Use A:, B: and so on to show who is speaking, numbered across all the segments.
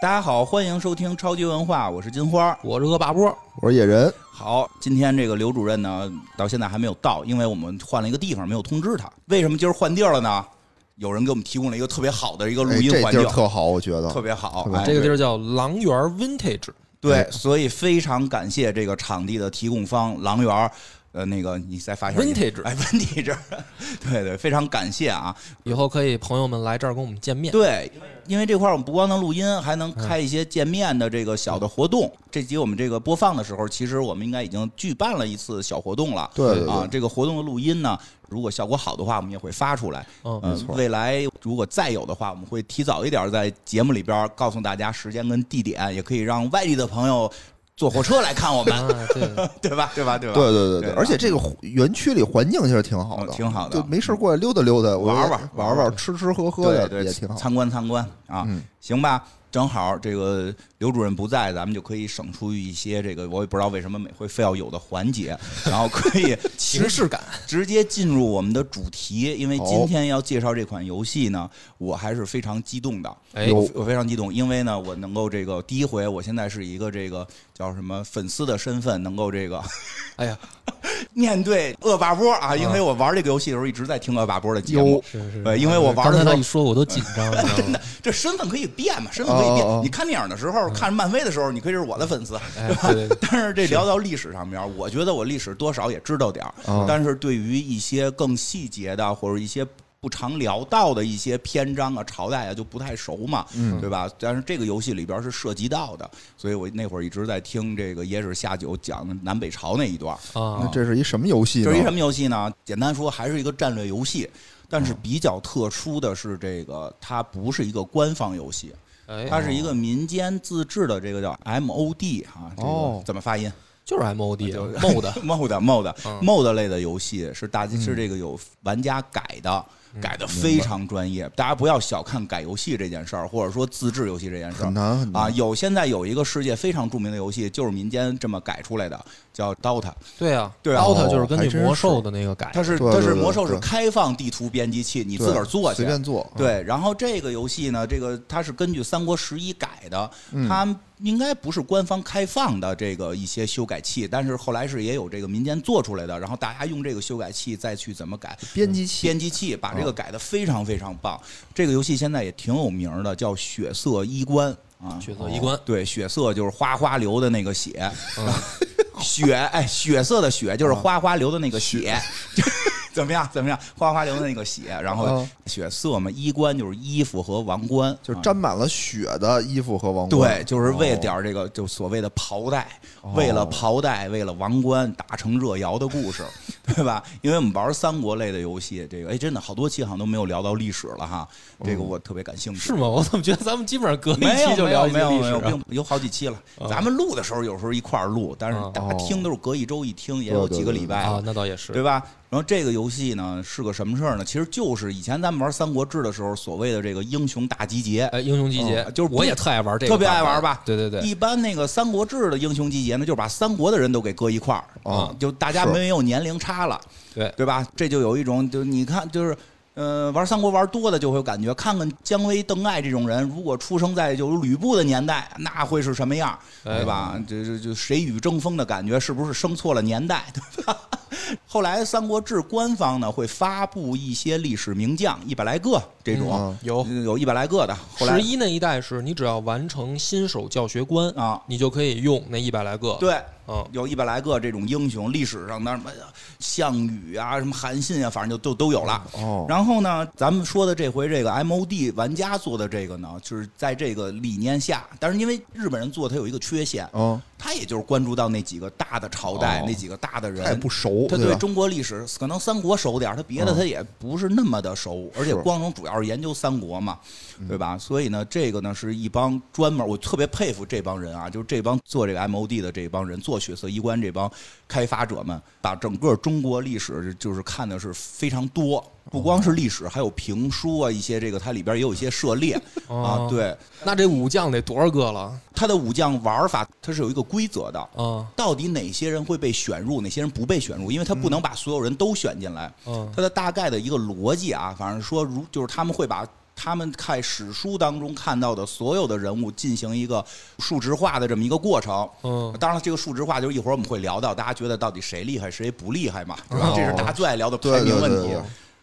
A: 大家好，欢迎收听超级文化，我是金花。
B: 我是恶霸波，
C: 我说野人，
A: 好，今天这个刘主任呢，到现在还没有到，因为我们换了一个地方，没有通知他。为什么今儿换地儿了呢？有人给我们提供了一个特别好的一个录
C: 哎，
A: 音
C: 这
A: 环
C: 地
A: 境，
C: 儿特好，我觉得
A: 特别好
C: 特。别
A: 哎
B: 这个地儿叫狼园 Vintage，
A: 对，
C: 哎
A: 所以非常感谢这个场地的提供方狼园儿。呃，那个你再发一下
B: Vintage
A: 哎，Vintage，对 对，非常感谢啊。
B: 以后可以朋友们来这儿跟我们见面。
A: 对，因为这块儿我们不光能录音，还能
C: 嗯
A: 开一些见面的这个小的活动。这集我们这个播放的时候，其实我们应该已经举办了一次小活动了。
C: 对对对
A: 啊，这个活动的录音呢，如果效果好的话，我们也会发出来。
B: 嗯
A: 呃
C: 哦没错
A: 未来如果再有的话，我们会提早一点在节目里边告诉大家时间跟地点，也可以让外地的朋友坐火车来看我们，
B: 啊，对，
A: 对吧？对吧？对吧？
C: 嗯对对对
A: 对
C: 对，
A: 吧
C: 而且这个园区里环境其实挺好的，
A: 嗯挺好的
C: 就没事过来溜达溜达，我觉得
A: 玩玩
C: 玩玩，吃吃喝喝
A: 对
C: 的
A: 对
C: 也挺好。
A: 参观参观啊，
C: 嗯
A: 行吧。正好这个刘主任不在，咱们就可以省出一些这个 我也不知道为什么每回非要有的环节，然后可以直
B: 形式感，
A: 直接进入我们的主题，因为
C: 好
A: 今天要介绍这款游戏呢，我还是非常激动的。
B: 哎，
C: 有
A: 我非常激动，因为呢，我能够这个第一回，我现在是一个这个叫什么粉丝的身份，能够这个
B: 哎呀，
A: 面对恶霸波啊，因为我玩这个游戏的时候一直在听恶霸波的节目，
C: 嗯有
B: 是是，
A: 对因为我玩的
B: 刚才
A: 时候
B: 他一说，我都紧 张了，你知道吗？
A: 这身份可以变嘛？身份可以变。
C: 哦哦哦嗯
A: 你看电影的时候，看漫威的时候，你可以是我的粉丝。
B: 哎，对对对，
A: 但是这聊到历史上面，我觉得我历史多少也知道点儿，
C: 哦
A: 但是对于一些更细节的或者一些不常聊到的一些篇章啊、朝代啊，就不太熟嘛，
C: 嗯
A: 对吧？但是这个游戏里边是涉及到的，所以我那会儿一直在听这个野史下酒讲的南北朝那一段。
C: 那
B: 啊，
C: 这是一什么游戏
A: 这
C: 呢？
A: 是一什么游戏呢？简单说，还是一个战略游戏，但
C: 哦
A: 是比较特殊的是，这个它不是一个官方游戏，它
B: 哎，
A: 是一个民间自制的，这个叫 MOD 啊，这个
C: 哦
A: 怎么发音
B: 就是
A: 啊
B: MOD MOD，
A: ？MOD MOD
B: 嗯
A: MOD 类的游戏是大
C: 嗯
A: 是这个有玩家改的，改的非常专业。大家不要小看改游戏这件事儿，或者说自制游戏这件事
C: 很
A: 儿。
C: 难很难
A: 啊，有现在有一个世界非常著名的游戏，就是民间这么改出来的，叫 DOTA。
B: 对啊，
A: 对啊
B: DOTA 就是
C: 还
B: 根据
C: 真是
B: 魔兽的那个改，
A: 它是
C: 对
A: 它是
C: 对对
A: 魔兽是
C: 对
A: 开放地图编辑器，你
C: 你
A: 自个儿做去
C: 随。便做，嗯
A: 对，然后这个游戏呢，这个它是根据《三国十一》改的，它应该不是官方开放的这个一些修改器，但是后来是也有这个民间做出来的，然后大家用这个修改器再去怎么改
C: 编辑器
A: 编辑器，把这个改的非常非常棒。这个游戏现在也挺有名的，叫《血色衣冠》啊，
B: 血色衣冠，
A: 对，血色就是哗哗流的那个血，
C: 嗯
A: 血哎，血色的血就是哗哗流的那个血， 怎么样？怎么样？哗哗流的那个血，然后
C: 嗯
A: 血色嘛，衣冠就是衣服和王冠，
C: 就是
A: 啊
C: 沾满了血的衣服和王冠。哦
A: 对，就是为点儿这个，就所谓的袍带，为了袍带，为了王冠，打成热窑的故事， 对吧？因为我们玩三国类的游戏，这个哎，真的好多期好像都没有聊到历史了哈，这
C: 哦
A: 个我特别感兴趣。
B: 是吗？我怎么觉得咱们基本上隔一
A: 没有
B: 期就聊一
A: 没
B: 些
A: 有
B: 历
A: 没
B: 史
A: 有，
B: 啊？
A: 并有好几期了。咱们录的时候有时候一块儿录，但是
B: 嗯
A: 大家听都是隔一周一听，也
C: 对
A: 有
C: 对
A: 几个
C: 对
A: 礼拜
B: 啊
A: 了，，
B: 那倒也是，
A: 对吧？然后这个游戏呢是个什么事儿呢？其实就是以前咱们玩《三国志》的时候，所谓的这个英雄大集结，
B: 哎，英雄集结
A: 嗯，就是不
B: 我也特爱玩这个，
A: 特别爱玩吧？
B: 对对对，
A: 一般那个《三国志》的英雄集结呢，就是把三国的人都给搁一块儿
B: 啊
C: 哦
A: 就大家
C: 是
A: 没有年龄差了，
B: 对
A: 对吧？这就有一种，就你看，就是。呃，玩三国玩多的就会有感觉，看看姜维、邓艾这种人，如果出生在有吕布的年代，那会是什么样，
B: 哎
A: 对吧？这这这谁与争锋的感觉，是不是生错了年代，对吧？ 后来《三国志》官方呢会发布一些历史名将，一百来个这种，
C: 嗯
B: 有
A: 有一百来个的。后来
B: 十一那一代是你只要完成新手教学关
A: 啊
B: 你就可以用那一百来个。，
A: 对，
B: 嗯，
A: 有一百来个这种英雄，历史上的什么项羽啊、什么韩信啊，反正就都都有了。
C: 哦，
A: 然后呢，咱们说的这回这个 MOD 玩家做的这个呢，就是在这个理念下，但是因为日本人做它有一个缺陷，
C: 嗯，
A: 他也就是关注到那几个大的朝代、
C: 哦
A: 那几个大的人，
C: 太不熟，
A: 他
C: 对
A: 对
C: 吧？
A: 中国历史可能三国熟点儿，他别的
C: 嗯
A: 他也不是那么的熟，而且
C: 是嗯
A: 光荣主要是研究三国嘛，对吧？所以呢，这个呢是一帮专门，我特别佩服这帮人啊，就是这帮做这个 MOD 的这帮人，做血色衣冠这帮开发者们，把整个中国历史就是看的是非常多。不光
C: 哦
A: 是历史，还有评书啊，一些这个它里边也有一些涉猎、
B: 哦
A: 啊。对，
B: 那这武将得多少个了？
A: 它的武将玩法它是有一个规则的，
B: 啊，
A: 到底哪些人会被选入，哪些人不被选入，因为他
C: 嗯
A: 不能把所有人都选进来。
B: 嗯
A: 他的大概的一个逻辑啊，反正说如就是他们会把他们看史书当中看到的所有的人物进行一个数值化的这么一个过程。
C: 哦
B: 嗯
A: 当然了，这个数值化就是一会儿我们会聊到，大家觉得到底谁厉害谁不厉害嘛，对吧
B: 哦？
A: 这是大家最爱聊的
C: 对
A: 排名问
C: 对
A: 题
C: 对对。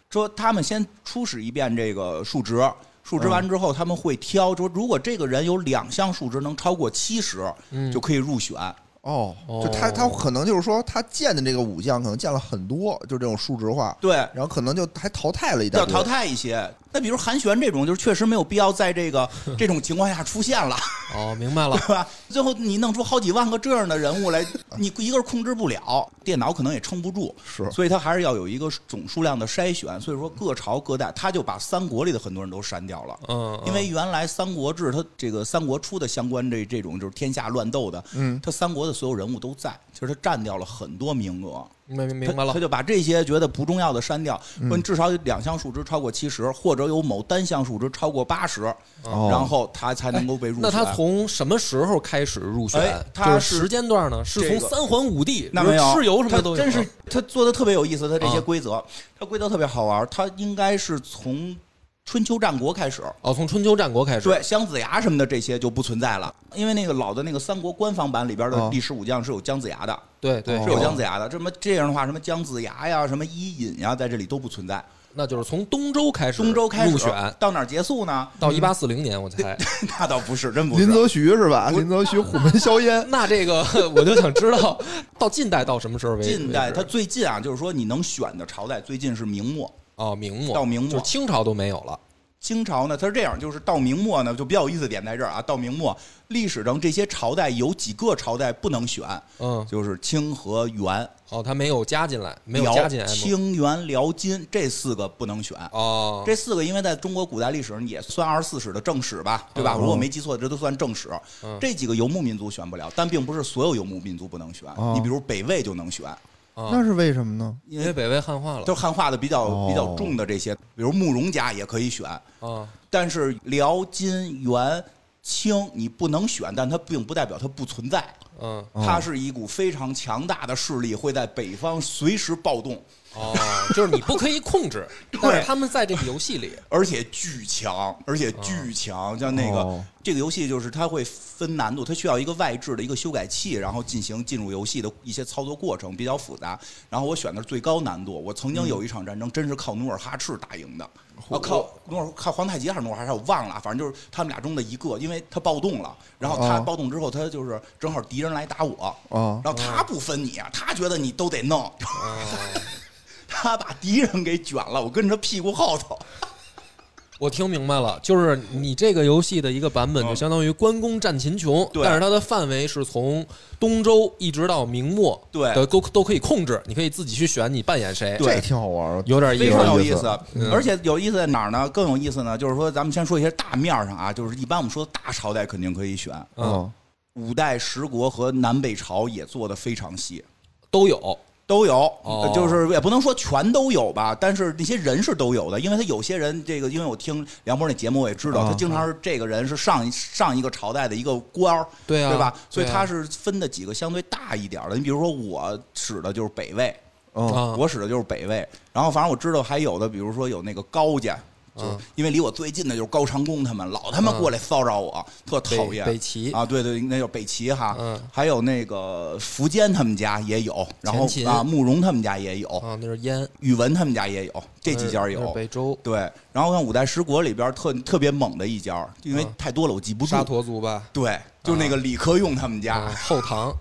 A: 说他们先初始一遍这个数值，数值完之后他们会挑，说如果这个人有两项数值能超过七十，
C: 嗯
A: 就可以入选。
C: 哦，
B: 哦
C: 就他他可能就是说他建的这个武将可能建了很多，就这种数值化，
A: 对，
C: 然后可能就还淘汰了一大
A: 要
C: 堆，
A: 淘汰一些。那比如韩玄这种，就是确实没有必要在这个这种情况下出现了，
B: 哦，明白了，
A: 对吧？最后你弄出好几万个这样的人物来，你一个人控制不了，电脑可能也撑不住，
C: 是
A: 所以他还是要有一个总数量的筛选。所以说各朝各代，他就把三国里的很多人都删掉了。
B: 嗯，
A: 因为原来《三国志》它这个三国出的相关这这种就是天下乱斗的，嗯，他三国的所有人物都在，其实他占掉了很多名额，
B: 明
A: 他
B: 明白了
A: 他，就把这些觉得不重要的删掉，问至少有两项数值超过七十，或者有某单项数值超过八十，
C: 哦
A: 然后他才能够被入选。
B: 哎那他从什么时候开始入选？
A: 哎他
B: 就是
A: 是
B: 时间段呢？是
A: 这
B: 从
A: 个
B: 三皇五帝，
A: 那
B: 比如
A: 没有
B: 蚩尤什么的都有
A: 他真是
B: 啊
A: 他做的特别有意思，他这些
B: 啊
A: 规则，他规则特别好玩，他应该是从春秋战国开始。
B: 哦，从春秋战国开始，
A: 对，姜子牙什么的这些就不存在了，因为那个老的那个三国官方版里边的
C: 哦
A: 历史武将是有姜子牙的，
B: 对对哦
A: 是有姜子牙的。这么这样的话，什么姜子牙呀，什么伊尹呀，在这里都不存在。
B: 那就是从东周开始，
A: 中州开始嗯
B: 入选
A: 到哪儿结束呢？
B: 到一八四零年，我猜。
A: 那倒不是，真不是。
C: 林则徐是吧？林则徐虎门 销烟，
B: 那这个 我就想知道，到近代到什么时候为
A: 近代，它
B: 为止
A: 最近啊，就是说你能选的朝代，最近是明末。
B: 哦，明末
A: 到明末
B: 就是清朝都没有了。
A: 清朝呢，它是这样，就是到明末呢，就比较有意思的点在这儿啊。到明末，历史上这些朝代有几个朝代不能选，
B: 嗯，
A: 就是清和元、
B: 哦，他没有加进来，没有加
A: 辽、
B: 进 M
A: 清元辽金这四个不能选。
B: 哦，
A: 这四个，因为在中国古代历史上也算二十四史的正史吧，对吧？
B: 嗯
A: 如果没记错，这都算正史
B: 嗯。
A: 这几个游牧民族选不了，但并不是所有游牧民族不能选
C: 哦。
A: 你比如北魏就能选，
B: 啊
C: 那是为什么呢？
A: 因
B: 因
A: 为
B: 为北魏汉化了
A: 都是汉化的比较
C: 哦
A: 比较重的这些，比如慕容家也可以选，
B: 啊，
A: 但是辽、金、元、清你不能选，但它并不代表它不存在，
B: 嗯，
C: 哦
A: 它是一股非常强大的势力，会在北方随时暴动，
B: 哦，就是你不可以控 制，但是他们在这个游戏里，
A: 而且巨强，而且巨强。像那个
C: 啊哦
A: 这个游戏就是它会分难度，它需要一个外置的一个修改器，然后进行进入游戏的一些操作过程比较复杂。然后我选的是最高难度，我曾
C: 嗯
A: 经有一场战争真是靠努尔哈赤打赢的。啊，靠努尔靠皇太极还是努尔哈赤，我忘了，反正就是他们俩中的一个，因为他暴动了，然后他
C: 哦
A: 暴动之后，他就是正好敌人来打我，
C: 啊
A: 然后他不分你，啊他觉得你都得弄，
B: 哦，
A: 他把敌人给卷了，我跟着屁股后头。
B: 我听明白了，就是你这个游戏的一个版本，
A: 嗯
B: 就相当于关公战秦琼，
A: 对
B: 但是它的范围是从东周一直到明末，
A: 对
B: 的都都可以控制，你可以自己去选你扮演谁，
A: 对
C: 这挺好玩儿，
B: 有点
A: 非
B: 意
A: 常
B: 思。
A: 有
C: 意
A: 意
C: 思
A: 思，
B: 嗯
A: 而且有意思在哪儿呢？更有意思呢，就是说咱们先说一些大面儿上啊，就是一般我们说的大朝代肯定可以选，
B: 嗯
C: 嗯，
A: 五代十国和南北朝也做的非常细。
B: 都有，
A: 都有，
B: 哦
A: 就是也不能说全都有吧，但是那些人是都有的，因为他有些人这个，因为我听梁波那节目我也知道，
C: 啊
A: 他经常是这个人是上一上一个朝代的一个官儿，
B: 对啊
A: 吧？所以
B: 对啊
A: 他是分的几个相对大一点儿的，你比如说我使的就是北魏，
C: 嗯，
B: 啊
A: 我使的就是北魏，然后反正我知道还有的，比如说有那个高家。就是
B: 嗯
A: 因为离我最近的就是高长恭他们，老他妈过来骚扰我，特讨厌。
B: 北北齐
A: 啊，对对，那叫北齐哈，
B: 嗯
A: 还有那个苻坚他们家也有，然后
B: 前秦
A: 啊慕容他们家也有，
B: 啊，那是燕，
A: 宇文他们家也有，这几家
B: 嗯那是
A: 有。
B: 北周、
A: 对，然后像五代十国里边特特别猛的一家，因为
B: 嗯
A: 太多了我记不
B: 沙
A: 住。
B: 陀嗯族吧，
A: 对，就那个李克用他们家，
B: 啊，后唐，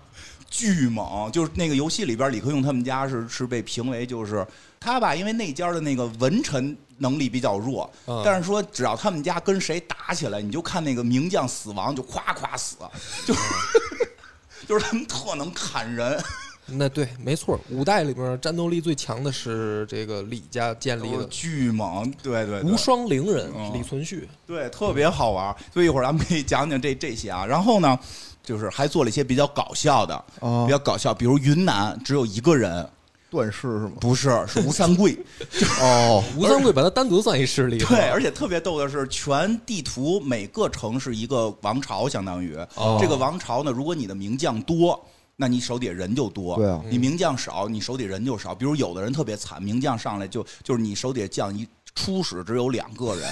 A: 巨猛，就是那个游戏里边，李克用他们家是是被评为就是他吧，因为那家的那个文臣能力比较弱，
B: 嗯
A: 但是说只要他们家跟谁打起来，你就看那个名将死亡就夸夸死，就是 就是他们特能砍人，
B: 那对，没错，五代里面战斗力最强的是这个李家建立的
A: 巨猛，对对对，
B: 哎无双凌人
A: 嗯
B: 李存旭，
A: 对，特别好玩儿。所以一会儿咱们可以讲讲这这些啊。然后呢，就是还做了一些比较搞笑的，
C: 哦
A: 比较搞笑，比如云南只有一个人，
C: 段氏是吗？
A: 不是是吴三桂。
C: 哦，
B: 吴三桂把他单独算一势力，
A: 对，而且特别逗的是，全地图每个城是一个王朝，相当于、
B: 哦
A: 这个王朝呢，如果你的名将多。那你手底下人就多，
C: 对啊
A: 你名将少，你手底下人就少。比如有的人特别惨，名将上来就就是你手底下将一初始只有两个人，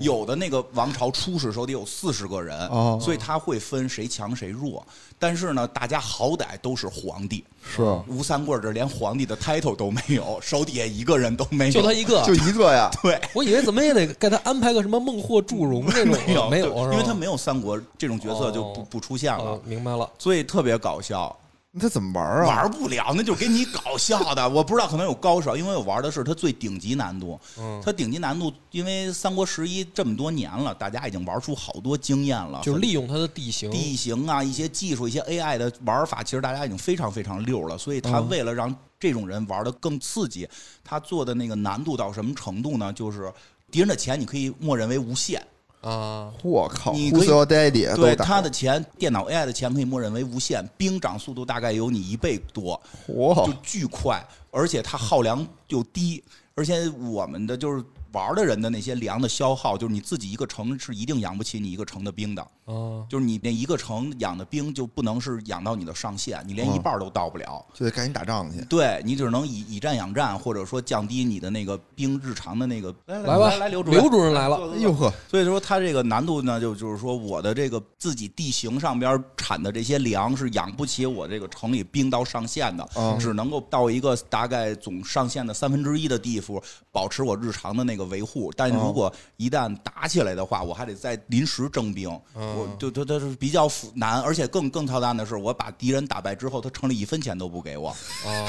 A: 有的那个王朝初始时候得有四十个人，
C: 哦
A: 所以他会分谁强谁弱。但是呢，大家好歹都是皇帝，
C: 是
A: 吴三桂这连皇帝的 title 都没有，手底下一个人都没有，
B: 就他一个
C: 就，一个呀，
A: 对。
B: 我以为怎么也得给他安排个什么孟获祝融那种，哦没 有，
A: 没
B: 是吧
A: 因为他没有三国这种角色就不、
B: 哦
A: 不出现了
B: 哦，明白了，
A: 所以特别搞笑。
C: 他怎么玩儿啊？
A: 玩不了，那就给你搞笑的。我不知道，可能有高手，因为我玩的是它最顶级难度。
B: 嗯，
A: 它顶级难度，因为《三国十一》这么多年了，大家已经玩出好多经验了，
B: 就
A: 很
B: 利用他的地形，
A: 地形啊、一些技术、一些 AI 的玩法，其实大家已经非常非常溜了。所以他
B: 嗯
A: 为了让这种人玩的更刺激，他做的那个难度到什么程度呢？就是敌人的钱你可以默认为无限，
B: 啊，
C: 我靠
A: 你
C: ，Who's
A: 可以
C: your daddy？
A: 对
C: 都打
A: 他的钱，电脑 AI 的钱可以默认为无限，兵长速度大概有你一倍多。就
C: 嚯，
A: 巨快，而且它耗量又低，而且我们的就是玩的人的那些粮的消耗，就是你自己一个城是一定养不起你一个城的兵的，
B: 啊，
A: 就是你那一个城养的兵就不能是养到你的上限，你
C: 哦
A: 连一半都到不了。
C: 就得赶紧打仗去。
A: 对你只能以以战养战，或者说降低你的那个兵日常的那个。来
B: 来吧，
A: 来刘主任
B: 刘主任来了，
C: 哎呦呵，
A: 所以说它这个难度呢，就就是说我的这个自己地形上边产的这些粮是养不起我这个城里兵到上限的，
C: 嗯
A: 只能够到一个大概总上限的三分之一的地步，保持我日常的那个维护。但如果一旦打起来的话，我还得再临时征兵，
B: 嗯
A: 我就它它是比较复难，而且更更操蛋的是，我把敌人打败之后，他城里一分钱都不给我。
B: 啊，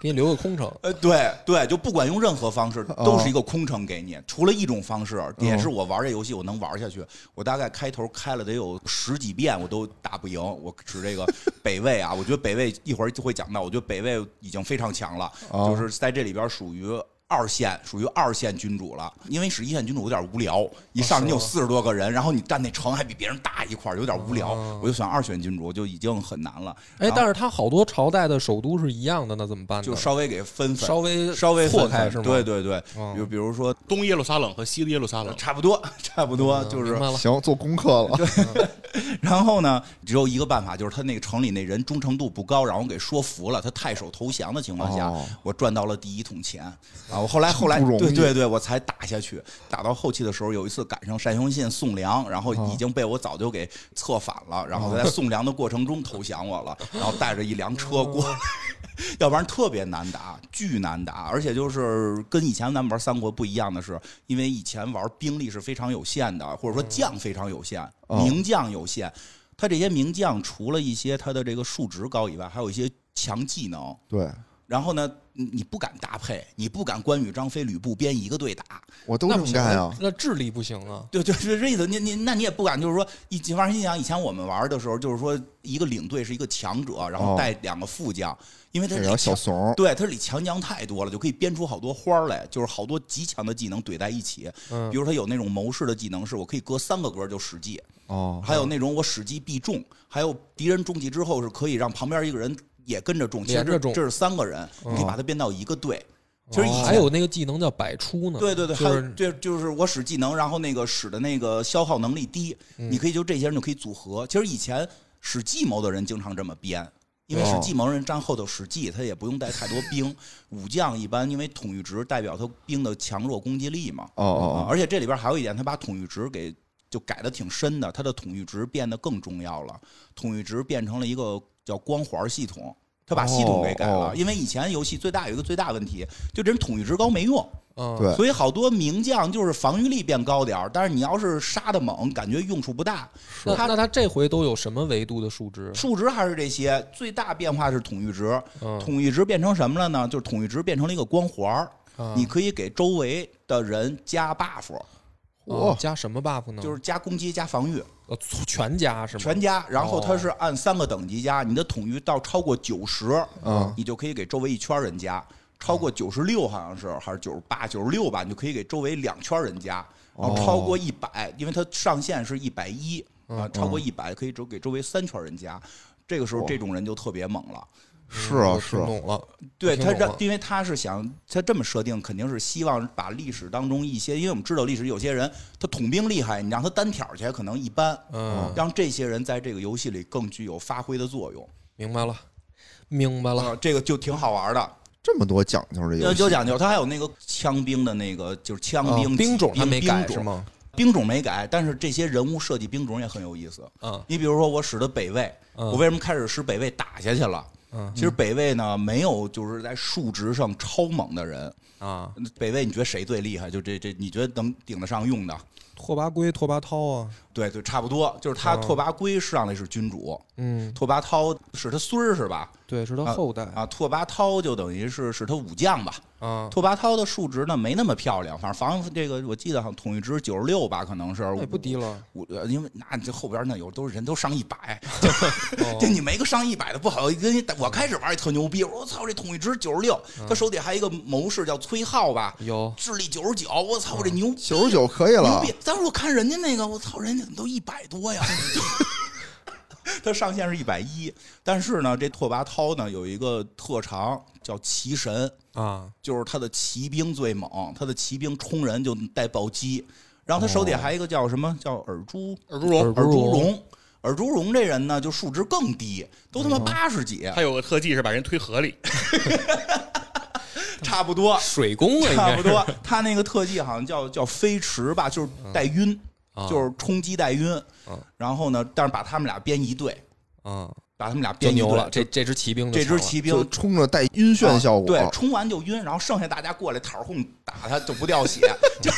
B: 给你留个 空城，
A: 呃，对对，就不管用任何方式，
B: 哦
A: 都是一个空城给你。除了一种方式，啊也是我玩这游戏我能玩下去。我大概开头开了得有十几遍，我都打不赢。我指这 个北魏啊，我觉得北魏一会儿就会讲到，我觉得北魏已经非常强了，
C: 哦
A: 就是在这里边属于。二线属于二线君主了，因为是一线君主有点无聊，一上你有
B: 哦是吗
A: 四十多个人，然后你占那城还比别人大一块儿，有点无聊。
B: 哦
A: 我就选二选君主就已经很难了，
B: 哎，
A: 然后
B: 但是他好多朝代的首都是一样的，那怎么办呢？
A: 就稍微给分分，
B: 稍微
A: 稍微
B: 错
A: 分
B: 开
A: 分
B: 是吗？
A: 对对对，
B: 哦
A: 就比如说，
D: 东耶路撒冷和西耶路撒冷，
A: 差不多， 差不多
B: 嗯，
A: 就是
B: 明。白了，
C: 行，做功课了。
A: 然后呢，只有一个办法，就是他那个城里那人忠诚度不高，让我给说服了，他太守投降的情况下
C: 哦，
A: 我赚到了第一桶钱啊！我后来后来
C: 不容易
A: 对对对，我才打下去。打到后期的时候，有一次赶上单雄信送粮，然后已经被我早就给策反了，然后他在送粮的过程中投降我了，然后带着一辆车过来。要不然特别难打，巨难打，而且就是跟以前咱们玩三国不一样的是，因为以前玩兵力是非常有限的，或者说将非常有限，
C: 哦
A: 名将有限。他这些名将除了一些他的这个数值高以外，还有一些强技能。
C: 对，
A: 然后呢，你你不敢搭配，你不敢关羽、张飞、吕布编一个队打，
C: 我都
B: 那
C: 这
B: 不
C: 么
B: 行啊
C: 干呀。
B: 那智力不行啊，
A: 对，就是这意思。你你那你也不敢，就是说，以前反正你想，以前我们玩的时候，就是说一个领队是一个强者，然后
C: 哦
A: 带两个副将，因为他
C: 这
A: 里
C: 个小
A: 强
B: 哦
C: 怂，
A: 对，它里强将太多了，就可以编出好多花儿来，就是好多极强的技能怼在一起。
B: 嗯
A: 比如它有那种谋士的技能，是我可以隔三个格就使计，
C: 哦，
A: 还有那种我使计必中，还有敌人中计之后是可以让旁边一个人也跟着中，其实
B: 连着
A: 这
B: 中哦
A: 这是三个人，你可以把它变到一个队。其实以前
B: 还有那个技能叫百出
C: 嗯
B: 呢，
A: 对对对，还
B: 就
A: 有
B: 是
A: 这就是我使技能，然后那个使的那个消耗能力低，
C: 嗯
A: 你可以就这些人就可以组合。其实以前使计谋的人经常这么编。因为使
C: 哦
A: 计谋人站后头使计，他也不用带太多兵。武将一般因为统御值代表他兵的强弱攻击力嘛。
C: 哦哦
A: 啊而且这里边还有一点，他把统御值给就改的挺深的，他的统御值变得更重要了。统御值变成了一个叫光环系统，他把系统给改了。
C: 哦哦
A: 因为以前游戏最大有一个最大问题，就这人统御值高没用。
B: 嗯，
C: 对
A: 所以好多名将就是防御力变高点儿，但是你要是杀的猛，感觉用处不大。
B: 那
A: 他
B: 那他这回都有什么维度的数值？
A: 数值还是这些，最大变化是统御值。
B: 嗯
A: 统御值变成什么了呢？就是统御值变成了一个光环儿，
B: 啊
A: 你可以给周围的人加 buff，
B: 哦
A: 啊
C: 嚯
B: 加什么 buff 呢？
A: 就是加攻击、加防御，
B: 呃全加是吗？哦
A: 全加。然后它是按三个等级加，你的统御到超过九十，
C: 嗯
A: 你就可以给周围一圈人加。超过九十六好像是还是九十八、九十六吧，你就可以给周围两圈人加。
C: 哦
A: 然后超过一百，因为它上限是一百一
C: 嗯
A: 啊，超过一百可以只给周围三圈人加。这个时候
C: 哇
A: 这种人就特别猛了。
C: 是啊
B: 我
C: 是
B: 听
C: 啊，
B: 懂了，
A: 对
B: 听
A: 他
B: 懂
A: 让
B: 了，
A: 因为他是想他这么设定，肯定是希望把历史当中一些，因为我们知道历史有些人他统兵厉害，你让他单挑去可能一般，
B: 嗯，
A: 让这些人在这个游戏里更具有发挥的作用。呃
B: 明白了，明白了。
A: 啊，这个就挺好玩的。
C: 这么多讲究这游
A: 有
C: 戏，
A: 有讲究，它还有那个枪兵的那个，就是枪
B: 啊
A: 兵、
B: 兵种他没改
A: 兵
B: 是
A: 种
B: 吗？
A: 兵种没改，但是这些人物设计兵种也很有意思。
B: 嗯
A: 你比如说，我使的北魏，
B: 嗯
A: 我为什么开始使北魏打下去了？
B: 嗯
A: 其实北魏呢，没有就是在数值上超猛的人。
B: 啊，
A: 北魏，你觉得谁最厉害？就这这，你觉得能顶得上用的？
B: 拓跋圭、拓跋焘啊，
A: 对对，差不多，就是他
B: 哦
A: 拓跋圭上来是君主，
B: 嗯，
A: 拓跋焘是他孙儿是吧？
B: 对，是他
A: 啊
B: 后代
A: 啊，拓跋焘就等于是是他武将吧。
B: 啊，
A: 拓跋焘的数值呢没那么漂亮，反正防这个我记得好像统一值九十六吧，可能是
B: 那也不低了，
A: 我呃因为那这后边那有都是人都上一 百，
B: 哦
A: 就你没个上一百的不好跟你打我开始玩也特牛逼，我说我操这统一值九十六，
B: 嗯
A: 他手底下还有一个谋士叫崔浩吧，
B: 有
A: 智力九十九，我操我这牛逼
C: 九十九可以了
A: 牛逼！但是我看人家那个，我操，人家怎么都一百多呀？ 他上限是一百一，但是呢，这拓跋焘呢有一个特长叫骑神，
B: 啊，
A: 就是他的骑兵最猛，他的骑兵冲人就带暴击。然后他手底下还有一个叫什么叫耳珠
D: 耳猪龙
B: 耳
A: 哦耳
B: 珠
A: 珠
B: 龙
A: 龙，耳珠龙这人呢就数值更低，都他妈八十几，
D: 他有个特技是把人推河里，
A: 差不多，
B: 水工 啊，应
A: 差
B: 该
A: 不
B: 是
A: 多。他那个特技好像叫叫飞驰吧，就是带晕，
B: 嗯啊
A: 就是冲击带晕
B: 嗯。
A: 然后呢，但是把他们俩编一队，
B: 啊，
A: 把他们俩
B: 就
A: 编一
B: 牛
A: 队
B: 了，，这这支骑兵就
A: 这支
B: 强了
A: 骑兵
C: 就冲着带晕眩效果，
A: 啊对，冲完就晕，然后剩下大家过来讨哄打他就不掉 血，就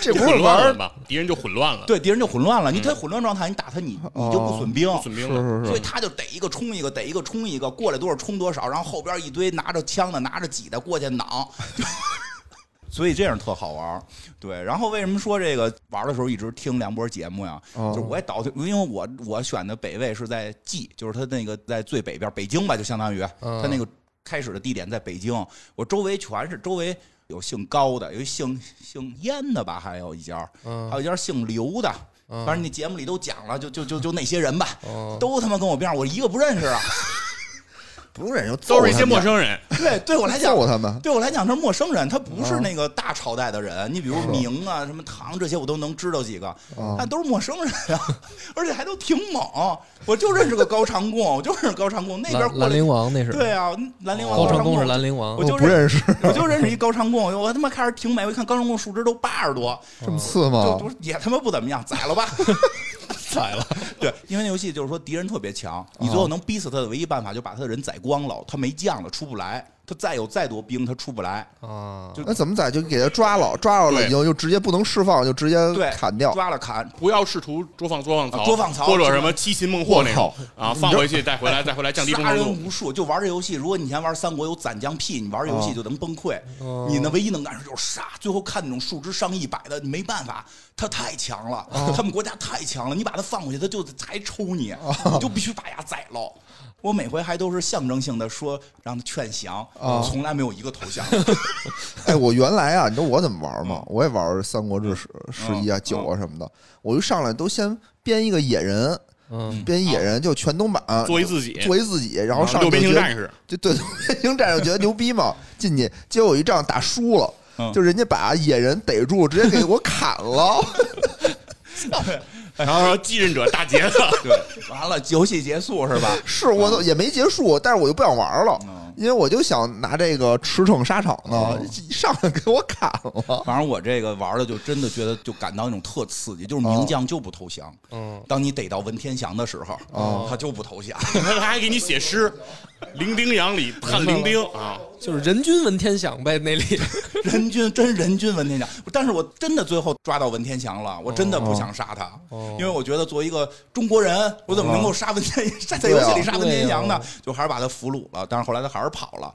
C: 这不
D: 混
C: 是玩
D: 乱
C: 儿
D: 了嘛，敌人就混乱了，
A: 对敌人就混乱了。你
B: 嗯
A: 他混乱状态，你打他你你就
B: 哦
A: 不损兵，
C: 是
D: 损兵了。
C: 是
A: 所以
C: 是，
A: 他就逮一个冲一个，逮一个冲一个，过来多少冲多少，然后后边一堆拿着枪的、拿着戟的过去 攮，所以这样特好玩儿。对，然后为什么说这个玩的时候一直听梁波节目呀？
C: 哦
A: 就我也倒腾，因为我我选的北魏是在冀，就是他那个在最北边北京吧，就相当于
C: 哦
B: 嗯
A: 他那个开始的地点在北京，我周围全是周围。有姓高的，有一姓姓燕的吧，还有一家儿，还
B: 嗯
C: 哦
A: 有一家姓刘的，
B: 嗯
A: 反正你节目里都讲了，就就就就那些人吧，
B: 哦
A: 都他妈跟我边上，我一个不认 识啊！
C: 不用忍就揍
D: 都是一些
C: 他们
D: 陌生人，
A: 对，对我来讲，
C: 揍他们，
A: 对我来讲他是陌生人，他不
B: 嗯
A: 是那个大朝代的人。你比如明啊、什么唐这些，我都能知道几个，
B: 嗯
A: 但都是陌生人啊，而且还都挺猛。我就认识个高长贡，我就认识高长贡那边
B: 兰
A: 过
B: 兰
A: 来
B: 陵。王那是
A: 对啊，兰陵王
B: 高长
A: 长
B: 恭是
A: 贡，
B: 兰陵王
A: 我，就
C: 我不认识
A: 我就认识一高长贡，我他妈开始挺美，我一看高长贡数值都八十多，
C: 这么次
A: 就
C: 吗？
A: 都也他妈不怎么样，宰了吧。
D: 宰了，
A: 对，因为那游戏就是说敌人特别强，你最后能逼死他的唯一办法就把他的人宰光了，他没将了，出不来。他再有再多兵，他出不来。
B: 啊
A: 就
C: 那怎么宰？就给他抓了，抓着了
D: 对
C: 以后就直接不能释放，就直接
A: 对，
C: 砍掉。
A: 抓了砍。
D: 不要试图捉放捉放
A: 啊
D: 曹，
A: 捉放曹
D: 或者什么七擒孟获那种啊，放
C: 知道
D: 回去再回来再回来降低忠
A: 杀
D: 诚
A: 人
D: 度。
A: 无数，就玩这游戏。如果你以前玩三国有攒将癖，你玩这游戏就能崩溃。
B: 哦
A: 你呢，唯一能干的就是杀。最后看那种数值上一百的，你没办法，他太强了，
B: 哦
A: 他们国家太强了。你把他放回去，他就还抽你，
B: 哦
A: 你就必须把牙宰了。我每回还都是象征性的说让他劝降，
B: 哦
A: 从来没有一个投降。
C: 哎，我原来啊，你知道我怎么玩吗？我也玩《三国志史》十一啊、九啊什么的，我一上来都先编一个野人，
B: 嗯
C: 编一野人就全东版，
D: 作为自己，
C: 作为自己，然后
D: 啊
C: 上
D: 六
C: 去
D: 边
C: 就觉
D: 形
C: 得
D: 战士，
C: 就对六边形战士觉得牛逼嘛，进去结果一仗打输了。
A: 嗯
C: 就人家把野人逮住，直接给我砍了。
D: 然后说继任者大捷了，
A: 对，完了游戏结束是吧？
C: 是我都也没结束，但是我就不想玩了，
A: 嗯
C: 因为我就想拿这个驰骋沙场呢，一 上来给我砍了。哦
A: 反正我这个玩的就真的觉得就感到一种特刺激，就是名将就不投降。
B: 哦嗯，哦
A: 当你逮到文天祥的时候，他就不投降。
D: 他还给你写诗，《零丁洋》里判零丁啊，
B: 就是人均闻天响呗，那里
A: 人均真人均文天祥，但是我真的最后抓到文天祥了，我真的不想杀他，
B: 哦
A: 因为我觉得作为一个中国人，我怎么能够杀文天杀在游戏里杀文天祥呢？
B: 啊
A: 就还是把他俘虏了，但是后来他还是跑了。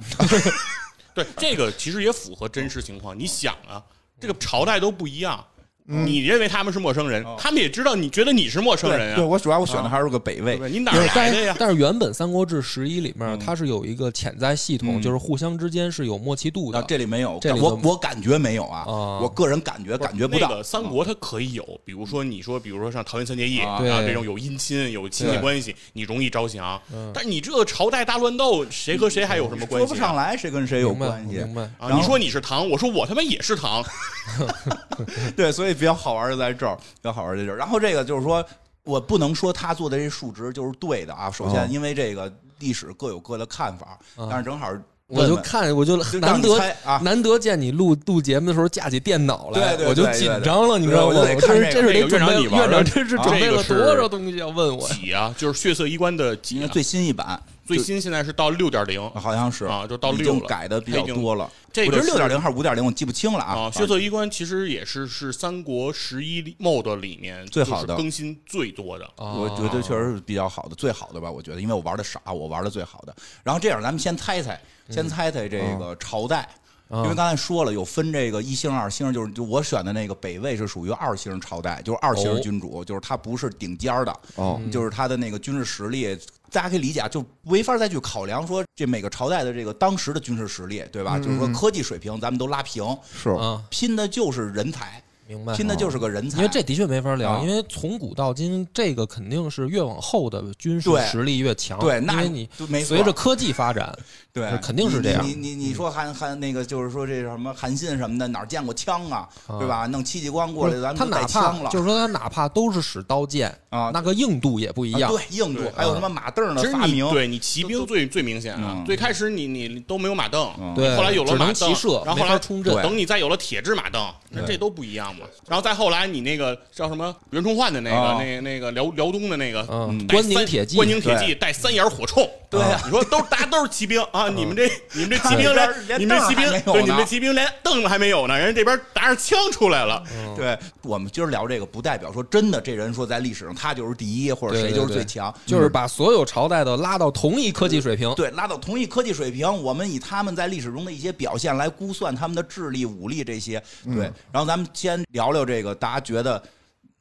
D: 对，这个其实也符合真实情况。你想啊，这个朝代都不一样，
C: 嗯
D: 你认为他们是陌生人，
C: 哦
D: 他们也知道你觉得你是陌生人
A: 对
D: 啊，
A: 我主要我选的还是个北
D: 对
A: 魏
D: 不，对？你哪
B: 不
D: 儿
B: 是
D: 来
B: 但
D: 的
B: 是
D: 呀？
B: 但是原本《三国志十一》里面它是有一个潜在系统，
A: 嗯
B: 就是互相之间是有默契度
A: 啊
B: 的，，
A: 这里没有，
B: 这里
A: 我
B: 头
A: 我感觉没有
B: 啊
A: 啊，我个人感觉感觉不
D: 那
A: 到
D: 个。三国它可以有，比如说你说，比如说像桃园三结义
A: 啊
D: 啊，
B: 对
D: 这种有姻亲、有亲戚
A: 对
D: 关系，你容易招降
B: 嗯。
D: 但你这个朝代大乱斗，谁和谁还有什么关
A: 说不
D: 系
A: 上
D: 啊？
A: 来谁跟谁有
B: 明白
A: 关系，
B: 明白
D: 啊
A: 然后
D: 你说你是唐，我说我他妈也 是唐，
A: 对，所以比较好玩就在这儿，比较好玩就在这儿。然后这个就是说我不能说他做的这数值就是对的啊。首
C: 哦
A: 先，因为这个历史各有各的看法，
B: 啊
A: 但是正好
B: 我
A: 问
B: 就
A: 问
B: 看，我就
A: 就让
B: 难
A: 你
B: 得
A: 猜啊
B: 难得见你录录节目的时候架起电脑来，
A: 对对
B: 我就
A: 对对
B: 紧
A: 对
B: 张了，你知
A: 对
B: 道
A: 我
B: 吗？
A: 就
B: 我
A: 得
B: 这
A: 看
B: 是
A: 这
B: 这
A: 个
B: 是得
D: 这个
B: 准备了，
D: 哎院长你玩啊
B: 院
D: 的
B: 长这是准备了
D: 这个
B: 多
D: 是
B: 少东西要问我呀？
D: 几啊，就是血色衣冠的几
A: 因为
D: 啊、
A: 最新一版
D: 最新现在是到六点零
A: 好像是
D: 啊就到
A: 已
D: 六
A: 经
D: 了
A: 改的比
D: 它已
A: 较
D: 经
A: 多了，
D: 这
A: 我
D: 个
A: 觉得
D: 是
A: 六点零还是五点零，我记不清了啊
D: 啊。。血色衣冠其实也是是三国十一 MOD 里面
A: 最好的哦
D: 就是更新最多的。
A: 我
B: 啊
A: 觉得确实是比较好的，最好的吧，我觉得，因为我玩的傻，我玩的最好的。然后这样，咱们先猜猜，
B: 嗯
A: 先猜猜这个朝代，
B: 啊
A: 因为刚才说了有分这个一星、二星，就是就我选的那个北魏是属于二星朝代，就是二
B: 哦
A: 星君主，就是他不是顶尖儿的，
B: 嗯
C: 哦，
A: 就是他的那个军事实力，大家可以理解啊，就没法再去考量说这每个朝代的这个当时的军事实力，对
B: 嗯
A: 吧？就是说科技水平咱们都拉平，
C: 是
B: 啊，
A: 拼的就是人才，
B: 明白。
A: 拼的就是个人才。
B: 因为这的确没法
A: 啊
B: 聊，因为从古到今，这个肯定是越往后的军事
A: 对
B: 实力越强。
A: 对那
B: 因为你
A: 就没错
B: 随着科技发展，
A: 对
B: 呃，肯定是这样
A: 你你你你说韩韩那个就是说这什么韩信什么的，哪儿见过枪啊？
B: 啊
A: 对吧？弄戚继光过
B: 不
A: 来，
B: 是
A: 咱们
B: 他
A: 就带
B: 哪
A: 枪
B: 怕
A: 了。
B: 就是说他哪怕都是使刀剑
A: 啊
B: 那个硬度也不一
A: 啊
B: 样。嗯
A: 对硬度
D: 对，
A: 还有什么马镫的
D: 其实
A: 发
D: 你
A: 明？
D: 对你骑兵最最明显啊
A: 嗯，
D: 最开始你你你都没有马镫，
A: 嗯
B: 对
D: 后来有了
B: 只能
D: 马镫
B: 骑射，
D: 然后
B: 没
D: 后来
B: 法冲阵
A: 对
D: 等你再有了铁制马镫，那这都不一样嘛。然后再后来你那个叫什么袁崇焕的那
A: 啊
D: 个那那个辽辽东的那个
B: 嗯
D: 带三
B: 关宁铁骑
D: 关宁铁骑带三眼火铳，
A: 对啊嗯
D: 你说都大家都是骑兵啊，你们这你们这骑兵
A: 对
D: 连
A: 连
D: 你们这骑兵
A: 连凳儿还没有呢
D: 对你们这骑兵连凳子还没有呢，人家这边拿着枪出来了，
A: 对，我们今儿聊这个，不代表说真的，这人说在历史上他就是第一，或者
B: 对
A: 谁
B: 对
A: 就是
B: 对
A: 最强，
B: 就是把所有朝代的拉到同一科技水平。
A: 对，拉到同一科技水平，我们以他们在历史中的一些表现来估算他们的智力、武力这些。
B: 嗯
A: 对，然后咱们先聊聊这个，大家觉得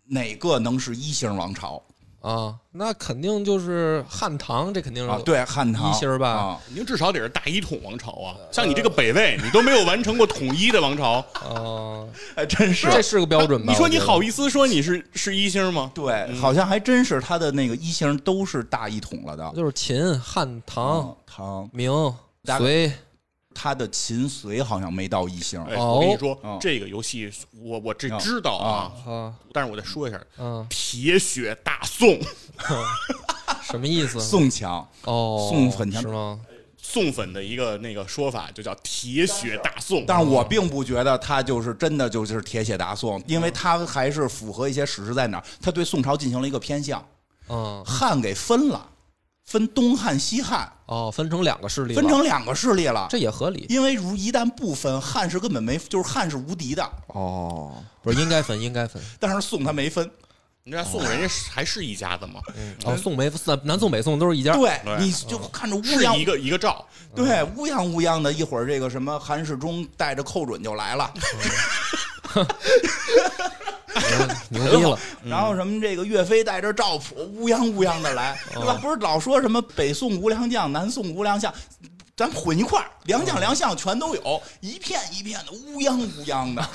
A: 哪个能是一星王朝
B: 啊，那肯定就是汉唐，这肯定是
A: 嗯啊？对，汉唐
B: 嗯一星儿吧
A: 啊
D: 您至少得是大一统王朝啊。
A: 嗯
D: 像你这个北魏，你都没有完成过统一的王朝，
B: 啊，
A: 哎，真是哎
B: 这是个标准吧？
D: 呃你说你
B: 我觉得
D: 好意思说你是是一星吗？
A: 对，好像还真是他的那个一星都是大一统了的。
B: 就是秦、汉、唐、
A: 嗯唐，
B: 明、
A: 大
B: 隋，
A: 他的秦隋好像没到一星。
D: 哎，
B: 哦
D: 我跟你说
A: 哦，
D: 这个游戏我我这知道啊，
B: 啊，
D: 但是我再说一下，
B: 嗯，
D: 铁血大宋，
B: 什么意思？
A: 宋强，
B: 哦，
A: 宋很强
B: 是吗？
D: 宋粉的一个那个说法就叫铁血大宋。
A: 但是我并不觉得他就是真的就是铁血大宋，因为他还是符合一些史实在哪儿，他对宋朝进行了一个偏向，
B: 嗯，
A: 汉给分了，分东汉西汉，
B: 哦，分成两个势力了，
A: 分成两个势力了。
B: 这也合理，
A: 因为如一旦不分，汉是根本没，就是汉是无敌的，
C: 哦，
B: 不是应该分，应该分。
A: 但是宋他没分。
D: 你知道宋人家是还是一家子吗？
A: 嗯
B: 哦，宋北南南宋北宋都是一家，
A: 对，
D: 对
A: 你就看着乌
D: 是
A: 泱
D: 一个一个赵，
A: 对，乌泱乌泱的，一会儿这个什么韩世忠带着寇准就来了，
B: 哎牛逼了。
A: 然后什么这个岳飞带着赵普乌泱乌泱的来，对吧？不是老说什么北宋无良将，南宋无良相，咱混一块儿，良将良相全都有，一片一片的乌泱乌泱的，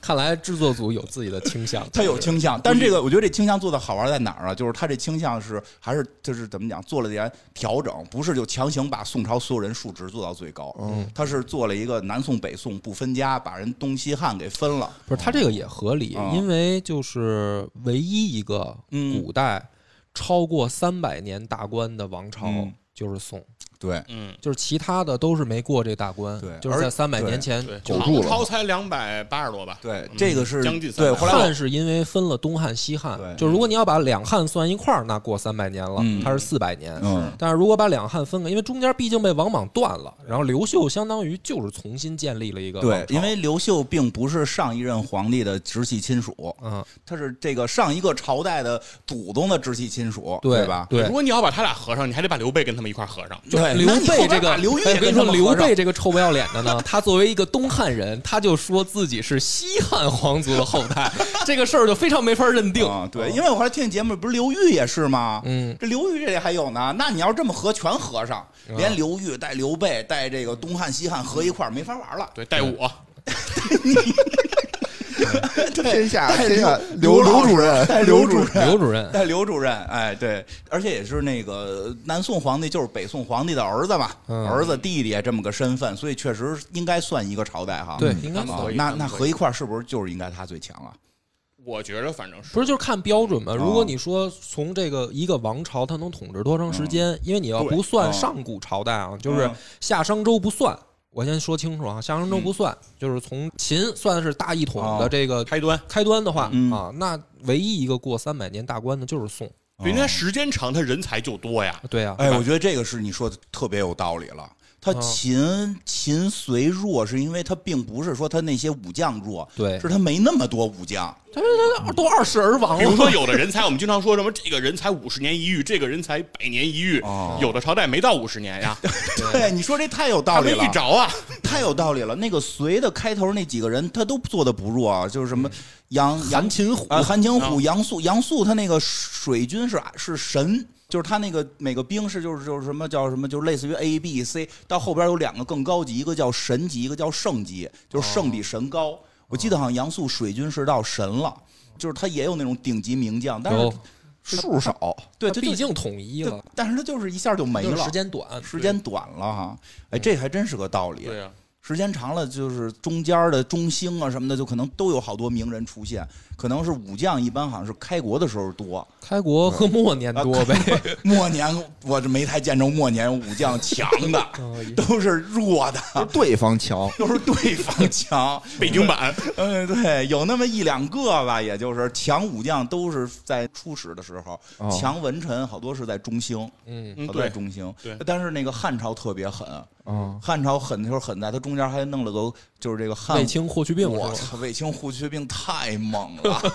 B: 看来制作组有自己的倾向，
A: 他有倾向，但这个我觉得这倾向做的好玩在哪儿啊？就是他这倾向是还是就是怎么讲，做了点调整，不是就强行把宋朝所有人数值做到最高，嗯，他是做了一个南宋北宋不分家，把人东西汉给分了。
B: 不是他这个也合理
A: 啊，
B: 因为就是唯一一个
A: 嗯
B: 古代超过三百年大关的王朝
A: 嗯
B: 就是宋，
A: 对，
D: 嗯，
B: 就是其他的都是没过这大关
A: 对，
B: 就是
A: 而
B: 在三百
A: 对
B: 年前
D: 对，
C: 苟住
D: 唐
C: 了
D: 朝才两百八十多吧？
A: 对
D: 嗯，
A: 这个是
D: 将近
A: 对。
D: 300
A: 后来我
B: 汉是因为分了东汉西汉
A: 对，
B: 就如果你要把两汉算一块儿，那过三百年了
A: 嗯，
B: 它是四百年。
A: 嗯
B: 但是如果把两汉分开，因为中间毕竟被王莽断了，然后刘秀相当于就是重新建立了一个
A: 对
B: 王，朝
A: 因为刘秀并不是上一任皇帝的直系亲属，
B: 嗯，
A: 他是这个上一个朝代的祖宗的直系亲属，
B: 对
A: 吧？
B: 对
D: 如，果你要把他俩合上，你还得把刘备跟他们一块儿合上。
A: 对，
B: 刘
A: 那你后
B: 备
A: 边
B: 这个，
A: 把刘裕
B: 哎
A: 也
B: 我跟你
A: 他
B: 说，
A: 们
B: 刘
A: 合上
B: 备这个臭不要脸的呢，他作为一个东汉人，他就说自己是西汉皇族的后代，这个事儿就非常没法认定。
A: 啊，对，因为我后来听你节目，不是刘裕也是吗？
B: 嗯，
A: 这刘裕这里还有呢，那你要这么合，全合上，连刘裕带刘备带这个东汉西汉合一块儿，没法玩了。
D: 对，带我，
C: 天下
A: 带
C: 天下
A: 刘
C: 刘
A: 老
C: 刘
A: 师
C: 主任
A: 带，刘
C: 刘
A: 主任
B: 刘主任，
A: 带刘主任，哎，对，而且也是那个南宋皇帝，就是北宋皇帝的儿子嘛，
B: 嗯
A: 儿子弟弟这么个身份，所以确实应该算一个朝代哈。
B: 对，
A: 嗯
B: 应该
D: 嗯
B: 算
A: 啊
D: 可以
A: 那
D: 咱们
A: 那
D: 可以
A: 合一块儿是不是就是应该他最强啊？
D: 我觉得反正是
B: 不是就是看标准嘛？
A: 哦
B: 如果你说从这个一个王朝，它能统治多长时间？因为你要
A: 对
B: 不算
A: 嗯
B: 上古朝代啊，就是
A: 嗯
B: 夏商周不算。我先说清楚啊，夏商周不算，就是从秦算是大一统的
A: 哦
B: 这个
D: 开端，
B: 开端的话、
A: 嗯
B: 啊，那唯一一个过三百年大关的就是宋。
A: 哦
D: 对，因为它时间长，它人才就多呀。
B: 对啊，
A: 哎，我觉得这个是你说的特别有道理了。他
B: 嗯
A: 秦秦虽弱，是因为他并不是说他那些武将弱，
B: 对
A: 是他没那么多武将。
B: 他他都二世而
A: 哦
B: 亡
D: 比如
B: 了。
D: 说，有的人才，我们经常说什么这个人才五十年一遇，这个人才百年一遇
A: 哦，
D: 有的朝代没到五十年呀，
A: 对，你说这太有 道
D: 他
A: 理
D: 没
A: 了
D: 遇，着啊。
A: 太有道理了。那个隋的开头那几个人，他都做的不弱，啊，就是什么杨杨
B: 嗯韩擒虎，
A: 啊，韩擒虎、杨素，杨素他那个水军是啊是神，就是他那个每个兵是就是就是什么叫什么，就类似于 A B C，到后边有两个更高级，一个叫神级，一个叫圣级，就是圣比神高。我记得好像杨素水军是到神了，就是他也有那种顶级名将，但是
B: 有
C: 数少，
A: 对，
B: 他
A: 他就
B: 毕竟统一
A: 对
B: 了，，
A: 但是他就是一下就没
B: 就是
A: 了，
B: 时间短，
A: 时间短了哈。哎，这还真是个道理。
D: 嗯对呀，
A: 时间长了，就是中间的中兴啊什么的，就可能都有好多名人出现。可能是武将一般好像是开国的时候 多，
B: 开国
A: 嗯
B: 和末年多呗。
A: 啊末年我这没太见着末年武将强的，
B: 嗯
A: 都是弱的，
C: 就是对方强。
A: 都是对方强。
D: 北京版
A: 嗯，对，有那么一两个吧，也就是强武将都是在初始的时候，
C: 哦
A: 强文臣好多是在中兴，
B: 嗯，
D: 嗯
A: 好多在
D: 对，
A: 中兴。
D: 对
A: 但是那个汉朝特别狠，
C: 嗯，
A: 汉朝狠就是狠在它中间还弄了个就是这个汉
B: 卫青霍去病是
A: 嗯我
B: 吧
A: 操，卫青霍去病太猛了。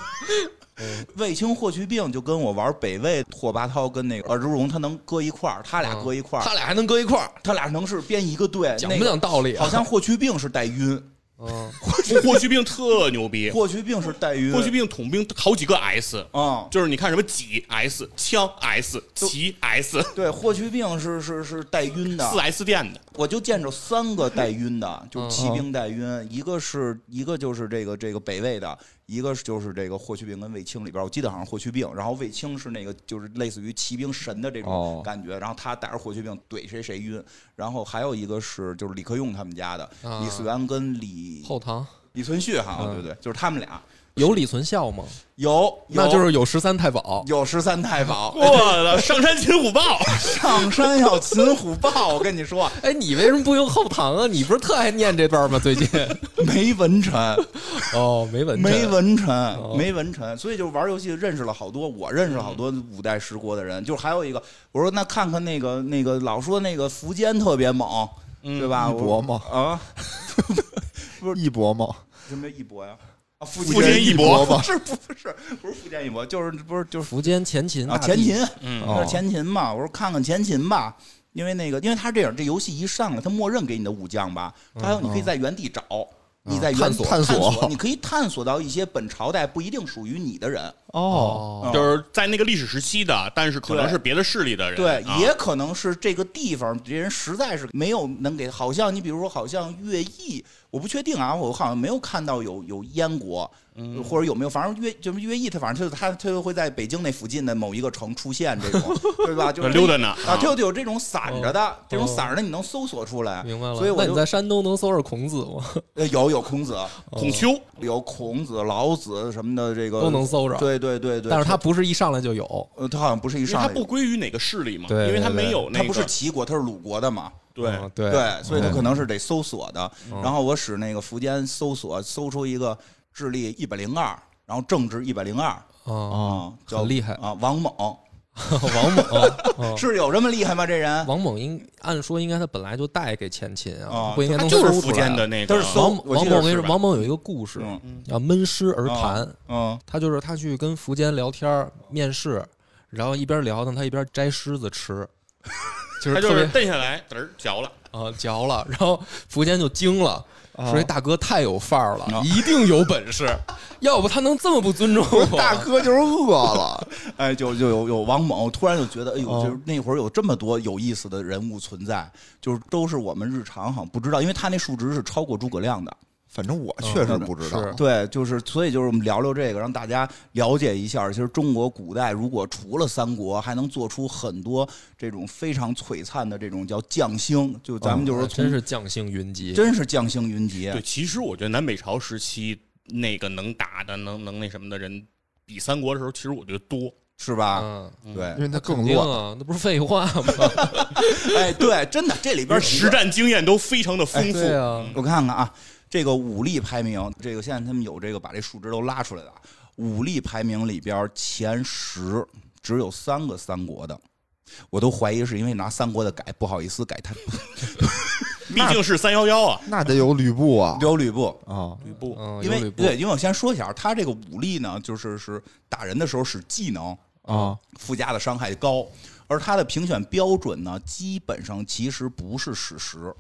A: 卫青霍去病就跟我玩北魏拓跋焘跟那个尔朱荣，他能搁一块儿，他俩搁一块儿，
B: 他俩还能搁一块儿，
A: 他俩能是编一个队。
B: 嗯讲
A: 哎那
B: 不
A: 个
B: 讲道理啊？
A: 好像霍去病是带晕，
B: 嗯，
D: 霍去病特牛逼，
A: 霍去病是带晕。
D: 霍去病统兵好几个 S，
A: 啊、
D: 就是你看什么戟 S、枪 S、旗 S、
A: 对，霍去病是是是带晕的啊
D: 四。S 店的，
A: 我就见着三个带晕的，
B: 嗯
A: 就是骑兵带晕，一个是一个就是这个这个北魏的，一个就是这个霍去病跟卫青里边，我记得好像霍去病，然后卫青是那个就是类似于骑兵神的这种
C: 哦
A: 感觉，然后他带着霍去病怼谁谁晕，然后还有一个是就是李克用他们家的、
B: 啊
A: 李嗣源跟李
B: 后唐
A: 李存勖哈，
B: 嗯
A: 对对，就是他们俩
B: 有李存孝吗？
A: 有，有
B: 那就是有十三太保。
A: 有十三太保，
D: 我的上山擒虎豹，
A: 上山要擒虎豹，我跟你说，
B: 哎，你为什么不用后唐啊？你不是特爱念这段吗？最近
A: 没文臣。
B: 哦，没文
A: 没
B: 文
A: 文臣，没文臣，所以就玩游戏认识了好多，我认识了好多五代十国的人。就是还有一个，我说那看看那个那个老说那个苻坚特别猛，对吧？
C: 一博
A: 我
C: 嘛，
A: 啊，
C: 一博嘛，
A: 什么叫一博呀？啊，苻
D: 苻坚一
C: 博
A: 不
C: 嘛，
A: 是不是不是苻坚一博，就是不是就是
B: 苻坚前秦
A: 啊
B: 大帝
A: 前秦，
D: 嗯
C: 哦
A: 那是前秦嘛。我说看看前秦吧。因为那个，因为他这样，这游戏一上来，他默认给你的武将吧，他还有你可以在原地找，你在原
C: 嗯探索
A: 探
C: 探索
A: 你可以探索到一些本朝代不一定属于你的人，
C: 哦，
B: 哦，
A: 嗯
D: 就是在那个历史时期的，但是可能
A: 对
D: 是别的势力的人，
A: 对，
D: 啊
A: 也可能是这个地方这人实在是没有能给，好像你比如说，好像乐毅，我不确定啊，我好像没有看到有有燕国，
B: 嗯
A: 或者有没有，反正乐就是乐毅，他反正他他他就会在北京那附近的某一个城出现 这种，对吧？就是
D: 溜达呢
A: 啊，他就有这种散着的，这种
B: 哦
A: 散着的你能搜索出来，
B: 明白了。
A: 所以我
B: 那你
A: 就
B: 在山东能搜着孔子吗？
A: 呃有有孔子，
D: 孔丘，
A: 有孔子、老子什么的，这个
B: 都能搜着
A: 对对对对，
B: 但是他不是一上来就有。
A: 呃他好像不是一
D: 因为他
A: 上来
D: 不归于哪个势力嘛，
B: 对
D: 因为他
B: 对对
D: 没有那
A: 他
D: 个，
A: 不是齐国，他是鲁国的嘛。
D: 对，
B: 嗯对
A: 对，所以他可能是得搜索的。然后我使那个苻坚搜索，搜出一个智力一百零二，然后政治一百零二
B: 啊，
A: 啊，叫
B: 很厉害哦
A: 啊，王猛
B: 王啊 猛，
A: 是有这么厉害吗？这人
B: 王猛应按说应该他本来就带给前秦啊
A: 哦，
B: 不应该
D: 他
B: 能
D: 就是
B: 搜出
D: 苻
B: 来
D: 坚
B: 啊
D: 的那
A: 都
D: 个
A: 是，搜
B: 王
A: 我
B: 王
A: 记
B: 猛
A: 得
B: 跟你
A: 是
B: 说，
A: 吧
B: 王猛有一个故事
A: 嗯，
B: 叫闷诗而谈。
A: 嗯
B: 他就是他去跟苻坚聊天儿面试，然后一边聊呢，他一边摘狮子吃，就是
D: 他就
B: 特别
D: 是蹬下来，嘚儿嚼了，
B: 啊嚼了，然后苻坚就惊了，
C: 啊
B: 说这大哥太有范儿
A: 啊
B: 了，一定有本事，要不他能这么不尊重我？
C: 大哥就是饿了，
A: 哎，就就有有王猛，我突然就觉得，哎呦，
C: 哦
A: 就是那会儿有这么多有意思的人物存在，就是都是我们日常好像不知道，因为他那数值是超过诸葛亮的。
C: 反正我确实不知道。
B: 嗯是
A: 对，就是所以就是我们聊聊这个，让大家了解一下，其实中国古代如果除了三国，还能做出很多这种非常璀璨的这种叫匠星，就咱们就是
B: 啊
A: 说从、
B: 真是将星云集，
A: 真是匠星云集
D: 对，，其实我觉得南北朝时期那个能打的、能能那什么的人，比三国的时候，其实我觉得多。
A: 是吧？
B: 嗯，
A: 对
C: 因，为它
B: 肯
C: 更
B: 定
C: 乱。
B: 啊，那不是废话吗？
A: 哎，对，真的，这里 边
D: 实战经验都非常的丰富，
B: 对啊，
A: 我看看啊，这个武力排名，这个现在他们有这个把这数值都拉出来的啊。武力排名里边前十只有三个三国的，我都怀疑是因为拿三国的改，不好意思改 太
D: 毕竟是三幺幺啊，
C: 那得有吕布啊
A: 有吕布。
C: 啊！
D: 吕布
B: 嗯，
A: 因
B: 有
A: 为
B: 吕布
A: 对，因为我先说一下，啊他这个武力呢，就是是打人的时候使技能
C: 啊
A: 附加的伤害高，而他的评选标准呢，基本上其实不是史实，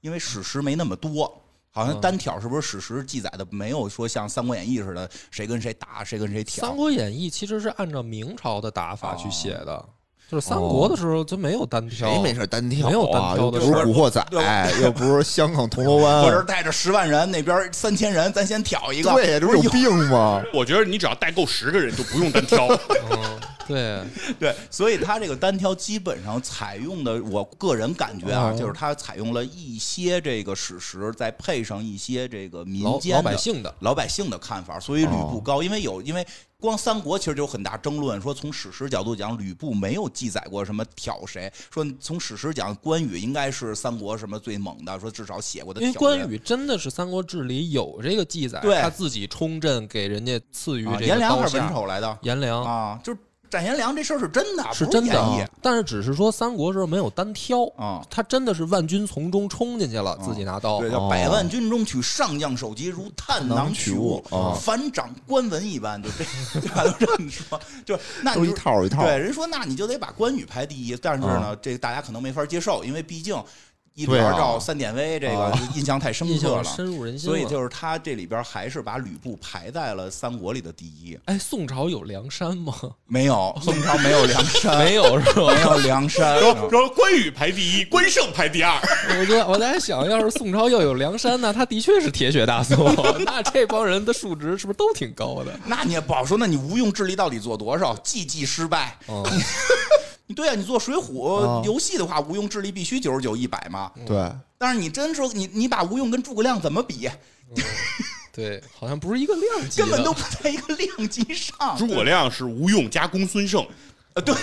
A: 因为史实没那么多。好
B: 哦
A: 像单挑是不是史实记载的没有说像《三国演义》似的，谁跟谁打，谁跟谁
B: 《三
A: 挑？
B: 国演义》其实是按照明朝的打法去写的，就是三国的时候就没有单挑，
C: 谁没事单挑
B: 没有单
C: 啊？
B: 挑
C: 又
B: 的
C: 不
B: 事
C: 是
B: 儿
C: 古惑仔，哎又不是香港铜 锣湾，
A: 或者带着十万人，那边三千人，咱先挑一个。
C: 对，这不是有病 吗？
D: 我觉得你只要带够十个人就不用单 挑，
B: 嗯， 对，
A: 对，所以他这个单挑基本上采用的，我个人感觉啊，
C: 哦
A: 就是他采用了一些这个史实，再配上一些这个民
B: 老
A: 间的
B: 老百姓的，哦
A: 老百姓的看法，所以吕布高，因为有因为光三国其实就有很大争论，说从史实角度讲，吕布没有记载过什么挑谁，说从史实讲，关羽应该是三国什么最猛的，说至少写过的
B: 因为
A: 挑人
B: 关羽真的是《三国志》里有这个记载，
A: 对
B: 他自己冲阵给人家赐予
A: 啊，
B: 这
A: 颜
B: 个
A: 良
B: 刀
A: 还是文
B: 下。
A: 丑来的
B: 颜良
A: 啊，就是斩颜良这事儿是真的，
B: 是
A: 不
B: 真
A: 演
B: 的
A: 绎
B: 啊，但是只是说三国时候没有单挑
A: 啊，
B: 他真的是万军从中冲进去了，自己拿刀
A: 对，。叫
C: 哦
A: 百万军中取上将首级，如探囊取物
C: 囊取物啊，
A: 反掌关文一般，就这， 对吧？都这么说，就 那你
C: 都
A: 就
C: 一套一套。啊
A: 对，人说那你就得把关羽排第一，但是呢，这个大家可能没法接受，因为毕竟一
C: 对啊
A: 聊照三典韦这个
C: 啊
A: 印象太深
B: 印
A: 刻
B: 象
A: 了，
B: 深入人心
A: 所
B: 了。
A: 以就是他这里边还是把吕布排在了三国里的第一，
B: 哎，宋朝有梁山吗？
A: 没有宋朝没有梁 山，
B: 没有是吧？
A: 没有梁山，
D: 然后然后关羽排第一，关胜排第二，
B: 我就我在想，要是宋朝要有梁山呢，他的确是铁血大宋， 那这帮人的数值是不是都挺高的？
A: 那你也不好说，那你无用之力到底做多少？季季失败，
B: 嗯，
D: 哦
A: 你对啊，你做水浒游戏的话，无用智力必须九十九一百嘛。
C: 对
A: 但是你真说你你把无用跟诸葛亮怎么比，
B: 对，好像不是一个量级的，
A: 根本都不在一个量级上。
D: 诸葛亮是吴用加公孙胜，
A: 呃对，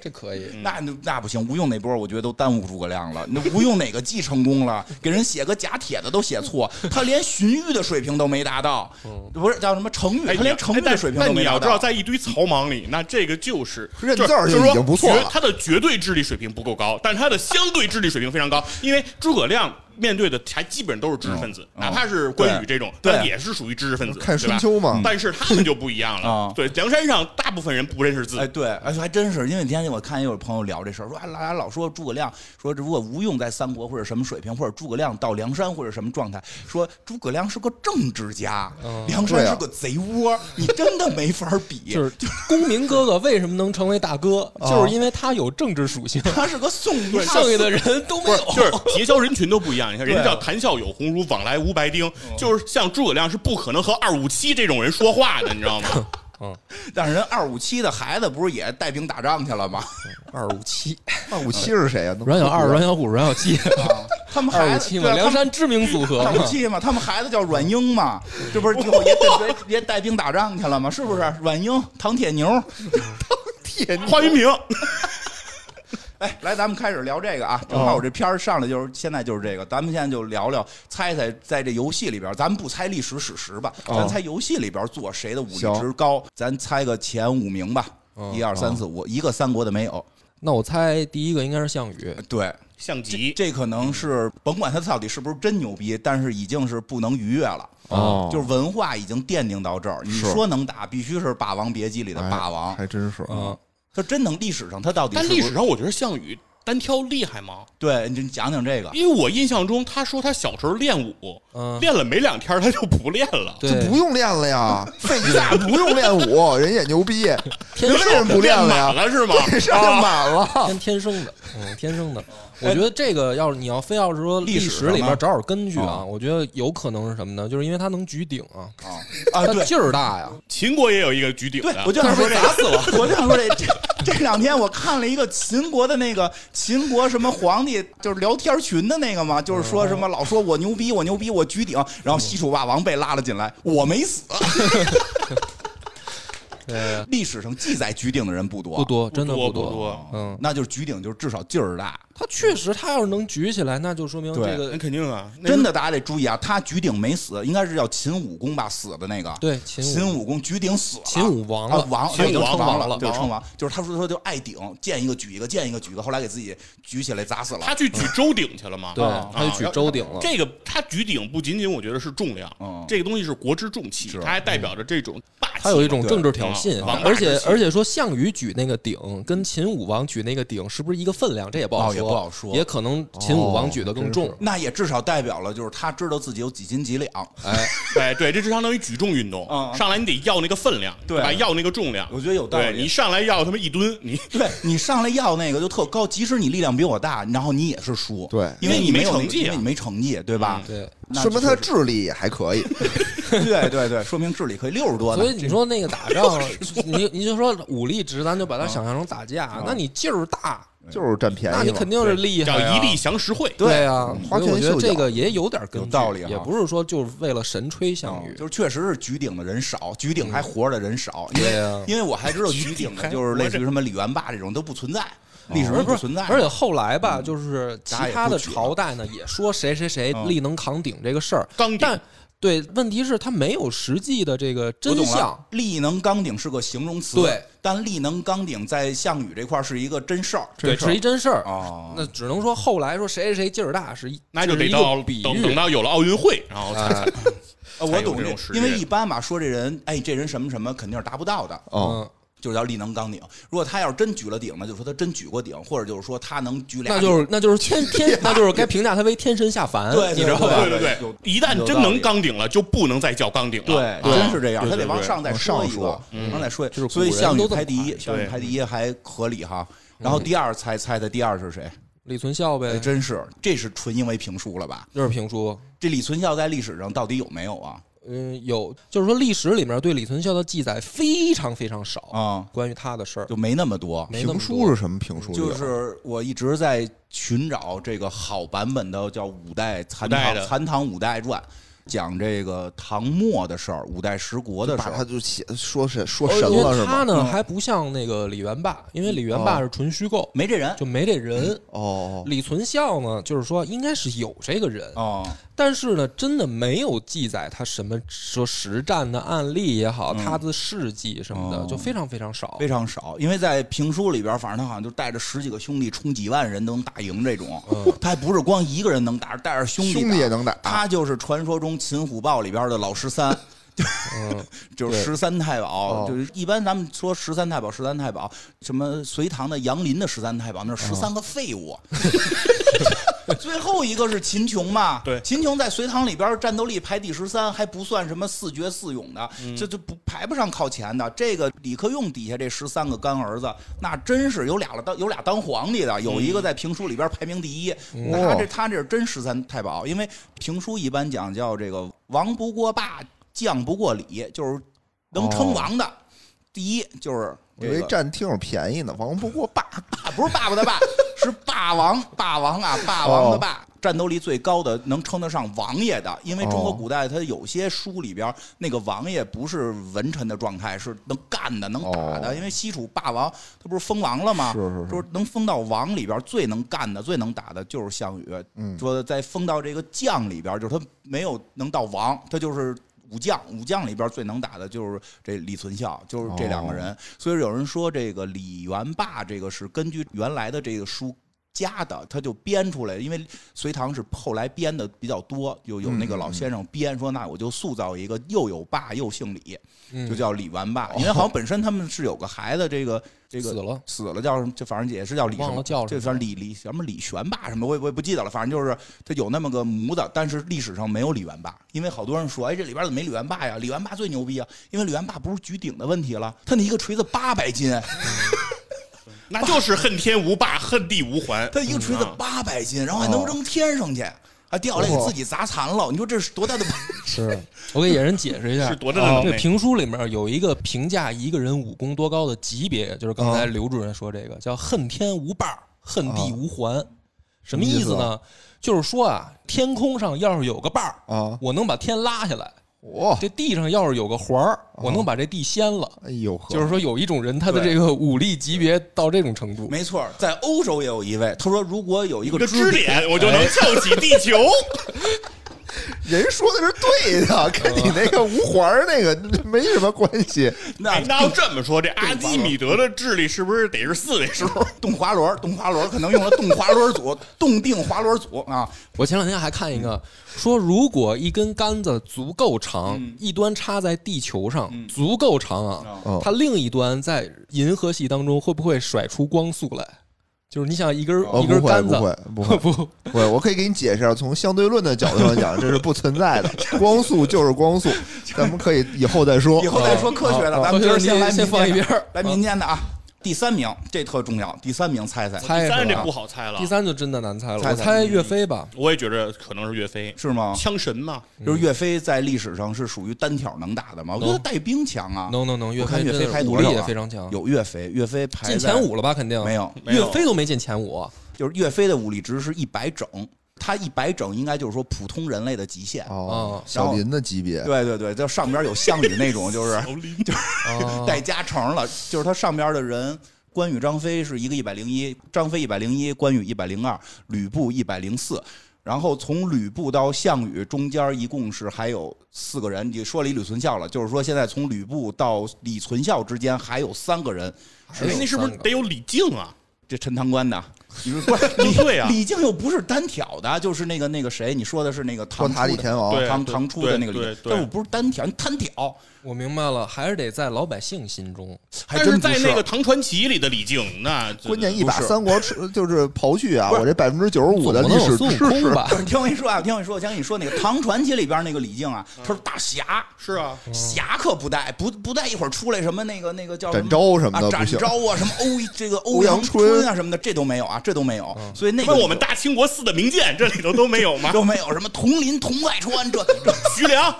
B: 这可
D: 嗯
B: 以。
A: 那那不行，吴用那波我觉得都耽误诸葛亮了。那吴用哪个计成功 了？给人写个假帖子都写错，他连荀彧的水平都没达到，不是叫什么程昱，
D: 哦
A: 他
D: 哎，你要
A: 连程昱的水平
D: 哎
A: 都
D: 但但
A: 没
D: 你要
A: 达
D: 知道，
A: 到。
D: 在一堆草莽里，那这个就是
C: 认字儿
D: 就
C: 就是
D: 说
C: 已经不错了
D: 绝他的绝对智力水平不够高，但是他的相对智力水平非常高，因为诸葛亮。面对的还基本都是知识分子，
A: 嗯
D: 哪怕是关羽
A: 对
D: 这种，
A: 对
D: 但也是属于知识分子，
C: 看
D: 对
C: 春
D: 吧
C: 秋嘛
D: 但是他们就不一样了
A: 啊。
D: 对，梁山上大部分人不认识字
A: 哎，，对，哎，还真是，因为天天我看也有朋友聊这事儿，说哎大家老说诸葛亮，说如果吴用在三国或者什么水平，或者诸葛亮到梁山或者什么状态，说诸葛亮是个政治家，梁山
C: 对啊
A: 是个贼窝，你真的没法比。
B: 嗯 就是公民哥哥为什么能成为大哥，就是因为他有政治属性，
A: 他是个宋一，他
B: 剩下的人都没有。
D: 就是结交人群都不一样。你看，人家
A: 对
D: 叫
A: 啊
D: 谈笑有鸿儒，往来无白丁，就是像诸葛亮是不可能和二五七这种人说话的，你知道 吗？
A: 但是人二五七的孩子不是也带兵打仗去了吗？
B: 二五七，
C: 二五七是谁啊？能
B: 阮小二、
C: 不知
B: 阮
C: 道
B: 小五、阮小七，
A: 他们
B: 二
A: 孩
B: 五
A: 子
B: 七
A: 啊对
B: 嘛，
A: 啊
B: 梁
A: 他们
B: 山知名组合
A: 二
B: 嘛
A: 五。七嘛，他们孩子叫阮英 嘛，这不是最后也带也带兵打仗去了吗？是不是？阮英、唐铁牛，
D: 花云平，
A: 哎，来，咱们开始聊这个啊！
C: 哦
A: 正好我这片儿上来就是现在就是这个，咱们现在就聊聊，猜猜在这游戏里边，咱们不猜历史史实吧，
C: 哦
A: 咱猜游戏里边做谁的武力
C: 行哦
A: 值高，咱猜个前五名吧，一二三四五，一个三国的没有。
B: 那我猜第一个应该是项羽，
A: 对，
D: 项
A: 这
D: 籍
A: 这可能是甭管他到底是不是真牛逼，但是已经是不能逾越了。
C: 哦
A: 就是文化已经奠定到这儿。你
C: 是
A: 说能打，必须是《霸王别姬》里的霸王
C: 哎。还真是
B: 嗯，
A: 他真能历史上他到底
D: 但
A: 是不
D: 历史上，我觉得项羽单挑厉害吗？
A: 对你讲讲这个，
D: 因为我印象中，他说他小时候练武，
B: 嗯
D: 练了没两天他就不练了。
B: 对
C: 就不用练了 呀，废话，不用练武，人也牛逼，人为什么不练了
D: 满
C: 呀？啊
D: 了是吗？啊
C: 这 上就满 了，
B: 天天生的，嗯，天生的。
A: 哎
B: 我觉得这个要是你要非要是说历史里边找找根据啊，
A: 哦
B: 我觉得有可能是什么呢？就是因为他能举鼎啊，
A: 啊啊，
B: 他
A: 对
B: 劲儿大呀。
D: 秦国也有一个举鼎
A: 对
D: 的，，
A: 我就想说这个，
B: 但是被砸死了。
A: 我就想说这这这两天我看了一个秦国的那个秦国什么皇帝，就是聊天群的那个嘛，就是说什么老说我牛逼，我牛逼，我举鼎，然后西楚霸王被拉了进来，我没死。
B: 呃，
A: 历史上记载举鼎的人不多，
B: 不多，真的
D: 多不
B: 多。
D: 多，
B: 嗯，
A: 那就是举鼎，就是至少劲儿大。
B: 他确实，他要是能举起来，那就说明
A: 对
B: 这
D: 那
B: 个
D: 肯定啊，那
A: 真的，大家得注意啊，他举鼎没死，应该是叫秦武公吧，死的那个。
B: 对秦武
A: 秦武公举鼎死了，
B: 秦武亡
A: 啊
B: 了，
A: 王
D: 秦武
A: 已经
D: 王
A: 称
D: 王了
A: 对，
D: 王
A: 称王就是他说他就爱顶，见一个举一个，见一个举一个，后来给自己举起来砸死了。
D: 他去举周鼎去了嘛？
B: 对
A: 啊，
B: 他就举周鼎了。
D: 这个他举鼎不仅仅我觉得是重量，
A: 嗯
D: 这个东西是国之重器，
A: 是
D: 它还代表着这种霸气嘛。
B: 他有一种
A: 对啊
B: 政治挑衅啊
D: 王，
B: 而且
D: 大之气
B: 而且说项羽举那个鼎跟秦武王举那个鼎是不是一个分量，这也不好
A: 哦也不好说哦
B: 也可能秦武王举的更重
C: 哦。
A: 那也至少代表了，就是他知道自己有几斤几两。
D: 哎，对，这是相当于举重运动，
A: 嗯
D: 上来你得要那个分量，
A: 对
D: 吧？要那个重量，
A: 我觉得有道
D: 对
A: 理。
D: 你上来要他妈一吨，你
A: 对你上来要那个就特高，即使你力量比我大，然后你也是输。
C: 对
A: 因为
D: 因为你
A: 没
D: 没
A: 有
D: 成绩啊
A: 因为你没成绩，对吧？
B: 对，
A: 那
C: 说明他的
A: 确实
C: 智力也还可以。
A: 对对对， 说明智力可以六十多呢
B: 所。以你说那个打 仗，你你就说武力值，咱就把它想象成打
A: 啊
B: 架，那你劲儿大，
C: 就是占
A: 哎
C: 便宜嘛，
B: 那你肯定是厉害
D: 叫
B: 啊，
D: 一力降十会。
B: 对啊，
A: 嗯
C: 花
B: 所以我
C: 拳
B: 觉得
C: 绣脚
B: 这个也有点根据
A: 有道理啊哦哈
B: 也不是说就是为了神吹项羽
A: 就，是确实是举鼎的人少，举鼎还活着的人少。
B: 对
A: 因为
B: 呀
A: 因为我还知道举鼎的就是类似于什么李元霸这种都不存在，历史上不存在。
B: 而且后来吧，就是其
A: 嗯大家也
B: 他
A: 不嗯
B: 的
A: 举了
B: 朝代呢，也说谁谁谁力能扛鼎这个事儿，
D: 钢鼎
B: 但对，问题是他没有实际的这个
A: 我
B: 真
A: 懂
B: 相
A: 了，，力能纲鼎是个形容词，
B: 对，
A: 但力能纲鼎在项羽这块儿是一个真事儿。
B: 对，是一真事儿。
A: 哦，
B: 那只能说后来说谁谁谁劲儿大是一，
D: 那就
B: 这是
D: 得
B: 一个
D: 到
B: 比
D: 等等
B: 喻。
D: 到有了奥运会，然后才
B: 哎
A: 呃
D: 才
A: 我
D: 有
A: 懂
D: 这
A: 这
D: 种，实力
A: 因为一般吧，说这人，哎，这人什么什么，肯定是达不到的，
C: 哦，
B: 嗯，
A: 就是叫力能纲鼎。如果他要是真举了鼎呢，就说他真举过鼎，或者就是说他能举俩
B: 那
A: 鼎，
B: 就是那就是天 天，那就是该评价他为天神下凡，
A: 对
B: 你知道吧？
D: 对对对
A: 有，
D: 一旦真能钢顶了，就不能再叫钢顶了。
A: 对，啊真是这样，
D: 对
A: 他
D: 对
A: 得往上再
C: 往
A: 说
C: 上
A: 一个
C: 说，
A: 往上再说一个。
B: 就是
A: 所以
B: 古人
A: 项
B: 都
A: 羽
B: 这么
A: 排第一，
B: 排
A: 项羽
D: 对
A: 排第一还合理哈。然后第二猜猜的第二是谁？
B: 李存孝
A: 哎，
B: 呗，
A: 真是，这是纯因为评书了吧？
B: 就是评书。
A: 这李存孝在历史上到底有没有啊？
B: 嗯，有，就是说历史里面对李存孝的记载非常非常少
A: 啊
B: 关于他的事儿
A: 就没那么多。
B: 没那
C: 评
B: 么
C: 书是什么评书？
A: 就是我一直在寻找这个好版本的，叫五代残
D: 五代
A: 唐
D: 的
A: 残唐五代传，讲这个唐末的事儿，五代十国的事
C: 把他
A: 儿。
C: 就写说是说
B: 哦因
C: 神了
B: 为
C: 是
B: 他
C: 吗？
A: 嗯
B: 呢还不像那个李元霸，因为李
A: 哦
B: 元霸是纯虚构，
A: 没这人
B: 就没这人。
C: 哦，
B: 李存孝呢，就是说应该是有这个人，
A: 哦，
B: 但是呢，真的没有记载他什么说实战的案例也好，他的事迹什么的，
A: 嗯哦
B: 就非常非常少
A: 非。常少，因为在评书里边，反正他好像就带着十几个兄弟冲几万人都能打赢这种，他还不是光一个人能打，带着兄弟
C: 嗯兄弟也能打
A: 他就是传说中《秦虎豹》里边的老十三。就是十三太保，
C: 嗯哦
A: 就是一般咱们说十三太保，十三太保，什么隋唐的杨林的十三太保，那是十三个废物。 最后一个是秦琼嘛，
D: 对
A: 秦琼在隋唐里边战斗力排第十三，还不算什么四绝四勇的，
C: 嗯
A: 这就不排不上靠前的。这个李克用底下这十三个干儿子，那真是有俩了当有俩当皇帝的，有一
C: 嗯
A: 个在评书里边排名第一，那他这他这是真十三太保，因为评书一般讲叫这个王不过霸，将不过李，就是能称王的，第一就是
C: 哦我
A: 这
C: 以
A: 个
C: 为占挺有便宜呢，王不过霸
A: 霸啊不是爸爸的霸，是霸王，霸王啊，霸王
C: 哦
A: 的霸。战斗力最高的，能称得上王爷的，因为中国
C: 哦
A: 古代它有些书里边那个王爷不是文臣的状态，是能干的、能打的。
C: 哦
A: 因为西楚霸王他不是封王了吗？
C: 是是是
A: 说能封到王里边最能干的、最能打的就是项羽。
C: 嗯
A: 说在封到这个将里边，就是他没有能到王，他就是武将。武将里边最能打的就是这李存孝，就是这两个人。所以有人说这个李元霸这个是根据原来的这个书。加的，他就编出来，因为隋唐是后来编的比较多，有有那个老先生编说，那我就塑造一个又有霸又姓李，
B: 嗯
A: 就叫李元霸，因为好像本身他们是有个孩子，这个这个
B: 死了
A: 死了叫什么，就反正也是叫李什么，
B: 忘了叫什么
A: 这反正李李什么李玄霸什么，我也我也不记得了，反正就是他有那么个模子，但是历史上没有李元霸，因为好多人说，哎，这里边怎么没李元霸呀？李元霸最牛逼啊，因为李元霸不是举鼎的问题了，他那一个锤子八百斤，
B: 哎
D: 那就是恨天无霸，恨地无还。
B: 哦
A: 他一个锤子八百斤，然后还能扔天上去。啊，掉下来给自己砸残了。你说这是多大的
C: 是
B: 我给野人解释一下，啊
D: 是多大的能
B: 这
D: 耐
B: 评书里面有一个评价一个人武功多高的级别，就是刚才刘主任说这个叫“恨天无伴儿，恨地无还”，什么意思
C: 什么
B: 呢？就是说啊，天空上要是有个伴儿，
C: 啊，哦
B: 我能把天拉下来；
C: 哇，
B: 这地上要是有个环儿，我能把这地掀了。
C: 哎呦呵，
B: 就是说，有一种人他的
A: 对
B: 这个武力级别到这种程度，
A: 没错，在欧洲也有一位，他说如果有一
D: 一
A: 个
D: 个支
A: 支点，
D: 点，我就能翘起地球。
C: 人说的是对的，跟你那个无环儿那个没什么关系。
A: 那
D: 哎
B: 哎
D: 那要这么说，这阿基米德的智力是不是得是四位数？
A: 动滑轮儿，动滑轮儿可能用了动滑轮儿组，动定滑轮儿组啊，
B: 我前两天还看一
C: 嗯
B: 个，说如果一根杆子足够长，
D: 嗯
B: 一端插在地球上、足够长啊，
C: 哦
B: 它另一端在银河系当中会不会甩出光速来？就是你想一根、
C: 哦，
B: 一
C: 不
B: 根
C: 会，
B: 杆子
C: 不，会，不会，
B: 不
C: 不会。我可以给你解释一下，从相对论的角度上讲，这是不存在的。光速就是光速，咱们可以以后再说。
A: 以后再说科学的，咱们今儿
B: 哦科学
A: 先
B: 你
A: 来
B: 先
A: 民
B: 放一
A: 间的
B: 边儿
A: 来民间的啊。第三名，这特重要。第三名，猜猜
B: 猜
D: 三
B: 哎是
D: 这
B: 吧
D: 不好猜了
B: 第，三就真的难猜了，
A: 猜猜
B: 我猜岳飞吧，
D: 我也觉得可能是岳飞，
A: 是吗？
B: 嗯
D: 枪神嘛。
A: 就是岳飞在历史上是属于单挑能打的嘛？我觉得带兵强啊。
B: 能能能，
A: 我看岳
B: 岳真的
A: 飞排
B: 武
A: 多
B: 力
A: 少
B: 也
A: 啊
B: 非常强，
A: 有岳飞，岳飞排
B: 进
A: 在
B: 前五了吧？肯定
A: 没有
D: 没有
B: 岳飞都没进前五，
A: 就是岳飞的武力值是一百整，他一百整应该就是说普通人类的极限。
C: 哦
B: 哦，
C: 小林的级别，
A: 对对对，就上边有项羽那种，就是
B: 啊
A: 带加成了，就是他上边的人。关羽、张飞是一个一百零一，张飞一百零一，关羽一百零二，吕布一百零四。然后从吕布到项羽中间一共是还有四个人，你说了一李存孝了，就是说现在从吕布到李存孝之间还有三个人，
B: 还有
D: 哎，那是不是
B: 三个
D: 得有李靖啊？
A: 这陈塘 关的，你说 不是
D: 不对啊
A: 李李靖又不是单挑的，就是那个那个谁，你说的是那个
C: 托
A: 唐
C: 塔
A: 初
C: 李
A: 的
C: 天王，
D: 对
A: 唐唐初的那个李
D: 对
A: 靖，
D: 对
A: 但我不是单挑，你单挑
B: 我明白了，还是得在老百姓心中，
A: 还
D: 但
A: 真
D: 是
A: 不
D: 在那个《
A: 是。
D: 唐传奇》里的李靖，那真的
C: 关键一把
A: 不是
C: 三国吃就是刨去啊，我这百分之九十五
B: 总
C: 的
B: 不
C: 历
B: 能有
C: 史
B: 孙
C: 知
B: 悟空
C: 识，
B: 吧？
A: 不是， 听我跟你说啊，听我跟你说，我先跟你说那个《唐传奇》里边那个李靖啊，他是大侠，
D: 是啊，
A: 侠客不带，不不带一会儿出来什么那个那个叫什么
C: 展昭什么的
A: 啊
C: 不
A: 展
C: 行
A: 昭啊，什么欧这个欧
C: 欧阳
A: 阳春
C: 春
A: 啊什么的，这都没有啊，这都没有。所以那
D: 那
A: 个
D: 我们大清国四的名剑，这里头都没有吗？
A: 都没有什么同林同外川，这这
D: 徐良，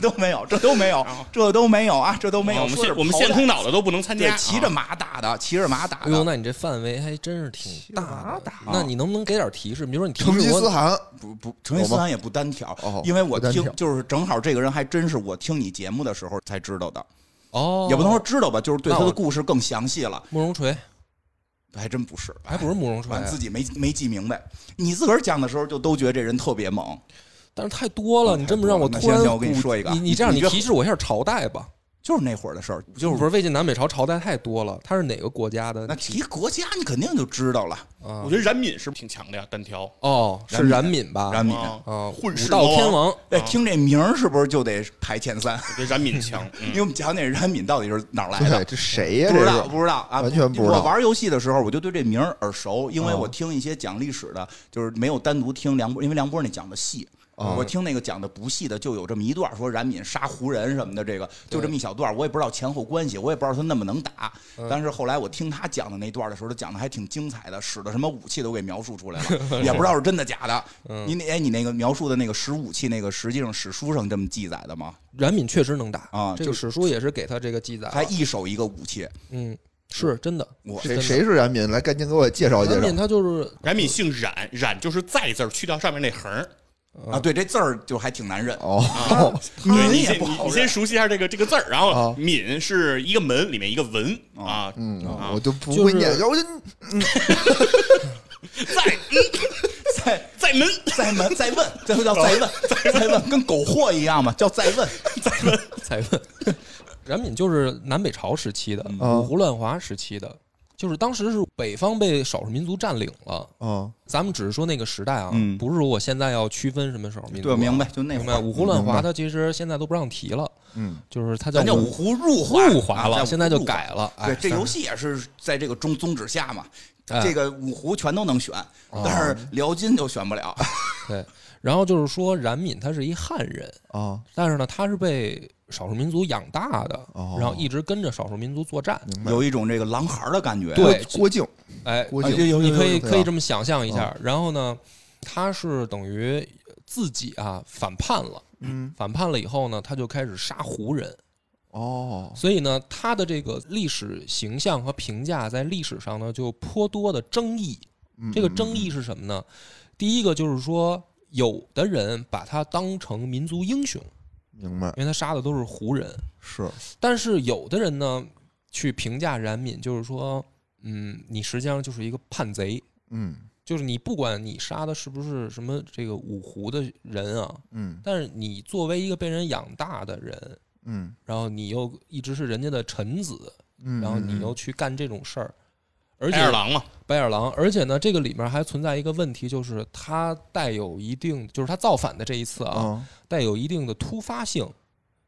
A: 这都没有，这都没有，这都没有啊，这都没有。
D: 哦我们
A: 说是
D: 现我们
A: 跑
D: 现
A: 的
D: 空岛的都哦不能参
A: 对
D: 加，，
A: 骑着马打的，骑着马打
B: 哎呦，
A: 的，
B: 那你这范围还真是挺大的。那你能不能给点提示？比如说你提
C: 啊成吉
B: 示
C: 思
B: 我，
C: 汗
A: 不不，成吉思啊汗也不单挑
C: 哦，
A: 因为我
C: 不单
A: 听
C: 挑
A: 就是正好这个人还真是我听你节目的时候才知道的，
B: 哦，
A: 也不能说知道吧，就是对
B: 那
A: 他的
B: 我
A: 故事更详细了，
B: 慕容垂，
A: 还真不是，
B: 还不哎是慕容垂啊
A: 俺，哎自己没没记明白，你自个儿讲的时候就都觉得这人特别猛，
B: 但是太多
A: 哦
B: 了，你这么让我突
A: 那
B: 然
A: 行
B: 不，
A: 行我跟你说一个啊
B: 你这样
A: 你
B: 你
A: 这
B: 提示我一下朝代吧，
A: 就是那会儿的事儿，就是
B: 不是魏晋南北朝朝代太多了，他是哪个国家的
A: 那？提国家你肯定就知道了，
B: 啊
D: 我觉得冉闵是挺强的呀，单挑
B: 哦，是冉闾吧？
A: 冉闾。
D: 啊
B: 啊，哦
D: 混
B: 武
D: 世
B: 道
D: 魔
B: 天王，
A: 哎，
D: 啊
A: 听这名儿是不是就得排前三？
D: 我觉得冉闵强，
A: 因
D: 嗯
A: 为我们讲讲冉闾到底是哪儿来的
C: 对，。这谁呀？
A: 不
C: 这
A: 知道，
C: 是
A: 不知道啊，
C: 完全不知道啊
A: 我玩游戏的时候，我就对这名儿耳熟，因为我听一些讲历史的，就是没有单独听梁波，因为梁波那讲的细。
C: 哦
A: 我听那个讲的不细的，就有这么一段说冉闵杀胡人什么的，这个就这么一小段，我也不知道前后关系，我也不知道他那么能打。
C: 嗯
A: 但是后来我听他讲的那段的时候，他讲的还挺精彩的，使的什么武器都给描述出来 了，也不知道是真的假的。
C: 嗯
A: 你那哎，你那个描述的那个使武器，那个实际上史书上这么记载的吗？
B: 冉闾确实能打
A: 啊
B: 这
A: 就
B: 个史书也是给他这个记
C: 啊
B: 载了。啊
A: 他一手一个武器，
B: 嗯，是真的。
A: 我
B: 是真
C: 谁
B: 的？
C: 谁是冉闵？来，赶紧给我介绍介
B: 冉
C: 绍
B: 闵。他就是
D: 冉闵姓冉，冉就是在字儿去掉上面那横儿，
C: 嗯
A: 啊，对这字儿就还挺难认。
C: 哦，
D: 对
A: 名
D: 你
A: 也
D: 先
A: 不
D: 你
A: 好
D: 你
A: 认
D: 先。熟悉一下这个这个字儿，然后
C: 啊
D: 闵是一个门里面一个文啊，
C: 嗯，
D: 啊
C: 我就不
B: 就
C: 会
B: 是
C: 念，我就
D: 在
A: 再
D: 在门
A: 再问再问，这 就叫再问再问，跟狗货一样嘛，叫再问。
B: 才问，冉闵就是南北朝时期
A: 嗯
B: 的
C: 啊
B: 五胡乱华时期的，就是当时是北方被少数民族占领了。
C: 啊，
B: 咱们只是说那个时代啊，
A: 嗯
B: 不是说我现在要区分什么少数民族、
A: 对，
B: 啊。
A: 明白，就那
B: 明
A: 会
B: 白。
A: 儿，
B: 五胡乱
C: 明
B: 华，
C: 白
B: 它其实现在都不让提了，
C: 嗯，
B: 就是它
A: 咱叫
B: 五
A: 五胡入华，
B: 入华
A: 啊
B: 了，现在就。
A: 五
B: 改了。
A: 胡入华对，
B: 哎
A: 这游戏也是在这个宗宗旨下嘛，
B: 哎哦
A: 这个五胡全都能选，但是辽金就选不 了。
B: 对。然后就是说，冉闵他是一汉人，
C: 啊，
B: 但是呢，他是被少数民族养大的，
C: 哦
B: 然后一直跟着少数民族作战。
C: 明白。
A: 有一种这个狼孩儿的感觉。
B: 对
C: 郭郭靖，
B: 哎，
C: 郭
A: 啊
C: 靖
A: 有有有嗯
B: 你可以
C: 对啊
B: 可以这么想象一下。然后呢，他是等于自己啊反叛了，
C: 嗯，
B: 反叛了以后呢，他就开始杀胡人，
C: 哦，
B: 所以呢，他的这个历史形象和评价在历史上呢就颇多的争议。
C: 嗯
B: 这个争议是什么呢？第一个就是说，有的人把他当成民族英雄，
C: 明白
B: 因为他杀的都是胡人，
C: 是
B: 但是有的人呢去评价冉闵，就是说，嗯，你实际上就是一个叛贼，
C: 嗯
B: 就是你不管你杀的是不是什么这个五胡的人啊，
C: 嗯
B: 但是你作为一个被人养大的人，
C: 嗯
B: 然后你又一直是人家的臣子，
C: 嗯，
B: 然后你又
C: 嗯
B: 去干这种事儿，而且
D: 爱尔兰嘛，
B: 白眼狼，而且呢，这个里面还存在一个问题，就是他带有一定，就是他造反的这一次啊，
C: 嗯
B: 带有一定的突发性。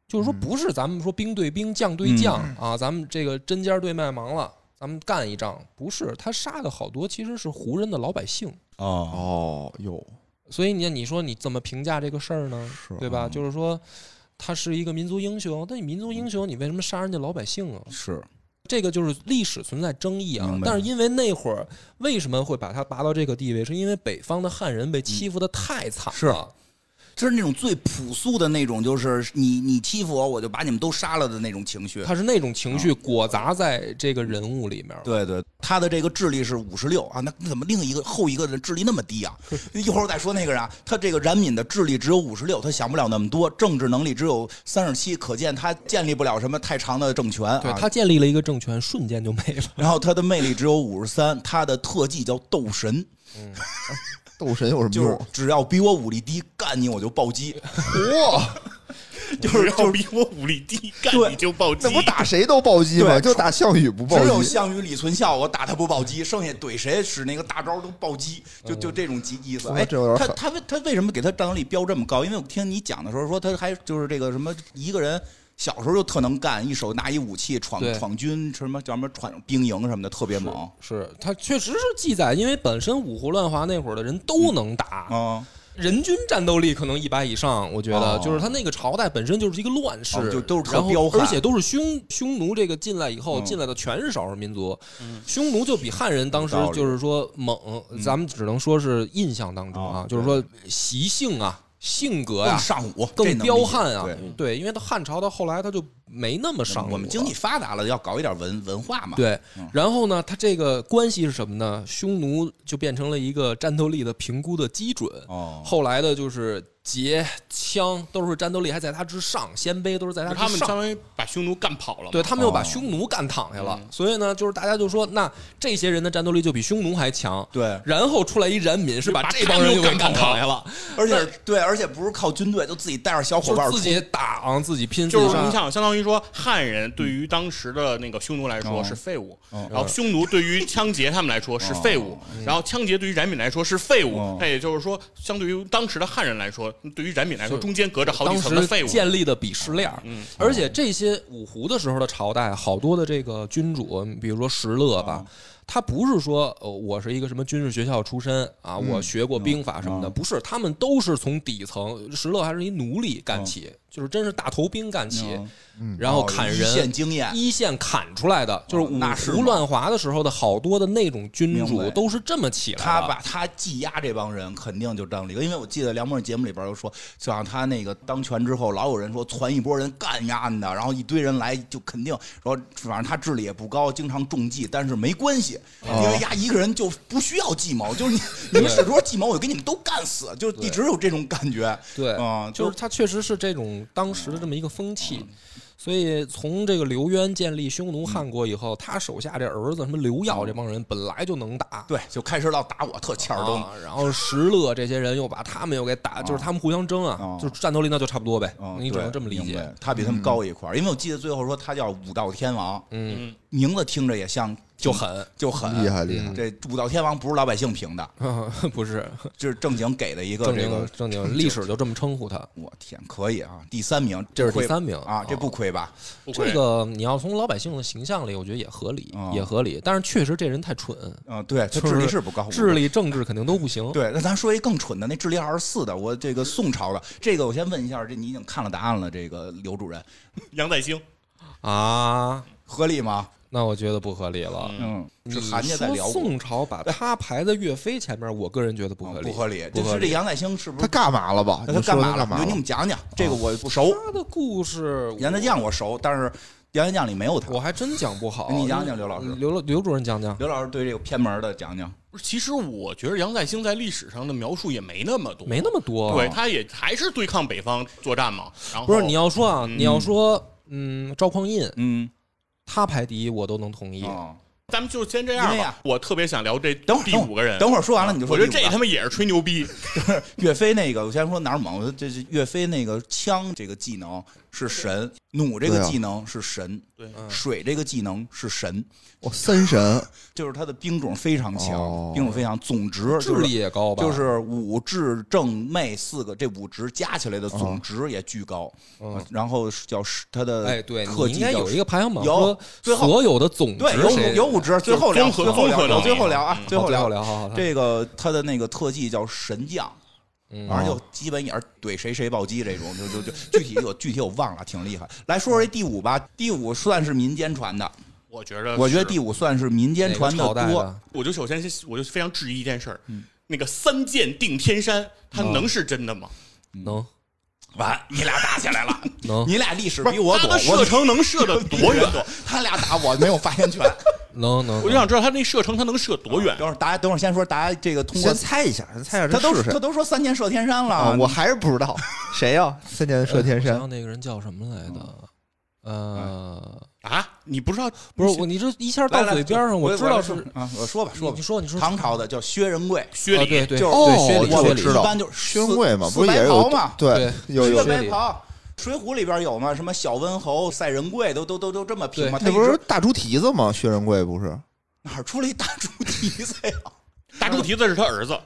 B: 就是说，
C: 嗯
B: 不是咱们说兵对兵、将对将、啊，咱们这个针尖对麦芒了，咱们干一仗。不是，他杀的好多其实是胡人的老百姓，
A: 哦，
C: 哦哟
B: 所以你你说你怎么评价这个事儿呢？
C: 是
B: 对吧？
C: 嗯
B: 就是说，他是一个民族英雄，但你民族英雄，你为什么杀人家老百姓啊？
A: 是
B: 这个就是历史存在争议啊
A: 明。白
B: 但是因为那会儿为什么会把他拔到这个地位，是因为北方的汉人被欺负的太惨了。
A: 就是那种最朴素的那种，就是你你欺负我，我就把你们都杀了的那种情绪。
B: 他是那种情绪裹杂在这个人物里面。
A: 对对，他的这个智力是五十六啊，那怎么另一个后一个人智力那么低啊？ 一会儿我再说那个人啊，他这个冉闵的智力只有五十六，他想不了那么多，政治能力只有三十七，可见他建立不了什么太长的政权啊。
B: 对他建立了一个政权，瞬间就没了。
A: 然后他的魅力只有五十三，他的特技叫斗神，
C: 斗神有什么
A: 就是
C: 用？
A: 只要比我武力低，干你我就暴击。
C: 哇，
D: 就是要比我武力低，干
A: 对
D: 你就暴 击
C: 那。不打谁都暴击吗？
A: 对
C: 就打项羽不暴
A: 只有
C: 击。
A: 项羽、李存孝，我打他不暴击，剩下怼谁使那个大招都暴击，就就这种级意思。
C: 哇
A: 哎，
C: 这有点
A: 他
C: 狠
A: 他为他为什么给他战斗力标这么高？因为我听你讲的时候说，他还就是这个什么一个人。小时候就特能干，一手拿一武器闯
B: 对
A: 闯军，什么叫什么闯兵营什么的，特别猛。
B: 是他确实是记载，因为本身五胡乱华那会儿的人都能打，
A: 啊，
B: 人均战斗力可能一百以上，我觉得
A: 哦
B: 就是他那个朝代本身就是一个乱世，
A: 哦就都是特
B: 然后
A: 彪悍
B: 而且都是匈匈奴这个进来以后，
A: 嗯
B: 进来的全是少数民族，匈奴就比汉人当时
A: 有道理嗯
B: 就是说猛，咱们只能说是印象当中啊，
A: 哦
B: 就是说习性啊、性格呀、
A: 更上武，这
B: 更
A: 能
B: 彪
A: 理解
B: 悍啊
A: 对，嗯
B: 对，因为他汉朝到后来他就没那么上武了，
A: 我们经济发达了，要搞一点文文化嘛。，
B: 对，然后呢，他这个关系是什么呢？匈奴就变成了一个战斗力的评估的基准。
A: 哦
B: 后来的就是节枪都是战斗力还在他之上，鲜卑都是在他
D: 他
B: 之
D: 们
B: 上。
D: 相当于把匈奴干跑了嘛，
B: 对他们又把匈奴干躺下了，所以呢，就是大家就说，那这些人的战斗力就比匈奴还强。
A: 对
B: 然后出来一冉闵，是把
D: 把
B: 这帮人
D: 他
B: 又给
D: 们又
B: 干
D: 干
B: 躺
D: 躺
B: 下了，
A: 而且对，而且不是靠军队，就自己带着小伙
B: 就
A: 伴
B: 是
A: 儿
B: 自己打啊，自己拼，
D: 就是
B: 自己
D: 你
B: 杀
D: 想，相当于说汉人对于当时的那个匈奴来说
A: 哦
D: 是废物，然
A: 呃
D: 后匈奴对于枪杰他们来说是废
A: 哦
D: 物，然后枪杰对于冉闵来说是废
A: 嗯
D: 物。那也就是说，相对于当时的汉人来说，对于冉闵来说，
B: 是
D: 中间隔着好
B: 当
D: 几层的废
B: 时
D: 物。
B: 建立的鄙视链儿。
D: 嗯
B: 而且这些五胡的时候的朝代，好多的这个君主，比如说石勒
A: 啊
B: 吧，他不是说呃我是一个什么军事学校出身啊，
A: 嗯
B: 我学过兵法什
A: 啊
B: 么的，不是，他们都是从底层，石勒还是一奴隶干起，就是真是大头兵干起，然后砍
A: 啊哦一线
B: 人。
A: 经验，
B: 一线砍出来的，就是五
A: 那是
B: 胡
A: 吗
B: 乱华的时候的好多的那种君
A: 明
B: 主
A: 白
B: 都是这么起来的。
A: 他把他积压这帮人，肯定就当了一个。因为我记得梁博士节目里边就说，就像他那个当权之后，老有人说传一波人干压你的，然后一堆人来就肯定说，反正他智力也不高，经常中计，但是没关系，
B: 哦
A: 因为压一个人就不需要计谋，就是你你们使多少计谋，我给你们都干死，就一直有这种感觉。
B: 对，
A: 啊，嗯
B: 就是是它确实是这种当时的这么一个风气。所以从这个刘渊建立匈奴汗国以后，他手下这儿子什么刘曜这帮人本来就能打，
A: 嗯对，就开始老打我，特欠儿灯
B: 啊。，然后石勒这些人又把他们又给打，就是他们互相争啊
A: 啊，
B: 就是战斗力那就差不多呗
A: 嗯，，
B: 你只
A: 对
B: 能这么理
A: 明
B: 解
A: 白。他比他们高一块儿，因为我记得最后说他叫武道天王，
B: 嗯，
A: 名字听着也像，
B: 就狠，
A: 就很
C: 厉害厉害
B: 嗯
A: 这武道天王不是老百姓评 的，
B: 不是
A: 这是正经给的一个
B: 正
A: 这个
B: 经。正经，历史就这么称呼他。
A: 我天，可以啊！第三名，
B: 这是
A: 不亏
B: 第三名哦
A: 啊，这不亏吧？
D: 不愧
B: 这个你要从老百姓的形象里，我觉得也合理，
A: 嗯
B: 也合理。但是确实这人太蠢，
A: 嗯，对，他
B: 就是
A: 智力是不高，
B: 智。力、政治肯定都不行。
A: 啊对，那咱说一更蠢的，那智力二十四的，我这个宋朝的，这个我先问一下，这你已经看了答案了，这个刘主任
D: 杨再兴
B: 啊，
A: 合理吗？
B: 那我觉得不合理了。
A: 嗯，
B: 你
A: 是韩家在
B: 说
A: 辽国，
B: 宋朝把他排在岳飞前面，我个人觉得不合理，
A: 哦不合理。
B: 不
A: 这
B: 合
A: 是这
B: 理。
A: 杨再兴是不
C: 他
A: 是？
C: 干嘛了吧？
A: 他
C: 你说
A: 干嘛
C: 干嘛
A: 你就你
C: 了？
A: 们讲讲，这
B: 哦
A: 个我不熟。
B: 他的故事，
A: 杨家将我熟，但是杨家将里没有他。
B: 我还真讲不好。
A: 哎你讲讲刘老师
B: 刘刘主任讲讲。
A: 刘老师对这个偏门的讲讲，
D: 不是，其实我觉得杨再兴在历史上的描述也没那么多，
B: 没那么多。
A: 啊
D: 对，他也还是对抗北方作战嘛。然后
B: 不是你要说啊，你要说，嗯，赵匡胤
A: 嗯，
B: 他排第一，我都能同意。
A: 哦
D: 咱们就先这样
A: 因为
D: 吧
A: 啊。
D: 我特别想聊这
A: 等会儿
D: 第五个人，
A: 等会儿说完了你就说
D: 我
A: 第
D: 觉
A: 五
D: 得
A: 个。
D: 这他妈也是吹牛逼，
A: 岳飞那个，我先说哪儿猛，我这这岳飞那个枪这个技能是神，弩这个技能是神，
D: 对
B: 嗯
A: 水这个技能是神，
C: 我三神
A: 就是他的兵种非常强，
C: 哦
A: 兵种非常，总值
B: 智
A: 就是
B: 力也高吧？
A: 就是武智正媚四个这五值加起来的总值也巨高，
B: 哦嗯
A: 然后是叫是他的
B: 哎，对，
A: 特
B: 你
A: 技
B: 应该
A: 叫
B: 有一个排行榜，
A: 有
B: 说
A: 最后
B: 所有的总值
A: 对有
B: 谁
A: 五有五值，最后聊
D: 综合
A: 最后
D: 综
A: 聊
D: 合能力
A: 最后聊啊
D: 嗯
A: 最后
B: 好最
A: 聊
B: 后聊，好好，
A: 这个他的那个特技叫神将。
B: 嗯
A: 反正就基本也是怼谁谁暴击这种，就就就具体我具体我忘了，挺厉害。来说说这第五吧，第五算是民间传的，
D: 我觉得
A: 我觉得
D: 呃是
A: 第五算是民间
B: 哪个
A: 传
B: 朝代
A: 多。
B: 的？
D: 我就首先是我就非常质疑一件事儿，
A: 嗯
D: 那个三剑定天山，它能是真的吗？
A: 嗯
B: 能
A: 完，你俩打起来了，
B: 能
A: 你俩历史哦比我
D: 他
A: 多，
D: 的
A: 我
D: 射程能射得多远？
A: 他俩打我没有发言权。
B: 能能，
D: 我就想知道他那射程他能射多远
A: 等？会儿大家等会儿先说，大家这个通过
C: 先猜一下，先猜一下
A: 他
C: 这
A: 都
C: 是谁
A: 他都说三箭射天山了，
C: 啊？我还是不知道谁呀？三年射天
B: 我想
C: 山
B: 想那个人叫什么来着？
A: 嗯哎
B: 呃，
D: 啊，你不知道
B: 不是我，你这一下
A: 来
B: 到嘴边上，
A: 我
B: 知道是
A: 我啊，我说吧
B: 你
A: 说吧
B: 你，说你说
A: 唐朝的叫薛仁贵，
D: 薛
B: 啊
D: 礼？
B: 对对
A: 就是
C: 哦
B: 对，薛礼
C: 我
B: 薛
C: 就
B: 礼
C: 知道
A: 一般就是
C: 宣
A: 四
C: 贵嘛，
A: 四
C: 不是
A: 白
C: 也
A: 袍
C: 有
A: 嘛？
C: 对
B: 对，
C: 有
A: 是
C: 有
A: 个
B: 薛
A: 白
B: 礼
A: 袍。水浒里边有吗？什么小温侯、赛仁贵都都都都这么拼吗？他
C: 那
A: 一
C: 不是
A: 直
C: 大猪蹄子吗？薛仁贵不是？
A: 哪儿出了一大猪蹄子 呀？
D: 大猪蹄子是他儿子，
A: 啊，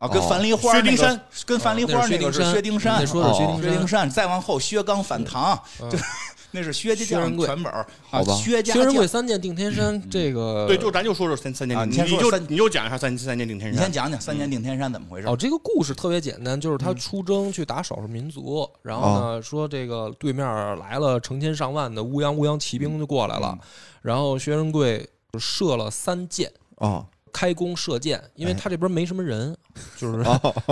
C: 哦
A: 跟樊梨花、
D: 薛
A: 那个
D: 丁山，
A: 跟樊梨花
B: 哦那是薛
A: 那个
B: 丁
A: 是
B: 山，
A: 薛丁山，啊
B: 那说的是薛
C: 哦
A: 薛丁
B: 丁山，
A: 山，再往后薛刚反唐，
B: 嗯
A: 就是 那是薛家
B: 薛仁
A: 将
B: 贵
A: 全本儿啊
C: 好吧，
A: 薛家
B: 薛仁
A: 将
B: 贵。三剑定天山，这个
D: 嗯对，就咱就说说三三
A: 呃啊
D: 剑，
A: 你先
D: 你
A: 说
D: 就
A: 三
D: 你就讲一下三三剑定天
A: 你先
D: 山。
A: 讲讲三年定天山怎么回事
B: 嗯哦，？这个故事特别简单，就是他出征去打少数民族，然后呢说这个对面来了成千上万的乌泱乌泱骑兵就过来了，然后薛仁贵就射了三箭。
C: 啊
B: 开弓射箭，因为他这边没什么人，就是、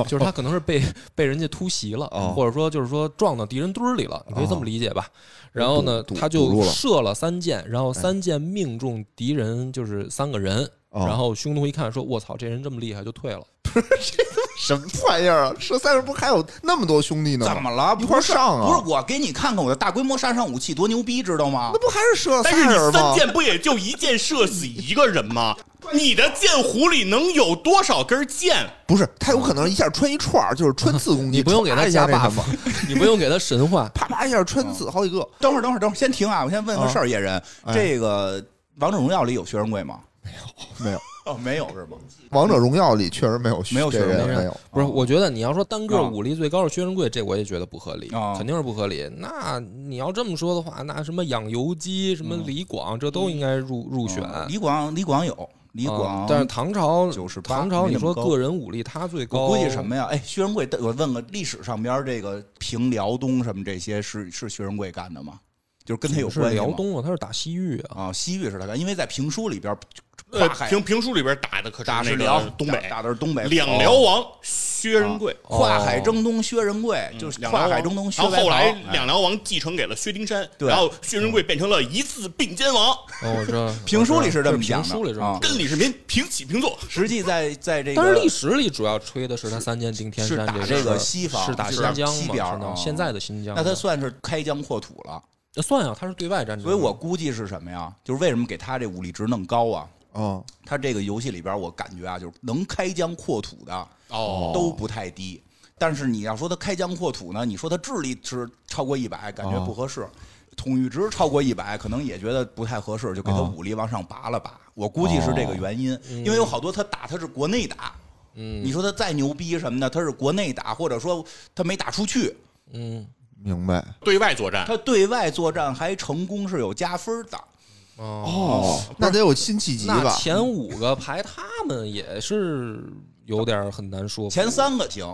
B: 就是他可能是被被人家突袭了，
C: 哦
B: 或者说就是说撞到敌人堆儿里了，你可以这么理解吧。然后呢，
C: 堵
B: 他
C: 堵住
B: 就
C: 了
B: 射了三箭，然后三箭命中敌人就是三个人，
C: 哦
B: 然后匈奴一看说：“我操，这人这么厉害，就退了。”
C: 什么玩意儿啊？射三人不是还有那么多兄弟呢吗？
A: 怎么了？
C: 一块儿
A: 不是
C: 上啊
A: 不是我给你看看我的大规模杀伤武器多牛逼，知道吗
C: 那？不还是射了
D: 但
C: 仨
D: 是你
C: 人
D: 三
C: 吗？
D: 箭不也就一箭射死一个人吗？你的箭壶里能有多少根箭？
C: 不是，他有可能一下穿一串儿，就是穿刺攻 击，
B: 你不用给他
C: 唰一
B: 加
C: 下那什
B: buff，
C: 么，
B: 你不用给他神话。
C: 啪啪一下穿刺好几个。
A: 等会儿，等会儿，等会儿，先停啊！我先问个
C: 啊
A: 事儿，野人，
C: 哎
A: 这个《王者荣耀》里有薛仁贵吗？
C: 没有，
A: 哦，没有是吗？
C: 王者荣耀里确实没有
A: 没有
C: 这
A: 血
C: 人，
B: 没人
C: 没有。
B: 不是，我觉得你要说单个
A: 啊
B: 武力最高是薛仁贵，这我也觉得不合理
A: 啊，
B: 肯定是不合理。那你要这么说的话，那什么养由基、什么
A: 嗯
B: 李广，这都应该入入选。
A: 哦李广，李广有，李广
B: 啊，但是唐朝
A: 98
B: 唐朝，
A: 没
B: 你
A: 那么
B: 说
A: 高
B: 个人武力他最高，
A: 我估计什？么呀？哎，薛仁贵，我问个历史上边儿这个平辽东什么这些是是薛仁贵干的吗？就是跟他有
B: 是
A: 关系吗
B: 辽东啊，他是打西域 啊。
A: 啊，西域是他干，因为在评书里边儿，
D: 呃
A: 跨，海
D: 评评书里边打的可
A: 打
D: 是
A: 是
D: 那
A: 辽
D: 个东北，
A: 打打的啊是东北哦
D: 两辽王薛仁贵，
B: 哦
A: 跨海征东薛仁贵，就是
D: 嗯两辽
A: 跨
D: 王
A: 海征东薛
D: 然后
A: 白
D: 后
A: 袍
D: 来
A: 哎
D: 两辽王继承给了薛丁山，
A: 对，
D: 然后薛仁贵变成了一字并肩王，
B: 哦，我知道
A: 评书里是这么
B: 我知道
A: 讲的
B: 评书里这
A: 啊
B: 么说
D: 跟李世民平起平坐。
A: 实际在在这个，
B: 但是历史里主要吹的是他三箭定天
A: 是
B: 山
A: 打
B: 这
A: 这个西方
B: 是打
A: 是
B: 新
A: 打
B: 疆嘛
A: 西
B: 是
A: 边儿
B: 吗
A: 啊？
B: 现在的新疆嘛，
A: 那他算是开疆扩土了，
B: 那算啊，他是对外战争，
A: 所以我估计是什么呀？就是为什么给他这武力值弄高啊？
C: 啊，
A: 他这个游戏里边，我感觉啊，就是能开疆扩土的
D: 哦
A: 都不太低。但是你要说他开疆扩土呢，你说他智力是超过一百，感觉
C: 哦
A: 不合适；统御值超过一百，可能也觉得不太合适，就给他
C: 哦
A: 武力往上拔了拔。我估计是这个原因，因为有好多他打他是国内打，
B: 嗯
A: 你说他再牛逼什么的，他是国内打，或者说他没打出去，
B: 嗯
C: 明白。
D: 对外作战，
A: 他对外作战还成功是有加分的。
B: 哦，
C: 哦，那得有新契机
B: 那
C: 吧？
B: 前五个排他们也是有点很难说服，
A: 前三个行，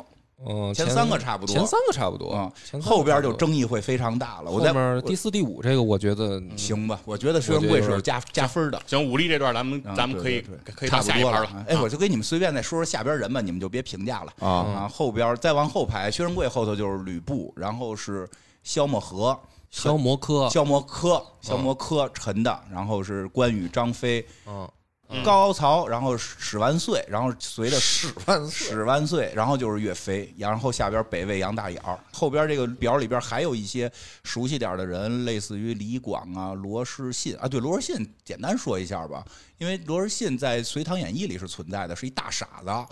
B: 嗯，
A: 哦前三个差不多
B: 前三个差不多
A: 啊
B: 前三个差不多
A: 后边就争议会非常大了。我嗯
B: 后
A: 在
B: 面第四、第五这个，我觉得
A: 行吧，我觉得薛仁贵是有加加分的。
D: 行，武力这段咱们
A: 啊
D: 咱们可以
A: 对对对
D: 可以
A: 差
D: 到
A: 不
D: 下一
A: 多
D: 盘啊
A: 了。哎，我就给你们随便再说说下边人吧，你们就别评价了
C: 啊，
A: 啊。后边再往后排，薛仁贵后头就是吕布，然后是萧默和、
B: 消磨科，
A: 萧默柯、
B: 啊
A: 萧默柯陈的，然后是关羽、张飞、
B: 嗯，
D: 嗯
A: 高曹，然后史万岁，然后随着
C: 十万岁
A: 史万岁，然后就是岳飞，然后下边北魏杨大眼儿，后边这个表里边还有一些熟悉点儿的人，类似于李广啊、罗士信啊。对，罗士信简单说一下吧，因为罗士信在《隋唐演义》里是存在的，是一大傻子，
B: 啊，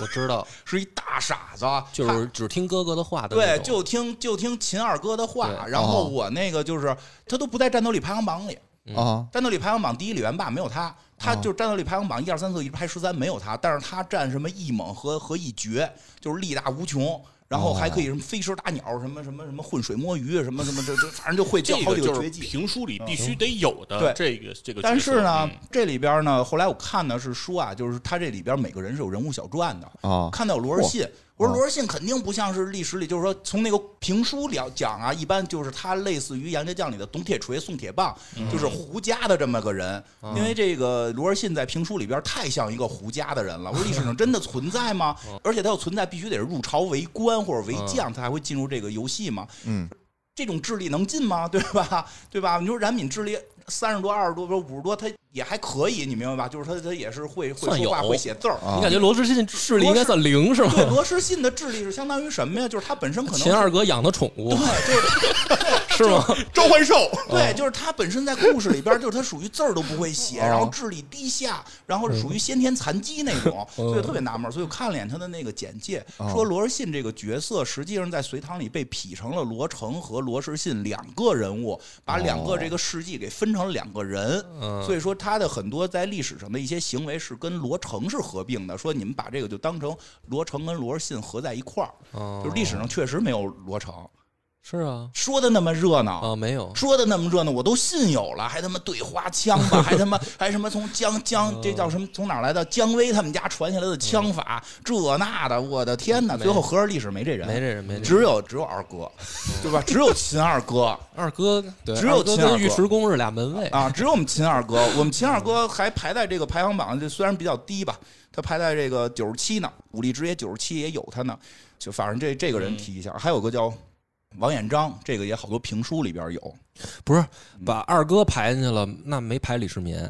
B: 我知道，
A: 是一大傻子，
B: 就
A: 他
B: 是只听哥哥的话的那
A: 对，
B: 种
A: 就听就听秦二哥的话，
B: 对啊
A: 然后
C: 哦
A: 我那个就是他都不在战斗力排行榜里，
C: 啊，
A: 战斗力排行榜第一李元霸没有他，
D: 啊
A: 他就是战斗力排行榜一二三四一直排十三没有他，但是他占什么一猛和和一绝，就是力大无穷。然后还可
D: 哦
A: 以什么飞石打鸟，什么什么什么浑水摸鱼，什么什么这这，反正就会教
D: 这
A: 好
D: 个
A: 几
D: 就是
A: 绝技。啊嗯
D: 评书里必须得有
A: 对
D: 的这个这个角色。
A: 但是呢
D: 嗯，
A: 这里边呢，后来我看的是书啊，就是他这里边每个人是有人物小传的
C: 啊
A: 看到有罗士信，我说罗士信肯定不像是历史里，就是说从那个评书聊讲啊，一般就是他类似于杨家将里的董铁锤、宋铁棒，
D: 嗯
A: 就是胡家的这么个人。因为这个罗士信在评书里边太像一个胡家的人了。我说历史上真的存在 吗？
D: 嗯
A: 而且他要存在，必须得是入朝为官或者为将，他才会进入这个游戏嘛。
C: 嗯
A: 这种智力能进吗？ 对吧？对吧？你说冉闵智力三十多、二十多、五十多，他也还可以，你明白吧？就是他他也是会会
B: 算有啊
A: 说话、会写字儿。
B: 你感觉罗志信智力应该算零是吗？
A: 对，罗士信的智力是相当于什么呀？就是他本 身可能
B: 秦二哥养的宠物
A: 对，就是
B: 是吗？
D: 召唤兽，
A: 对，就是他本身在故事里边，就是他属于字儿都不会写，然后智力低下，然后是属于先天残疾那种，所以特别纳闷儿。所以我看了眼他的那个简介，说罗士信这个角色实际上在《隋唐》里被劈成了罗成和罗士信两个人物，把两个这个事迹给分成了两个人。所以说他的很多在历史上的一些行为是跟罗成是合并的，说你们把这个就当成罗成跟罗士信合在一块儿，
B: 哦
A: 就是历史上确实没有罗成，
B: 是啊，
A: 说的那么热闹
B: 啊没有，
A: 说的那么热闹，我都信有了，还他妈对花枪 法，还他妈还什么从姜姜这叫什么从哪儿来的姜维他们家传下来的枪法，这那的，我的天哪！最后合着历史没这人，
B: 嗯没这人没这人
A: 只有只有二哥，对 吧？只有秦二哥。
B: 二哥对
A: 只有
B: 二哥
A: 秦二哥
B: 跟尉迟恭是俩门卫，
A: 啊，只有我们秦二哥，我们秦二哥还排在这个排行榜，这虽然比较低吧，他排在这个九十七呢，武力值也九十七，也有他呢。就反正这这个
B: 嗯
A: 人提一下，还有个叫王彦章，这个也好多评书里边有
B: 不是把二哥排进去了，那没排李世民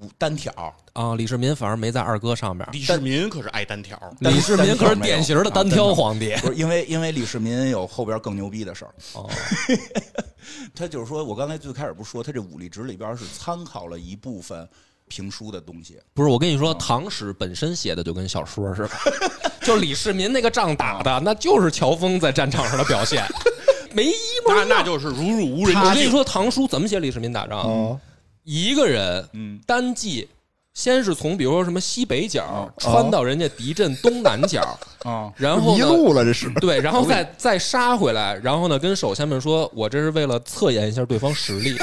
A: 五单挑，
B: 啊，李世民反而没在二哥上边。
D: 李世民可是爱单挑，
A: 但
B: 李世民可是典型的单
A: 但
B: 挑。
A: 是没有啊
B: 皇帝
A: 单 挑不是因为因为李世民有后边更牛逼的事儿，
B: 哦，
A: 他就是说我刚才最开始不是说他这武力值里边是参考了一部分评书的东西，
B: 不是我跟你说，唐史本身写的就跟小说似的，就李世民那个仗打的，那就是乔峰在战场上的表现，没一毛
D: 那
B: 一样。
D: 那就是如入
B: 我
D: 无人之
B: 跟你
D: 境。
B: 说，唐书怎么写李世民打仗？
C: 啊
B: 一个人，
A: 嗯，
B: 单骑，先是从比如说什么西北角穿到人家敌阵东南角，
A: 啊
B: 然后
C: 迷
B: 呢
C: 路了 这是
B: 对，然后再再杀回来，然后呢跟手下们说，我这是为了测验一下对方实 力。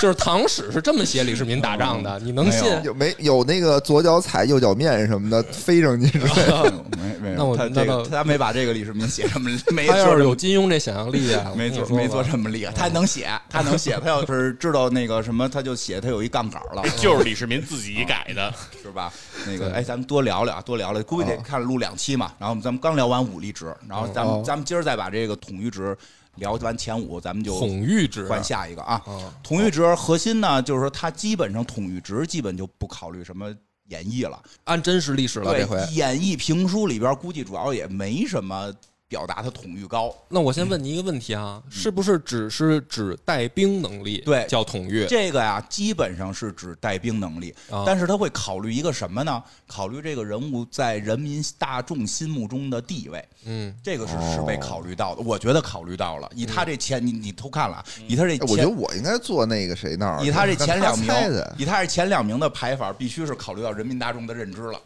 B: 就是唐史是这么写李世民打仗的，你能信？
A: 嗯没
C: 有没有那个左脚踩右脚面什么的飞上去之类的
A: 没没有，
B: 那我
A: 他
B: 那
A: 这个
B: 倒
A: 他没把这个李世民写这 么没
B: 他
A: 说
B: 要
A: 这
B: 是
A: 么
B: 有金庸这想象力啊，
A: 没
B: 错
A: 做没做这么厉害，
B: 哦
A: 他能写， 他能写，他要是知道那个什么，他就写，他有一杠杆 了，
D: 就是李世民自己
A: 啊
D: 改的，
A: 是吧？那个，哎，咱们多聊聊，多聊聊，估计得
B: 哦
A: 看录两期嘛。然后咱们刚聊完武力值，然后咱
C: 哦
A: 们咱们今儿再把这个统御值聊完前五，咱们就
B: 统御制
A: 换下一个啊。统御值核心呢，就是说它基本上统御值基本就不考虑什么演绎了，
B: 按真实历史了
A: 对
B: 这回。，
A: 演绎评书里边估计主要也没什么表达它统御高。
B: 那我先问你一个问题啊，是不是只是指带兵能力
A: 嗯对
B: 叫统御？
A: 这个呀，基本上是指带兵能力，
B: 啊
A: 但是他会考虑一个什么呢？考虑这个人物在人民大众心目中的地位，
B: 嗯，
A: 这个是是被考虑到的。我觉得考虑到了，以他这前，你你偷看了啊， 以他这
C: 哎我觉得
A: 前。
C: 我应该坐那个谁那儿，
A: 以他这前两名
C: 让他猜的，
A: 以他这前两名的排法，必须是考虑到人民大众的认知了，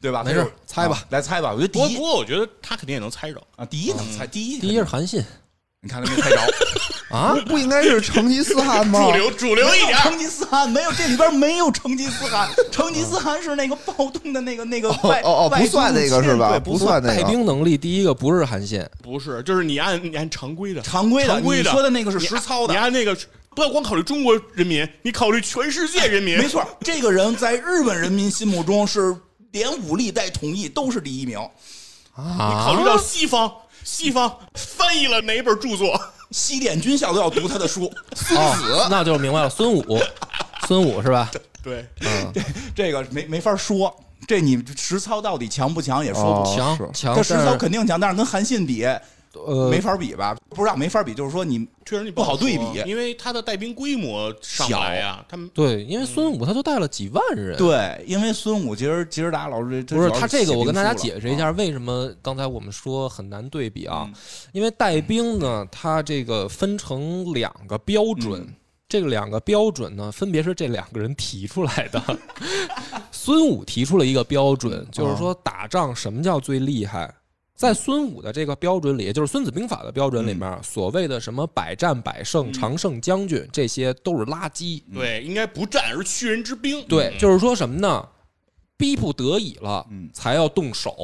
A: 对吧？
B: 没事
A: 他就
B: 猜吧
A: 啊来猜吧。我觉得第
D: 不过
A: 一
D: 不过我觉得他肯定也能猜着。
A: 啊，第一能猜，第一
B: 第一是韩信，
A: 你看他没猜着，
B: 啊，
C: 不应该是成吉思汗吗
D: 主？流主流一
A: 没有
D: 点儿，
A: 成吉思汗没有，这里边没有成吉思 汗。成吉思汗是那个暴动的那个那个外
C: 哦哦不
A: 外族
C: 算那个
A: 入侵
C: 是吧
A: 对
C: 不
A: 不
C: 算那个
B: 带兵能力第一个不是韩信，
D: 不是，就是你按你按常规的，
A: 常规的
D: 常规的，
A: 你说的那个是实操的
D: 你按那个不要光考虑中国人民，你考虑全世界人民，
A: 没错，这个人在日本人民心目中是连武力带统一都是第一名。
D: 你
B: 啊
D: 考虑到西方。西方翻译了哪一本著 作？
A: 西点军校都要读他的书。
B: 哦，那就明白了，孙武，孙武是吧？
D: 对，
A: 这个没没法说，这你实操到底强不强也说不清。
B: 强
C: 哦是
A: 他
B: 强，但
A: 实
B: 是
A: 操肯定强，但是跟韩信比
B: 呃
A: 没法比吧？不知道没法比，就是说你
D: 确实你
A: 不好
D: 说
A: 对比。
D: 因为他的带兵规模上不来呀。他们
B: 对，因为孙武他就带了几万人，
A: 对，因为孙武其实其实大家老师
B: 呃不是他这个，我跟大家
A: 解
B: 解释一下，为什么刚才我们说很难对比啊？因为带兵呢，它这个分成两个标准，这个两个标准呢，分别是这两个人提出来的。孙武提出了一个标准，就是说打仗什么叫最厉害？在孙武的这个标准里，也就是《孙子兵法》的标准里面，所谓的什么百战百胜、常胜将军，这些都是垃圾。
A: 嗯
D: 对应该不战而屈人之兵。
B: 对，
D: 嗯
B: 就是说什么呢？逼不得已了，才要动手，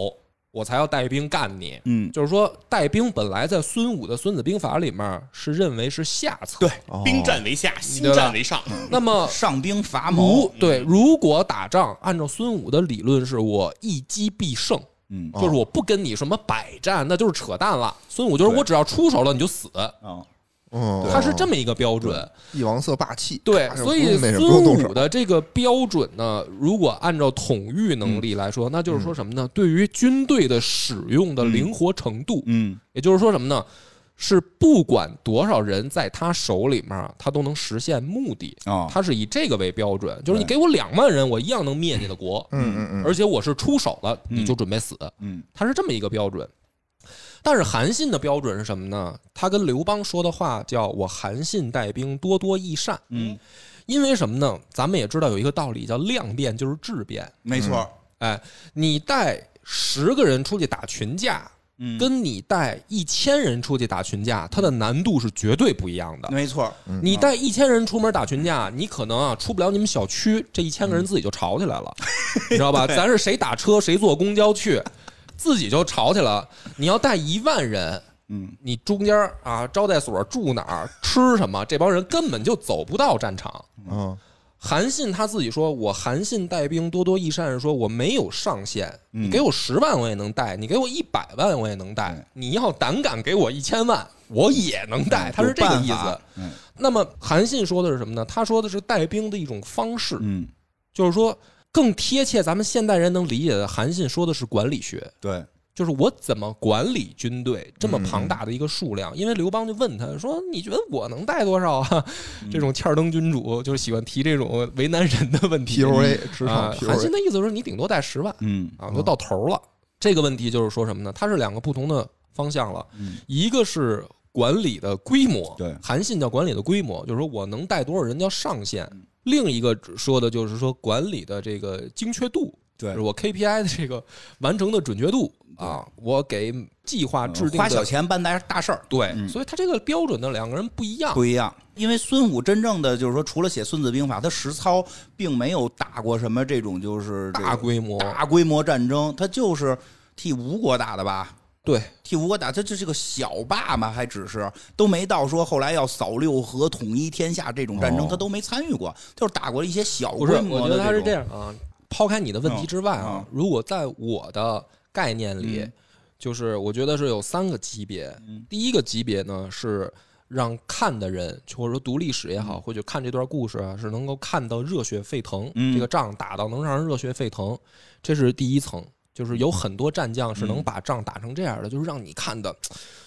B: 我才要带兵干你。
A: 嗯
B: 就是说带兵本来在孙武的《孙子兵法》里面是认为是下策，
A: 对
D: 嗯兵战为
A: 嗯
D: 下，心
B: 对吧
D: 战为上。
B: 那么
A: 上兵伐
B: 如
A: 谋，
B: 对，如果打仗，按照孙武的理论，是我一击必胜。
A: 嗯
B: 就是我不跟你什么百战，那就是扯淡了。孙武就是
A: 对
B: 我只要出手了你就死，
A: 啊，
C: 嗯，
B: 他是这么一个标准。
C: 帝王色霸气，
B: 对，
C: 咔就
B: 所以
C: 不用那什么不用
B: 孙
C: 动
B: 武
C: 手，
B: 的这个标准呢，如果按照统御
C: 嗯
B: 能力来说，那就是说什么呢？对于军队的使用的灵活程度，
A: 嗯
B: 也就是说什么呢？是不管多少人在他手里面，他都能实现目的。
C: 哦
A: 啊，
B: 他是以这个为标准，就是你
A: 对
B: 给我两万人，我一样能灭你的国。
C: 嗯嗯嗯，
B: 而且我是出手了，你就准备死。
A: 嗯
B: 他是这么一个标准。但是韩信的标准是什么呢？他跟刘邦说的话叫“我韩信带兵，多多益善”。
A: 嗯，
B: 因为什么呢？咱们也知道有一个道理叫“量变就是质变
A: 没错，”。
B: 哎，你带十个人出去打群架，
A: 嗯，
B: 跟你带一千人出去打群架，它的难度是绝对不一样的。
A: 没错，
B: 你带一千人出门打群架，你可能啊出不了你们小区，这一千个人自己就吵起来了，你知道吧？咱是谁打车谁坐公交去，自己就吵起来了。你要带一万人，
A: 嗯，
B: 你中间啊招待所住哪儿吃什么，这帮人根本就走不到战场。
C: 嗯
B: 韩信他自己说：“我韩信带兵多多益善，是说我没有上限，
A: 嗯
B: 你给我十万我也能带，你给我一百万我也能
A: 嗯
B: 带，你要胆敢给我一千万，我也能带。”他是这个意
A: 嗯有办法
B: 思。
A: 嗯
B: 那么韩信说的是什么呢？他说的是带兵的一种方式，
A: 嗯，
B: 就是说更贴切咱们现代人能理解的。韩信说的是管理学，
A: 对，
B: 就是我怎么管理军队这么庞大的一个数量？因为刘邦就问他说：“你觉得我能带多少啊？”
A: 嗯
B: 这种欠儿登君主就是喜欢提这种为难人的问题。
C: ，PUA 职
B: 啊
C: 场，
B: 韩信
C: PUA，
B: 的意思是你顶多带十万
A: 嗯
B: 啊，都到头了。这个问题就是说什么呢？它是两个不同的方向了，一个是管理的规
A: 嗯
B: 模，
A: 对
B: 韩信叫管理的规模，就是说我能带多少人叫上限。
A: 嗯
B: 另一个说的就是说管理的这个精确度，
A: 对
B: 就是，我 KPI 的这个完成的准确度啊，我给计划制定
A: 嗯花小
B: 的
A: 钱办大大事儿
B: 对，所以他这个标准呢，两个人不一样。
A: 不一样。因为孙武真正的就是说，除了写《孙子兵法》，他实操并没有打过什么这种就是这个
B: 大规模，
A: 大规模战争，他就是替吴国打的吧？
B: 对，
A: 替吴国打，他这是个小霸嘛，还只是都没到说后来要扫六合、统一天下这种战争，
C: 哦
A: 他都没参与过，就是打过一些小
B: 不是，
A: 规
B: 我
A: 模
B: 觉
A: 的
B: 得他是这
A: 种。
B: 样啊。抛开你的问题之外
A: 嗯，
B: 啊如果在我的概念里，就是我觉得是有三个级别。
A: 嗯
B: 第一个级别呢是让看的人，或者说读历史也好，或者看这段故事啊，是能够看到热血沸腾，
A: 嗯
B: 这个仗打到能让人热血沸腾，这是第一层。就是有很多战将是能
A: 嗯
B: 把仗打成这样的，就是让你看的，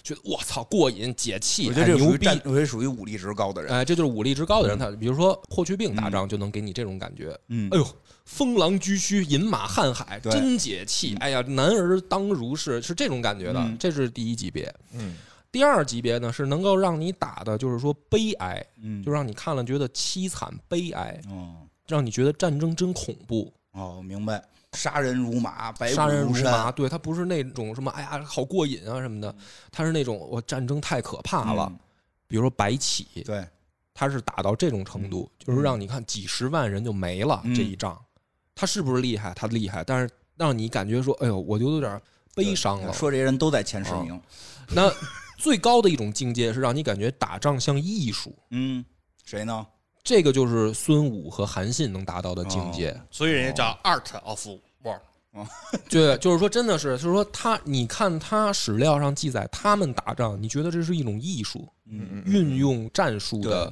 B: 觉得我操过瘾、解气，
A: 我觉得这
B: 哎
A: 属
B: 牛
A: 于
B: 逼，
A: 战，我觉得属于武力值高的人。
B: 哎，这就是武力值高的人，他比如说霍去病打仗就能给你这种感觉，
A: 嗯
B: 哎呦，风狼居胥，饮马瀚海，
A: 对嗯
B: 真解气，哎呀，男儿当如是，是这种感觉的，这是第一级别。
C: 嗯，
B: 第二级别呢是能够让你打的，就是说悲哀，
A: 嗯
B: 就让你看了觉得凄惨悲哀，
A: 哦
B: 让你觉得战争真恐怖，
A: 哦，明白，杀人如麻，白
B: 杀
A: 骨
B: 人如麻，
A: 山。
B: 对他不
A: 嗯
B: 是那种什么哎呀好过瘾啊什么的，他是那种我战争太可怕了，比如说白起，
A: 对，
B: 他是打到这种程度，就是让你看几十万人就没了
A: 嗯
B: 这一仗，他是不是厉害？他厉害，但是让你感觉说，哎呦，我就有点悲伤了。哦
A: 说这些人都在前十名，
B: 那最高的一种境界是让你感觉打仗像艺术，
A: 嗯，谁呢？
B: 这个就是孙武和韩信能达到的境界。
A: 哦
D: 所以人家叫 art of war。
B: 对，就是说，真的是，就是说他，你看他史料上记载他们打仗，你觉得这是一种艺术，
A: 嗯，
B: 运用战术的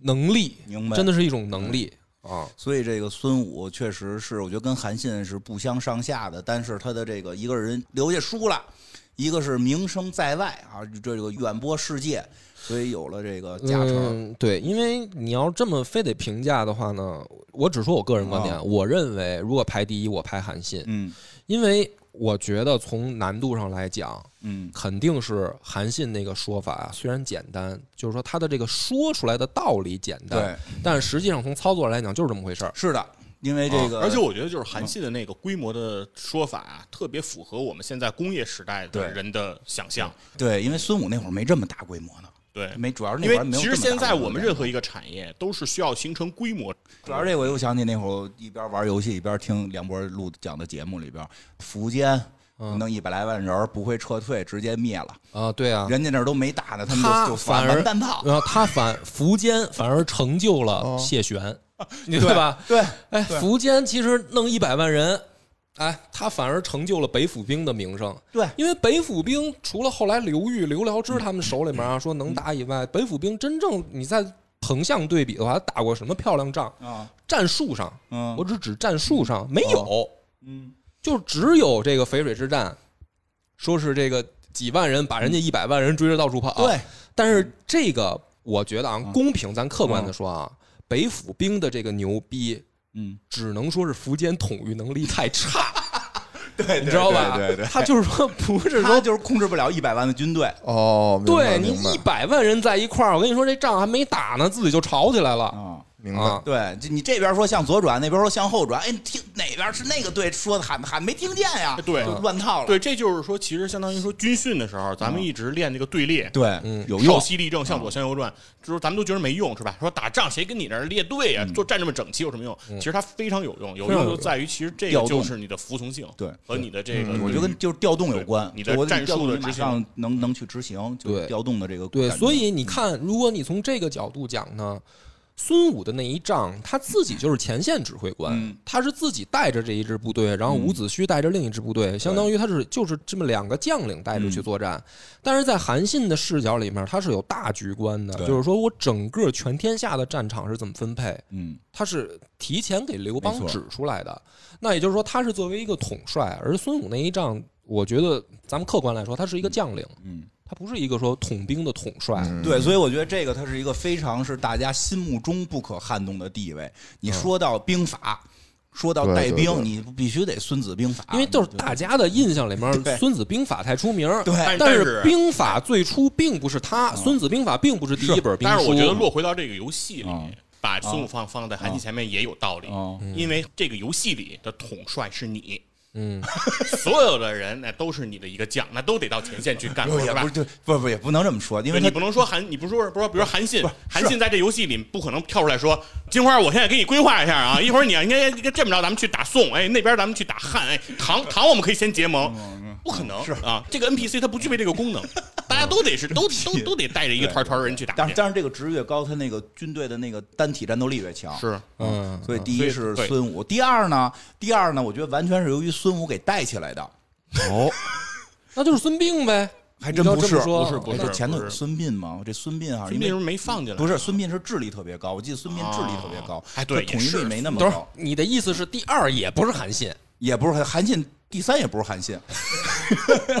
B: 能力，
A: 明白
B: 真的是一种能力啊。
A: 所以这个孙武确实是，我觉得跟韩信是不相上下的，但是他的这个一个人留下书了，一个是名声在外啊，这个远播世界，所以有了这个加成。
B: 嗯，对，因为你要这么非得评价的话呢，我只说我个人观点，
A: 啊
B: 我认为如果排第一，我排韩信，
A: 嗯
B: 因为我觉得从难度上来讲，
A: 嗯
B: 肯定是韩信那个说法啊，虽然简单，就是说他的这个说出来的道理简单
A: 对，
B: 但实际上从操作来讲就是这么回事儿。
A: 是的，因为这个，
D: 哦啊而且我觉得就是韩信的那个规模的说法、啊，特别符合我们现在工业时代的
A: 对
D: 人的想象。
A: 对，因为孙武那会儿没这么大规模呢，
D: 对，
A: 没主要是那
D: 因
A: 会
D: 为
A: 儿没有
D: 其
A: 这
D: 实
A: 么大规模的。
D: 现在我们任何一个产业都是需要形成规模。
A: 主要这我又想起那会儿我一边玩游戏一边听梁博录讲的节目里边，苻坚弄一百来万人儿不会撤退，直接灭了，
B: 啊，对啊，
A: 人家那儿都没打呢，他们
B: 他
A: 就就
B: 反而呃
A: 完蛋炮，
B: 然后他反苻坚反而成就了谢玄，哦啊你对吧？
A: 对，
B: 哎，苻坚其实弄一百万人，哎，他反而成就了北府兵的名声。
A: 对
B: 因为北府兵除了后来刘裕、刘辽之他们手里面啊说能打以外，北府兵真正你在横向对比的话，打过什么漂亮仗？
A: 啊，
B: 战术上，
A: 嗯
B: 我只指战术上没有，
A: 嗯，
B: 就只有这个淝水之战，说是这个几万人把人家一百万人追着到处跑、
A: 对，嗯
B: 但是这个我觉得啊，公平，咱客观的说啊，北府兵的这个牛逼，
A: 嗯，
B: 只能说是苻坚统御能力太 差，
A: 对，
B: 你知道吧？
A: 对对对，
B: 他就是说不是
A: 他
B: 说。
A: 就是控制不了一百万的军队，
C: 哦，明
B: 对
C: 白
B: 你
C: 明白
B: 一百万人在一块儿，我跟你说这仗还没打呢，自己就吵起来了
A: 啊。
C: 明白。
B: 啊！
A: 对，就你这边说向左转，那边说向后转，哎，你听哪边是那个队说的喊的喊没听见呀？
D: 对
A: 就乱套了。
D: 对，这就是说，其实相当于说军训的时候，咱们一直练这个队列，
A: 嗯对，
B: 嗯
A: 有
D: 稍
A: 用。嗯
D: 息立正，向左向右转，就是咱们都觉得没用，是吧？说打仗谁跟你那儿列队
A: 嗯
D: 啊？做站这么整齐有什么用？其实它非常有用，有
B: 非常
D: 用
B: 有用
D: 就在于其实这
A: 调
D: 个
A: 动
D: 就是你的服从性，
A: 对
D: 和你的这个，
A: 我觉得跟就是调动有关，
D: 嗯对你的
A: 就我得
D: 战术
A: 调动
D: 的
A: 马
D: 执行
A: 上能能去执行，就是
B: 对
A: 调动的这个
B: 对，
A: 感觉
B: 所以
C: 嗯
B: 你看，如果你从这个角度讲呢，孙武的那一仗，他自己就是前线指挥官，
A: 嗯
B: 他是自己带着这一支部队，
C: 嗯
B: 然后伍子胥带着另一支部队，相当于他是就是这么两个将领带着
C: 嗯
B: 去作战。但是在韩信的视角里面，他是有大局观的，
A: 对
B: 就是说我整个全天下的战场是怎么分配，
A: 嗯，
B: 他是提前给刘
A: 没
B: 邦
A: 错
B: 指出来的。那也就是说，他是作为一个统帅，而孙武那一仗，我觉得咱们客观来说，他是一个将领，
A: 嗯，
B: 他不是一个说统兵的统帅。
A: 对，所以我觉得这个它是一个非常是大家心目中不可撼动的地位。你说到兵法，说到
C: 对
A: 带
C: 对
A: 兵，
C: 对
A: 你必须得《孙子兵法》，
B: 因为就是大家的印象里面，
A: 啊对
B: 《孙子兵法》太出名儿，
A: 对啊
B: 但
D: 但
B: 是
D: 是
B: 兵法最初并不是他，《孙子兵法》并不是第一本兵书。
D: 但是我觉得落回到这个游戏里
A: 嗯，
D: 把孙悟放放在韩信前面也有道理
A: 哦，
D: 因为这个游戏里的统帅是你。
B: 嗯，
D: 所有的人那都是你的一个将，那都得到前线去干活，
A: 哎也
D: 是吧
A: 不？就不不也不能这么说，因为
D: 对
A: 他
D: 你不能说韩，你不是说不是说，比如说韩信
A: 不是，
D: 韩信在这游戏里不可能跳出来说，金花，我现在给你规划一下啊，一会儿你应该应该这么着，咱们去打宋，哎，那边咱们去打汉，哎，唐唐我们可以先结
A: 嗯
D: 盟，不可能是啊，这个 NPC 它不具备这 个功能，大家都得是都都都得带着一个团团人去打
A: 但
D: 去
A: 是，但是这个值越高，他那个军队的那个单体战斗力越强。，
D: 是
B: 嗯，
A: 所以第一是
D: 对对
A: 孙武，第二呢，第二呢，我觉得完全是由于孙武给带起来的，
B: 哦，那就是孙膑呗，
A: 还真
B: 你要
A: 不
B: 这
A: 是
B: 么说
D: 不是不
A: 哎
D: 是
A: 这前头
D: 不
A: 有
D: 是
A: 孙膑嘛，这孙膑啊，因
D: 孙膑
A: 为
D: 是没放进来，
A: 不是孙膑是智力特别高，我记得孙膑智力特别高
D: 哦，哎对
A: 他统一
D: 也是
A: 力没那么
B: 等会儿
A: 高，
B: 你的意思是第二也不是 韩信
A: 也不是韩韩信，第三也不是韩信，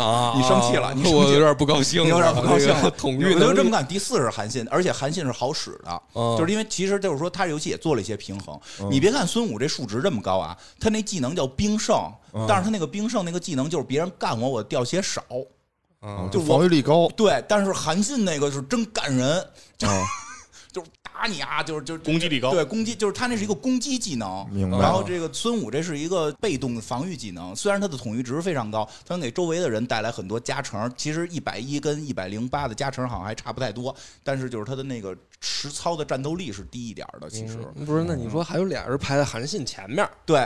B: 啊？
A: 你生气 了你生气了
B: 我有点不高兴了，
A: 有点不高兴
B: 这个
A: 了。
B: 统御
A: 我就
B: 能
A: 这么
B: 力，
A: 干。第四是韩信，而且韩信是好使的，
B: 嗯
A: 就是因为其实就是说他游戏也做了一些平衡。你别看孙武这数值这么高啊，他那技能叫兵圣，但是他那个兵圣那个技能就是别人干我我掉血少。
B: 嗯
A: 就我
C: 防御力高
A: 对，但是韩信那个是真干人，
B: 嗯
C: 啊，
A: 就是打抓你啊，就是就是
D: 攻击力高
A: 对攻击就是他那是一个攻击技能，
C: 哦明白
A: 然后这个孙武这是一个被动防御技能，虽然他的统御值非常高，他能给周围的人带来很多加成。其实一百一跟一百零八的加成好像还差不太多，但是就是他的那个实操的战斗力是低一点儿的。其实、
B: 嗯不是，那你说还有俩人排在韩信前面
A: 对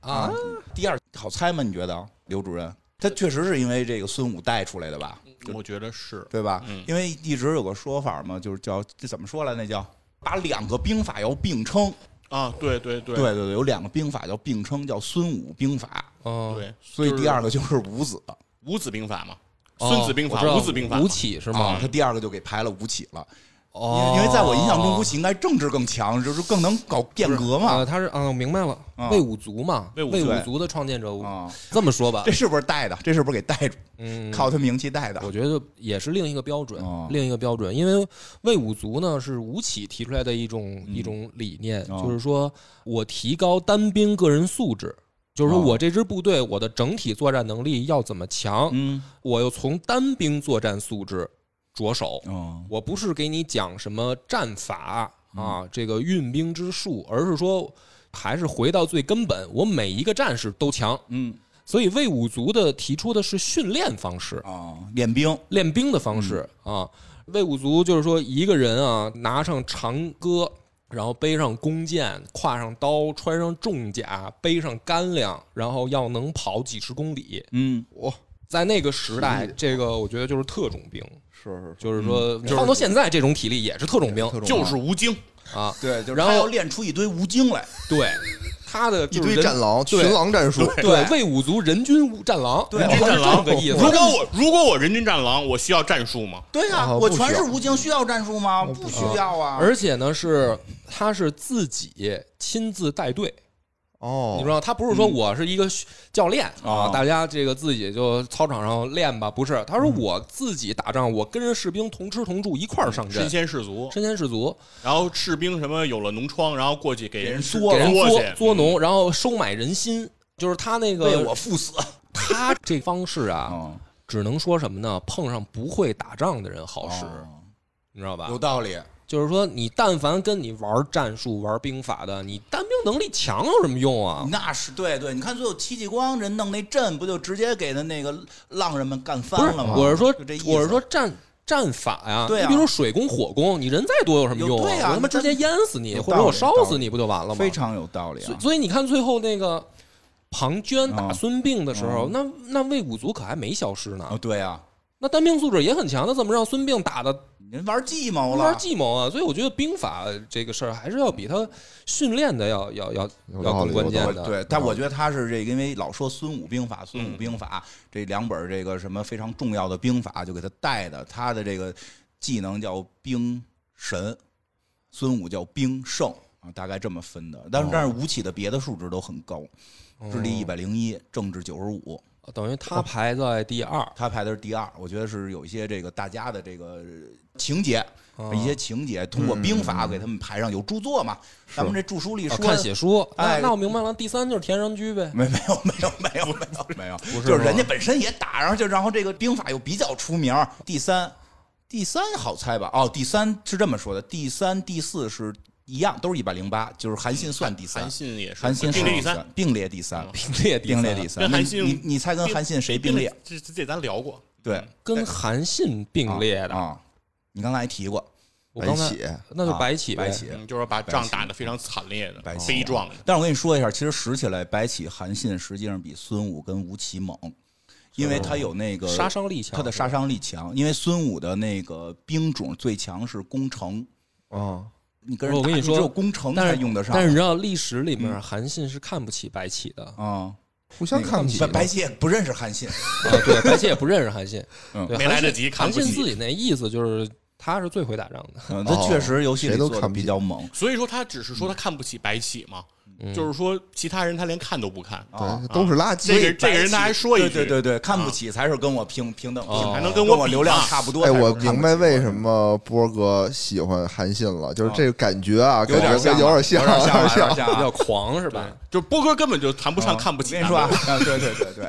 A: 嗯
B: 啊？
A: 第二好猜吗？你觉得刘主任？他确实是因为这个孙武带出来的吧？
D: 我觉得是
A: 对吧？
D: 嗯
A: 因为一直有个说法嘛，就是叫这怎么说来？那叫把两个兵法要并称。
D: 啊，对对对
A: 对对对，有两个兵法叫并称，叫孙武兵法。
B: 哦，
D: 对，
A: 所以第二
D: 个
A: 个就是武子，
D: 五子兵法嘛，
B: 哦
D: 孙子兵法
B: 我知、道
D: 五子兵法嘛
B: 吴，起是吗
A: 啊，？他第二个就给排了吴起了。因
B: 哦，
A: 为因为在我印象中，吴起应该政治更强，就是更能搞变革
B: 呃，
A: 嘛。
B: 他是嗯，我明白了
A: 啊，
B: 魏武卒嘛，
D: 魏
B: 魏
D: 武
A: 对
B: 族的创建者，
A: 啊，
B: 这么说吧
A: 这，是不是带的？这是不是给带住？
B: 嗯，
A: 靠他名气带的
B: 我觉得也是另一个标准
A: 哦，
B: 另一个标准，因为魏武卒呢是吴起提出来的一种一种理念，
A: 嗯哦
B: 就是说我提高单兵个人素质。就是说
A: 哦
B: 我这支部队，我的整体作战能力要怎么强，
A: 嗯
B: 我又从单兵作战素质着手。
A: 嗯
B: 我不是给你讲什么战法啊，这个运兵之术，而是说还是回到最根本，我每一个战士都强。
A: 嗯
B: 所以魏武卒的提出的是训练方式，
A: 啊，练兵
B: 练兵的方式啊。魏武卒就是说一个人啊，拿上长戈。然后背上弓箭，挎上刀，穿上重甲，背上干粮，然后要能跑几十公里。
A: 嗯
B: 在那个时代，这个我觉得就是特种兵，
C: 是是是，
B: 就是说，放到现在这种体力也是特种兵
C: 特种兵
D: 就是吴京，
B: 啊。
A: 对，就是
B: 然后
A: 他要练出一堆吴京来，
B: 对，他的
C: 一
B: 就是
C: 堆
B: 人
C: 战狼、
B: 对
C: 群狼战术，
B: 对魏武卒人均战狼，
A: 对
B: 然
A: 人
B: 后
A: 均
B: 是
D: 战狼
B: 这么个意
D: 如
B: 思。
D: 果我如果我人均战狼，我需要战术吗？
A: 对呀，
C: 啊
B: 哦
A: 我
C: 不
A: 全
C: 需
A: 是
C: 要
A: 吴京，需要战术吗？不需要啊。
B: 而且呢，是他是自己亲自带队，
C: 哦，
B: 你知道，他不是说我是一个教练
A: 哦
B: 啊，大家这个自己就操场上练吧，不是，他说我自己打仗，我跟着士兵同吃同住，一块儿上阵
D: 身，先士卒，
B: 身先士卒，
D: 然后士兵什么有了脓疮，然后过去给
A: 给人
D: 嘬
A: 嘬
B: 给人嘬
D: 去，嗯
B: 嘬脓，然后收买人心，就是他那
A: 为
B: 个
A: 我赴死
B: 他这方式啊，
A: 啊！
B: 只能说什么呢？碰上不会打仗的人好使，
A: 哦
B: 你知道吧？
A: 有道理，
B: 就是说，你但凡跟你玩战术、玩兵法的，你单兵能力强有什么用啊？
A: 那是对对。你看最后戚继光人弄那阵，不就直接给他那个浪人们干
B: 不
A: 翻
B: 是，
A: 了吗？
B: 我是说
A: 就这意，思
B: 我是说战战法呀、
A: 对啊
B: 你比如说水攻、火攻，你人再多有什么用
A: 有对啊
B: 我他妈
A: 咱
B: 直接淹死你，
A: 有道理
B: 或者我烧死你不就完了吗？
A: 非。常有道理
B: 所
A: 啊
B: 以。所以你看，最后那个庞涓打孙膑的时候，那那魏武卒可还没消失呢。
A: 哦，对啊，
B: 那单兵素质也很强，那怎么让孙膑打的
A: 您玩计谋了，
B: 玩计谋啊？所以我觉得兵法这个事儿还是要比他训练的要要要要
C: 有道
B: 更
C: 理
B: 关键
A: 我
B: 的。嗯啊
A: 对，但我觉得他是这个，因为老说孙武兵法、孙武兵法、这两本这个什么非常重要的兵法，就给他带的。他的这个技能叫兵神，孙武叫兵圣啊，大概这么分的。
B: 哦
A: 但是但是吴起的别的数值都很高，智力一百零一，政治九十五，
B: 等于他排在第二。
A: 他排的是第二。我觉得是有一些这个大家的这个情节。
B: 哦
A: 一些情节通
B: 嗯
A: 过兵法给他们排上，有著作嘛？咱们这著书里
B: 啊
A: 说
B: 看写书，那
A: 哎
B: 那我明白了。第三就是田穰居呗，
A: 没没有没有没有没有没有，
B: 是
A: 就是
B: 吗
A: 人家本身也打，然后就然后这个兵法又比较出名。第三，第三好猜吧？哦，第三是这么说的，第三、第四是一样，都是一百零八，就是韩信算第三
D: 韩，信也是，
A: 韩信
D: 并
A: 是
D: 列第
A: 三，，并列第三，
B: 并列第
A: 并
B: 三
A: 列第三。
D: 跟
A: 那
D: 韩
A: 你
D: 信
A: 你你猜跟韩信谁并列？？
D: 这这这咱聊过，
A: 对，
B: 跟韩信并列的。
A: 哎啊。你刚才还提过，啊
B: 我刚
C: 白
B: 才
C: 起
B: 那就白起呗，
A: 白起
D: 嗯，就是把仗打得非常惨烈的、
A: 白起嗯
D: 悲壮的。
A: 但是我跟你说一下，其实数起来，白起、韩信实际上比孙武跟吴起猛，因为他有那个
B: 嗯杀伤力强，
A: 他的杀伤力强，因为孙武的那个兵种最强是攻城，
C: 啊，
A: 你跟人
B: 我跟
A: 打
B: 你说
A: 只有攻城
B: 但
A: 才
B: 是
A: 用得上。
B: 但是你知道历史里
A: 嗯
B: 面韩信是看不起白起的，啊，
A: 啊，
C: 互相看不起
A: 白，白起也不认识 韩信，
B: 对，白起也不认识韩信，
A: 嗯
B: 对
D: 没
B: 韩
D: 来得
B: 信
D: 及看
B: 韩
D: 不
B: 信
D: 起
B: 自己那意思就是他是最会打仗的，
A: 嗯他确实游戏里
C: 谁都
A: 做的
C: 看不
A: 比
C: 起
A: 较猛
D: 所以说，他只是说他看不起白起嘛，
A: 嗯
D: 就是说其他人他连看都不看，
A: 啊
C: 对，。都是垃圾。
D: 这个这个
A: 白
D: 人
A: 起
D: 他还说一句，
A: 对对对对，看不起才是跟我平平等，
B: 哦
D: 还能跟
A: 跟
D: 我比
A: 流量
D: 嘛
A: 差不多。
C: 哎，
A: 才是
C: 我
A: 看不
C: 明白
A: 起
C: 为什么波哥喜欢韩信了，就是这个感觉啊，
A: 有
C: 感
A: 点
C: 觉
A: 像
C: 跟
A: 啊，
C: 有点
A: 像，
C: 像，
A: 有点像啊，有点
C: 点像。
A: 像
B: 比
A: 啊
B: 较狂是吧？
D: 就是波哥根本就谈不上
A: 啊
D: 看不起
A: 我跟你
D: 咱们。
A: 说啊，啊对对对对，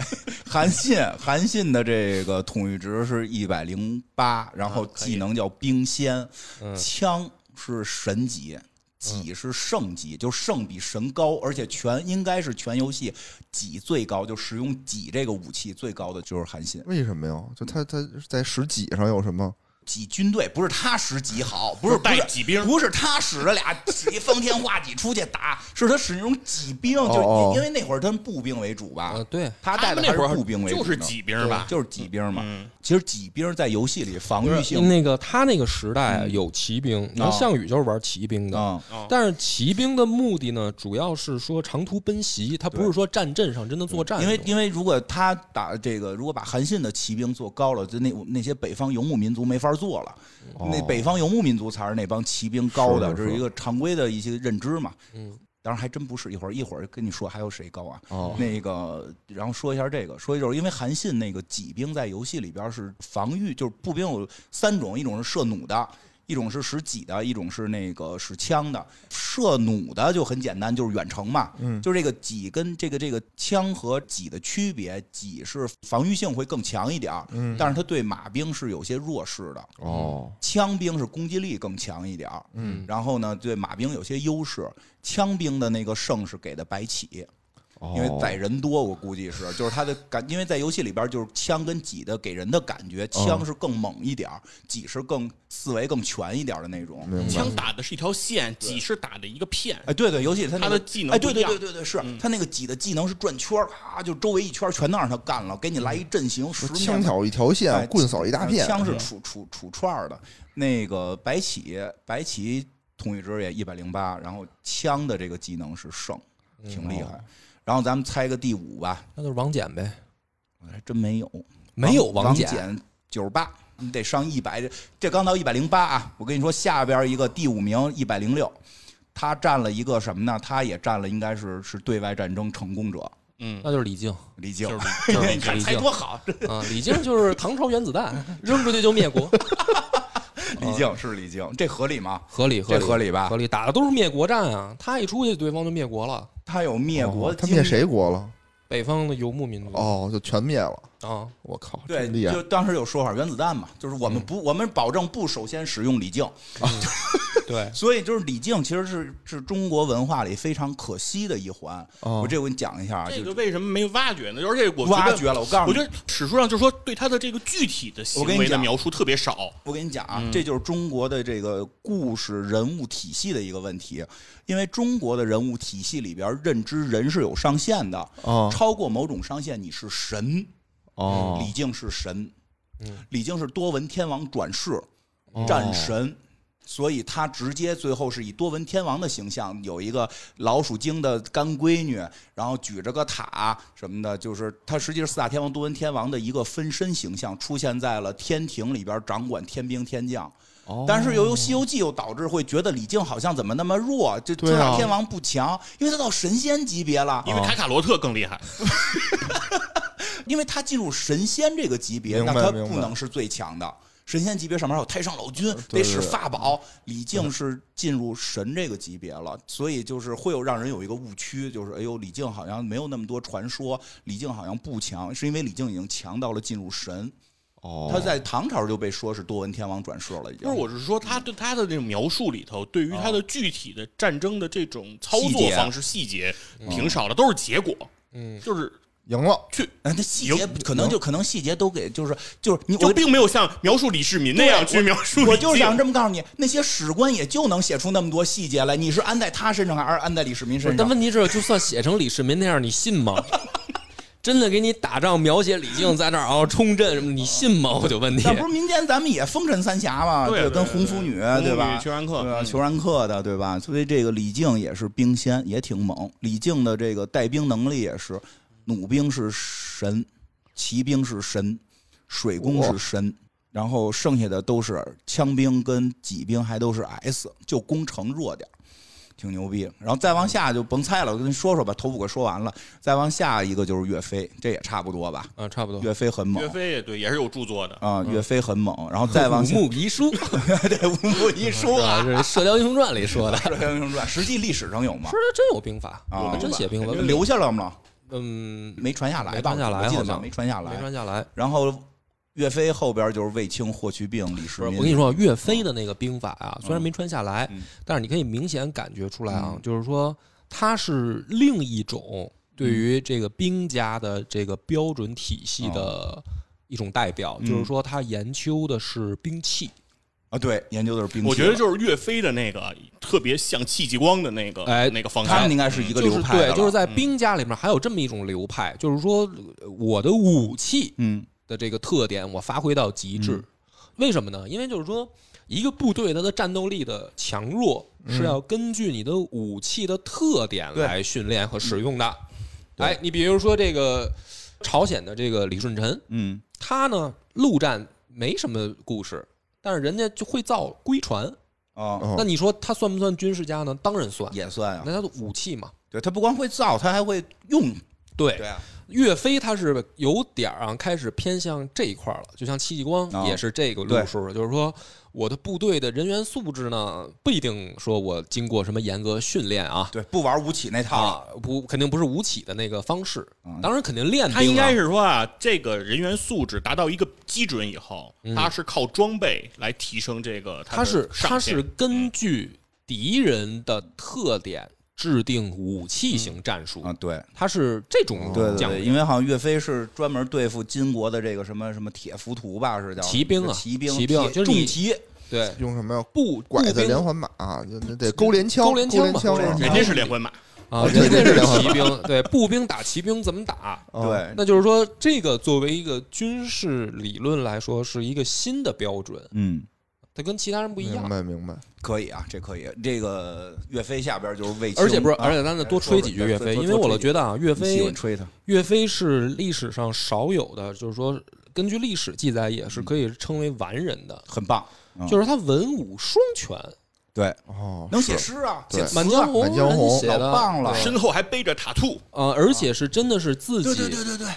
A: 韩信，韩信的这个统御值是一百零八，然后
D: 啊可
C: 嗯
D: 以
A: 技能叫冰仙，枪是神级。己是圣级，就是圣比神高，而且全应该是全游戏己最高，就使用己这个武器最高的就是韩信。
C: 为什么呀？就他他在十几上有什么？
A: 己军队不是他使己好，不是
D: 带己兵
A: 不是他使着俩己方天画戟出去打，是他使那种己兵，就
C: 哦哦嗯
A: 因因为那会儿他们步兵为主吧，
B: 呃对
A: 他带的
D: 们那
A: 还
D: 会儿
A: 是步兵为主呢，
D: 就是几兵吧，嗯
A: 就是己兵嘛。其实己兵在游戏里防御性
B: 那个他那个时代啊有骑兵，你看项羽就是玩骑兵的。
A: 嗯啊，
B: 但是骑兵的目的呢，主要是说长途奔袭，他不是说战阵上真的作战。
A: 嗯因为
B: 这种
A: 因为如果他把这个如果把韩信的骑兵做高了，就那那些北方游牧民族没法做了，那北方游牧民族才是那帮骑兵高的，
C: 是是
A: 这是一个常规的一些认知嘛。
B: 嗯，
A: 当然还真不是，一会儿一会儿跟你说还有谁高啊？
C: 哦
A: 那个，然后说一下这个，说就是因为韩信那个戟兵在游戏里边是防御，就是步兵有三种，一种是射弩的。一种是使戟的，一种是那个使枪的。射弩的就很简单，就是远程嘛，
C: 嗯
A: 就是这个戟跟这个这个枪和戟的区别，戟是防御性会更强一点儿，
C: 嗯
A: 但是它对马兵是有些弱势的。
C: 哦，
A: 枪兵是攻击力更强一点儿，
C: 嗯，
A: 然后呢，对马兵有些优势。枪兵的那个胜是给的白起，
C: 哦
A: 因为载人多，我估计是，就是他的感，因为在游戏里边就是枪跟戟的给人的感觉，枪是更猛一点儿，戟是更思维更全一点儿的那种。
C: 明白
D: 枪打的是一条线，戟是打的一个片。
A: 哎，对对，游戏它那
D: 它
A: 个
D: 的技能
A: 哎，
D: 不
A: 对
D: 一
A: 对
D: 样嗯
A: 对对对，是它那个戟的技能是转圈儿，咔，就周围一圈儿全都让他干了，给你来一阵型，十面
C: 枪挑一条
A: 哎
C: 线，棍扫一大片，嗯
A: 枪是杵杵杵串儿的。那个白起，白起同一支也一百零八，然后枪的这个技能是圣，
C: 嗯
A: 挺厉
C: 哦
A: 害。然后咱们猜个第五吧，
B: 那就是王翦呗，
A: 还真没有，
B: 没有
A: 王
B: 翦，
A: 翦九十八。你得上一百，这刚到一百零八啊！我跟你说，下边一个第五名一百零六，他占了一个什么呢？他也占了，应该是是对外战争成功者
D: 嗯，
B: 那就是李 靖
A: 李靖。
D: 就是就是
B: 李
D: 你看
B: 靖
D: 猜多好，这
B: 啊，李靖就是唐朝原子弹，扔出去就灭 国，
A: 李靖是李靖，这合理吗？
B: 合理合
A: 这
B: 理
A: 合理吧
B: 合理打的都是灭国战啊，他一出去对方就灭国了，
A: 他有灭国
C: 哦他
A: 经历，
C: 灭谁国了？
B: 北方的游牧民族
C: 哦，就全灭了。
B: 啊，
C: 我靠，
A: 对，
C: 真厉害嗯
A: 就！当时有说法，原子弹嘛，就是我们不，我们保证不首先使用李靖，
B: 对，
A: 所以就是李靖其实是是中国文化里非常可惜的一环。
C: 哦
A: 我这我给你讲一下啊，
D: 这
A: 就
D: 个为什么没挖掘呢？而且我觉得
A: 挖掘了我告诉你
D: 我觉得史书上就说对他的这个具体的行
A: 我跟你
D: 为的
A: 讲
D: 描述特别少。
A: 我跟你讲
C: 嗯
A: 啊，这就是中国的这个故事人物体系的一个问题，因为中国的人物体系里边认知人是有上限的，
C: 哦
A: 超过某种上限你是神，
C: 哦
A: 嗯李靖是神，李靖是多闻天王转世战神，所以他直接最后是以多闻天王的形象，有一个老鼠精的干闺女，然后举着个塔什么的，就是他实际是四大天王多闻天王的一个分身形象，出现在了天庭里边，掌管天兵天将。但是由于《西游记》又导致会觉得李靖好像怎么那么弱，这
C: 对
A: 四
C: 啊
A: 大天王不强，因为他到神仙级别了，
D: 因为塔卡罗特更厉害，
A: 因为他进入神仙这个级别，
C: 明
A: 那
C: 白
A: 他
C: 明
A: 不
C: 白
A: 能是最强的。神仙级别上面还有太上老君，
C: 对
A: 得
C: 嗯
A: 使
C: 对
A: 法宝。李靖是进入神这个级别了，所以就是会有让人有一个误区，就是哎呦，李靖好像没有那么多传说，李靖好像不强，是因为李靖已经强到了进入神。
C: 哦
A: 他在唐朝就被说是多闻天王转世了，已经。
D: 不是，我是说他对他的这种描述里头，对于他的具体的战争的这种操
A: 细
D: 作
A: 节嗯
D: 方式细节挺少的，都是结果，
B: 嗯，
D: 就是
C: 赢了，
D: 去
A: 啊，他细节
D: 有
A: 可能就可能细节都给就是就是你
D: 就
A: 我
D: 并没有像描述李世民那样去描述
A: 我
D: 李
A: 就是
D: 靖
A: 想这么告诉你，那些史官也就能写出那么多细节来。你是安在他身上 还是安在李世民身
B: 但
A: 上？
B: 问题是，就算写成李世民那样，你信吗？ 真的给你打仗描写李靖在那儿啊冲阵什么，你信吗？我就问你，
A: 但不是民间咱们也封神三侠嘛，
D: 对对
A: 啊跟
D: 对
A: 红拂女啊
D: 对
A: 对吧？
D: 红拂女裘兰克
A: 对吧？啊
D: 嗯
A: 裘然克的对吧？所以这个李靖也是兵仙，也挺猛。李靖的这个带兵能力也是，弩兵是神，骑兵是神，水攻是神。然后剩下的都是枪兵跟戟兵，还都是 S，就攻城弱点儿，挺牛逼。然后再往下就甭猜了，我跟你说说吧，头五个说完了，再往下一个就是岳飞，这也差不多吧。
B: 啊，差不多。
A: 岳飞很猛
D: 嗯岳，飞也对，也是有著作的。
A: 啊，岳飞很猛，然后再往
B: 嗯五
A: 下，
B: 木遗书，
A: 对，五木一书
B: 啊，
A: 啊，
B: 这是《射雕英雄传》里说 的，
A: 《射雕英雄传》实际历史上有吗
B: 不？是真有兵法
A: 啊
B: 还真写兵法，
A: 留下了吗？
B: 嗯，
A: 没传下来
B: 没
A: 吧？
B: 传下来
A: 我记得
B: 好像
A: 没传下
B: 没
A: 来。
B: 传下来。
A: 然后岳飞后边就是卫青、霍去病、李世
B: 不是，
A: 民。
B: 我跟你说，啊岳飞的那个兵法啊，虽然没穿下来
A: 嗯，
B: 但是你可以明显感觉出来啊，就是说他是另一种对
A: 嗯
B: 于这个兵家的这个标准体系的一种代表，
A: 哦嗯
B: 就是说他研究的是兵器。
A: 啊，对，研究的是兵器。
D: 我觉得就是岳飞的那个特别像戚继光的那个
B: 哎
D: 那个方
A: 他
D: 向
A: 们应，该是一个
B: 就
A: 流
B: 是
A: 派的
B: 对
A: 了，嗯
B: 就是在兵家里面还有这么一种流派，就是说呃我的武器
A: 嗯
B: 的这个特点我发挥到极致，为什么呢？因为就是说一个部队它的战斗力的强弱是要根据你的武器的特点
A: 对
B: 来训练和使用的。哎，你比如说这个朝鲜的这个李舜臣，
A: 嗯
B: 他呢陆战没什么故事，但是人家就会造龟船，
A: 啊，
C: 哦
B: 那你说他算不算军事家呢？当然算，
A: 也算啊。
B: 嗯那他的武器嘛。
A: 对他不光会造，他还会用。
B: 对
A: 对啊，
B: 岳飞他是有点儿啊，开始偏向这一块儿了，就像戚继光
A: 啊
B: 也是这个路数，就是说我的部队的人员素质呢，不一定说我经过什么严格训练啊，
A: 对，不玩吴起那套了。
B: 啊，不肯定不是吴起的那个方式
A: 嗯，
B: 当然肯定练兵啊
D: 他应该是说啊，这个人员素质达到一个基准以后，他是靠装备来提升这个
B: 他是
D: 的
B: 他
D: 上嗯限
B: 是根据敌人的特点制定武器型战术
A: 啊，，对，
B: 他是这种
A: 嗯对对
B: 讲
A: 对，
B: 究。
A: 因为好像岳飞是专门对付金国的这个什么什么铁浮屠吧，是叫
B: 骑兵啊
A: 骑兵，
B: 骑兵就是
A: 重
B: 你
A: 骑，
B: 对
C: 用什么呀？
B: 步
C: 拐
B: 步
C: 子
B: 兵
C: 连环马，啊就那得勾连枪，
B: 勾
C: 勾
B: 连
C: 连
B: 枪嘛
C: 枪
A: 勾连枪
D: 人家是连环马，
B: 啊，
C: 对
B: 人家
C: 对 对
B: 是
C: 对
B: 骑兵，对步兵打骑兵怎么打？
C: 哦
A: 对，
B: 那就是说，这个作为一个军事理论来说，是一个新的标准，
A: 嗯，
B: 它跟其他人不一
C: 明
B: 样。
C: 白明白。
A: 可以啊，这可以。这个岳飞下边就是卫青，
B: 而且不是，
A: 啊
B: 而且咱得多吹几句岳飞，
A: 多多
B: 因为我
A: 多
B: 老
A: 吹几句
B: 觉得啊，岳
A: 哎你喜
B: 飞
A: 欢吹他，
B: 岳飞是历史上少有的，就是说根据历史记载也是可以称为完人的，
A: 很棒，嗯
B: 就是他文武双全，
A: 对，
C: 哦，
A: 能写诗啊，
C: 对
A: 写
B: 《
A: 词啊
B: 满江红》
C: 满江红
B: 人家写的
A: 老棒了
D: 身后还背着塔兔，
B: 啊，而且是真的是自己
A: 对对对对对，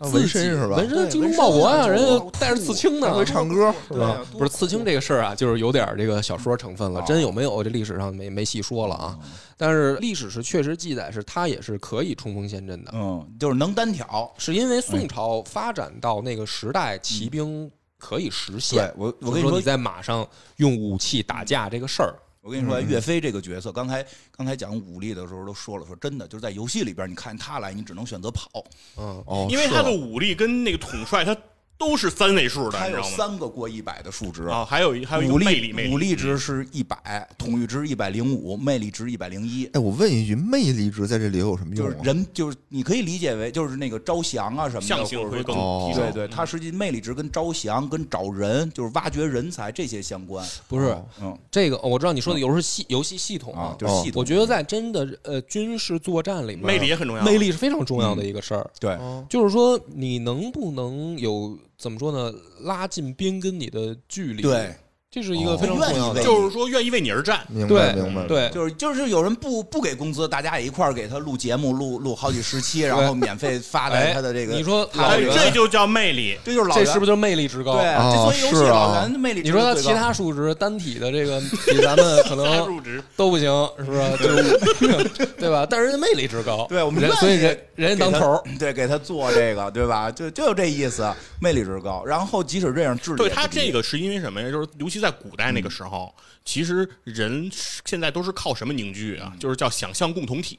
C: 那
B: 自
C: 啊纹
B: 己
C: 身是吧？
B: 纹身
A: 对
B: 精
A: 纹身
B: 忠报国啊，
A: 就是
B: 人
A: 我
B: 家带着刺青呢，
C: 会唱歌是
A: 对
C: 吧？
A: 啊，
B: 不是刺青这个事儿啊，就是有点儿这个小说成分了，
A: 啊
B: 真有没有这历史上没没细说了啊。但是历史是确实记载是他也是可以冲锋陷阵的，
A: 嗯，就是能单挑。
B: 是因为宋朝发展到那个时代，骑兵可以实现
A: 嗯对。我，我
B: 就
A: 跟
B: 是
A: 你
B: 说
A: 说嗯
B: 你，在马上用武器打架这个事儿，
A: 我跟你说，岳飞这个角色，刚才刚才讲武力的时候都说了，说真的，就是在游戏里边，你看他来，你只能选择跑。
B: 嗯，
C: 哦，
D: 因为
C: 是
D: 他的武力跟那个统帅他都是三位数的，
A: 他
D: 你知
A: 有
D: 道吗？
A: 三个过一百的数值，
D: 啊，还有一还有一个
A: 武
D: 魅力
A: 力
D: 魅力，嗯
A: 武力值是一百，统御值一百零五，魅力值一百零一。
C: 哎，我问一句，魅力值在这里有什么用
A: 就是
C: 啊？
A: 人，就是你可以理解为就是那个招降啊什么的，
D: 象性
A: 或者
D: 会
A: 说
D: 更
C: 哦
D: 提升。
A: 对对，它实际魅力值跟招降、跟找人，就是挖掘人才这些相关。
B: 不是
A: 嗯
B: 这个，哦我知道你说的游戏系游戏系统
A: 啊
B: 啊，，
A: 就是系统。
B: 我觉得在真的呃军事作战里面，
D: 魅力也很重要。啊
B: 魅力是非常重
A: 嗯
B: 要的一个事儿。
A: 对，
C: 哦
B: 就是说，你能不能有怎么说呢？拉近兵跟你的距离，
A: 对，
B: 这是一个
C: 哦
B: 非常重要
A: 愿
B: 的。
A: 意为
D: 就是说愿意为你而战。
C: 明白
B: 对
C: 明白，
B: 对，
A: 就是就是有人不不给工资，大家也一块儿给他录节目，录录好几十 期，然后免费发在
B: 哎
A: 他的这个。
B: 你说
A: 老
D: 哎，
B: 老袁
D: 这就叫魅力。
A: 这就是老
B: 这
A: 袁，
B: 是不是就是魅力值高？
A: 对，
C: 哦
A: 这所以游
C: 是
A: 戏
C: 啊
A: 老袁的魅力值是
B: 你说
A: 最高
B: 他
A: 的。
B: 其他数值单体的 这个比咱们可
D: 大
B: 能
D: 入职，
B: 都不行，是不是？就是 对吧？但是人家魅力值高，
A: 对我们
B: 人
A: 愿意
B: 所以人人家当头儿
A: 给他 对，给他做这个，对吧？就就这意思，魅力值高。然后即使这样智力，
D: 对他这，个是因为什么呀？就是尤其在古代那个时候，
B: 嗯
D: 其实人是现在都是靠什么凝聚
B: 嗯
D: 啊？就是叫想象共同体。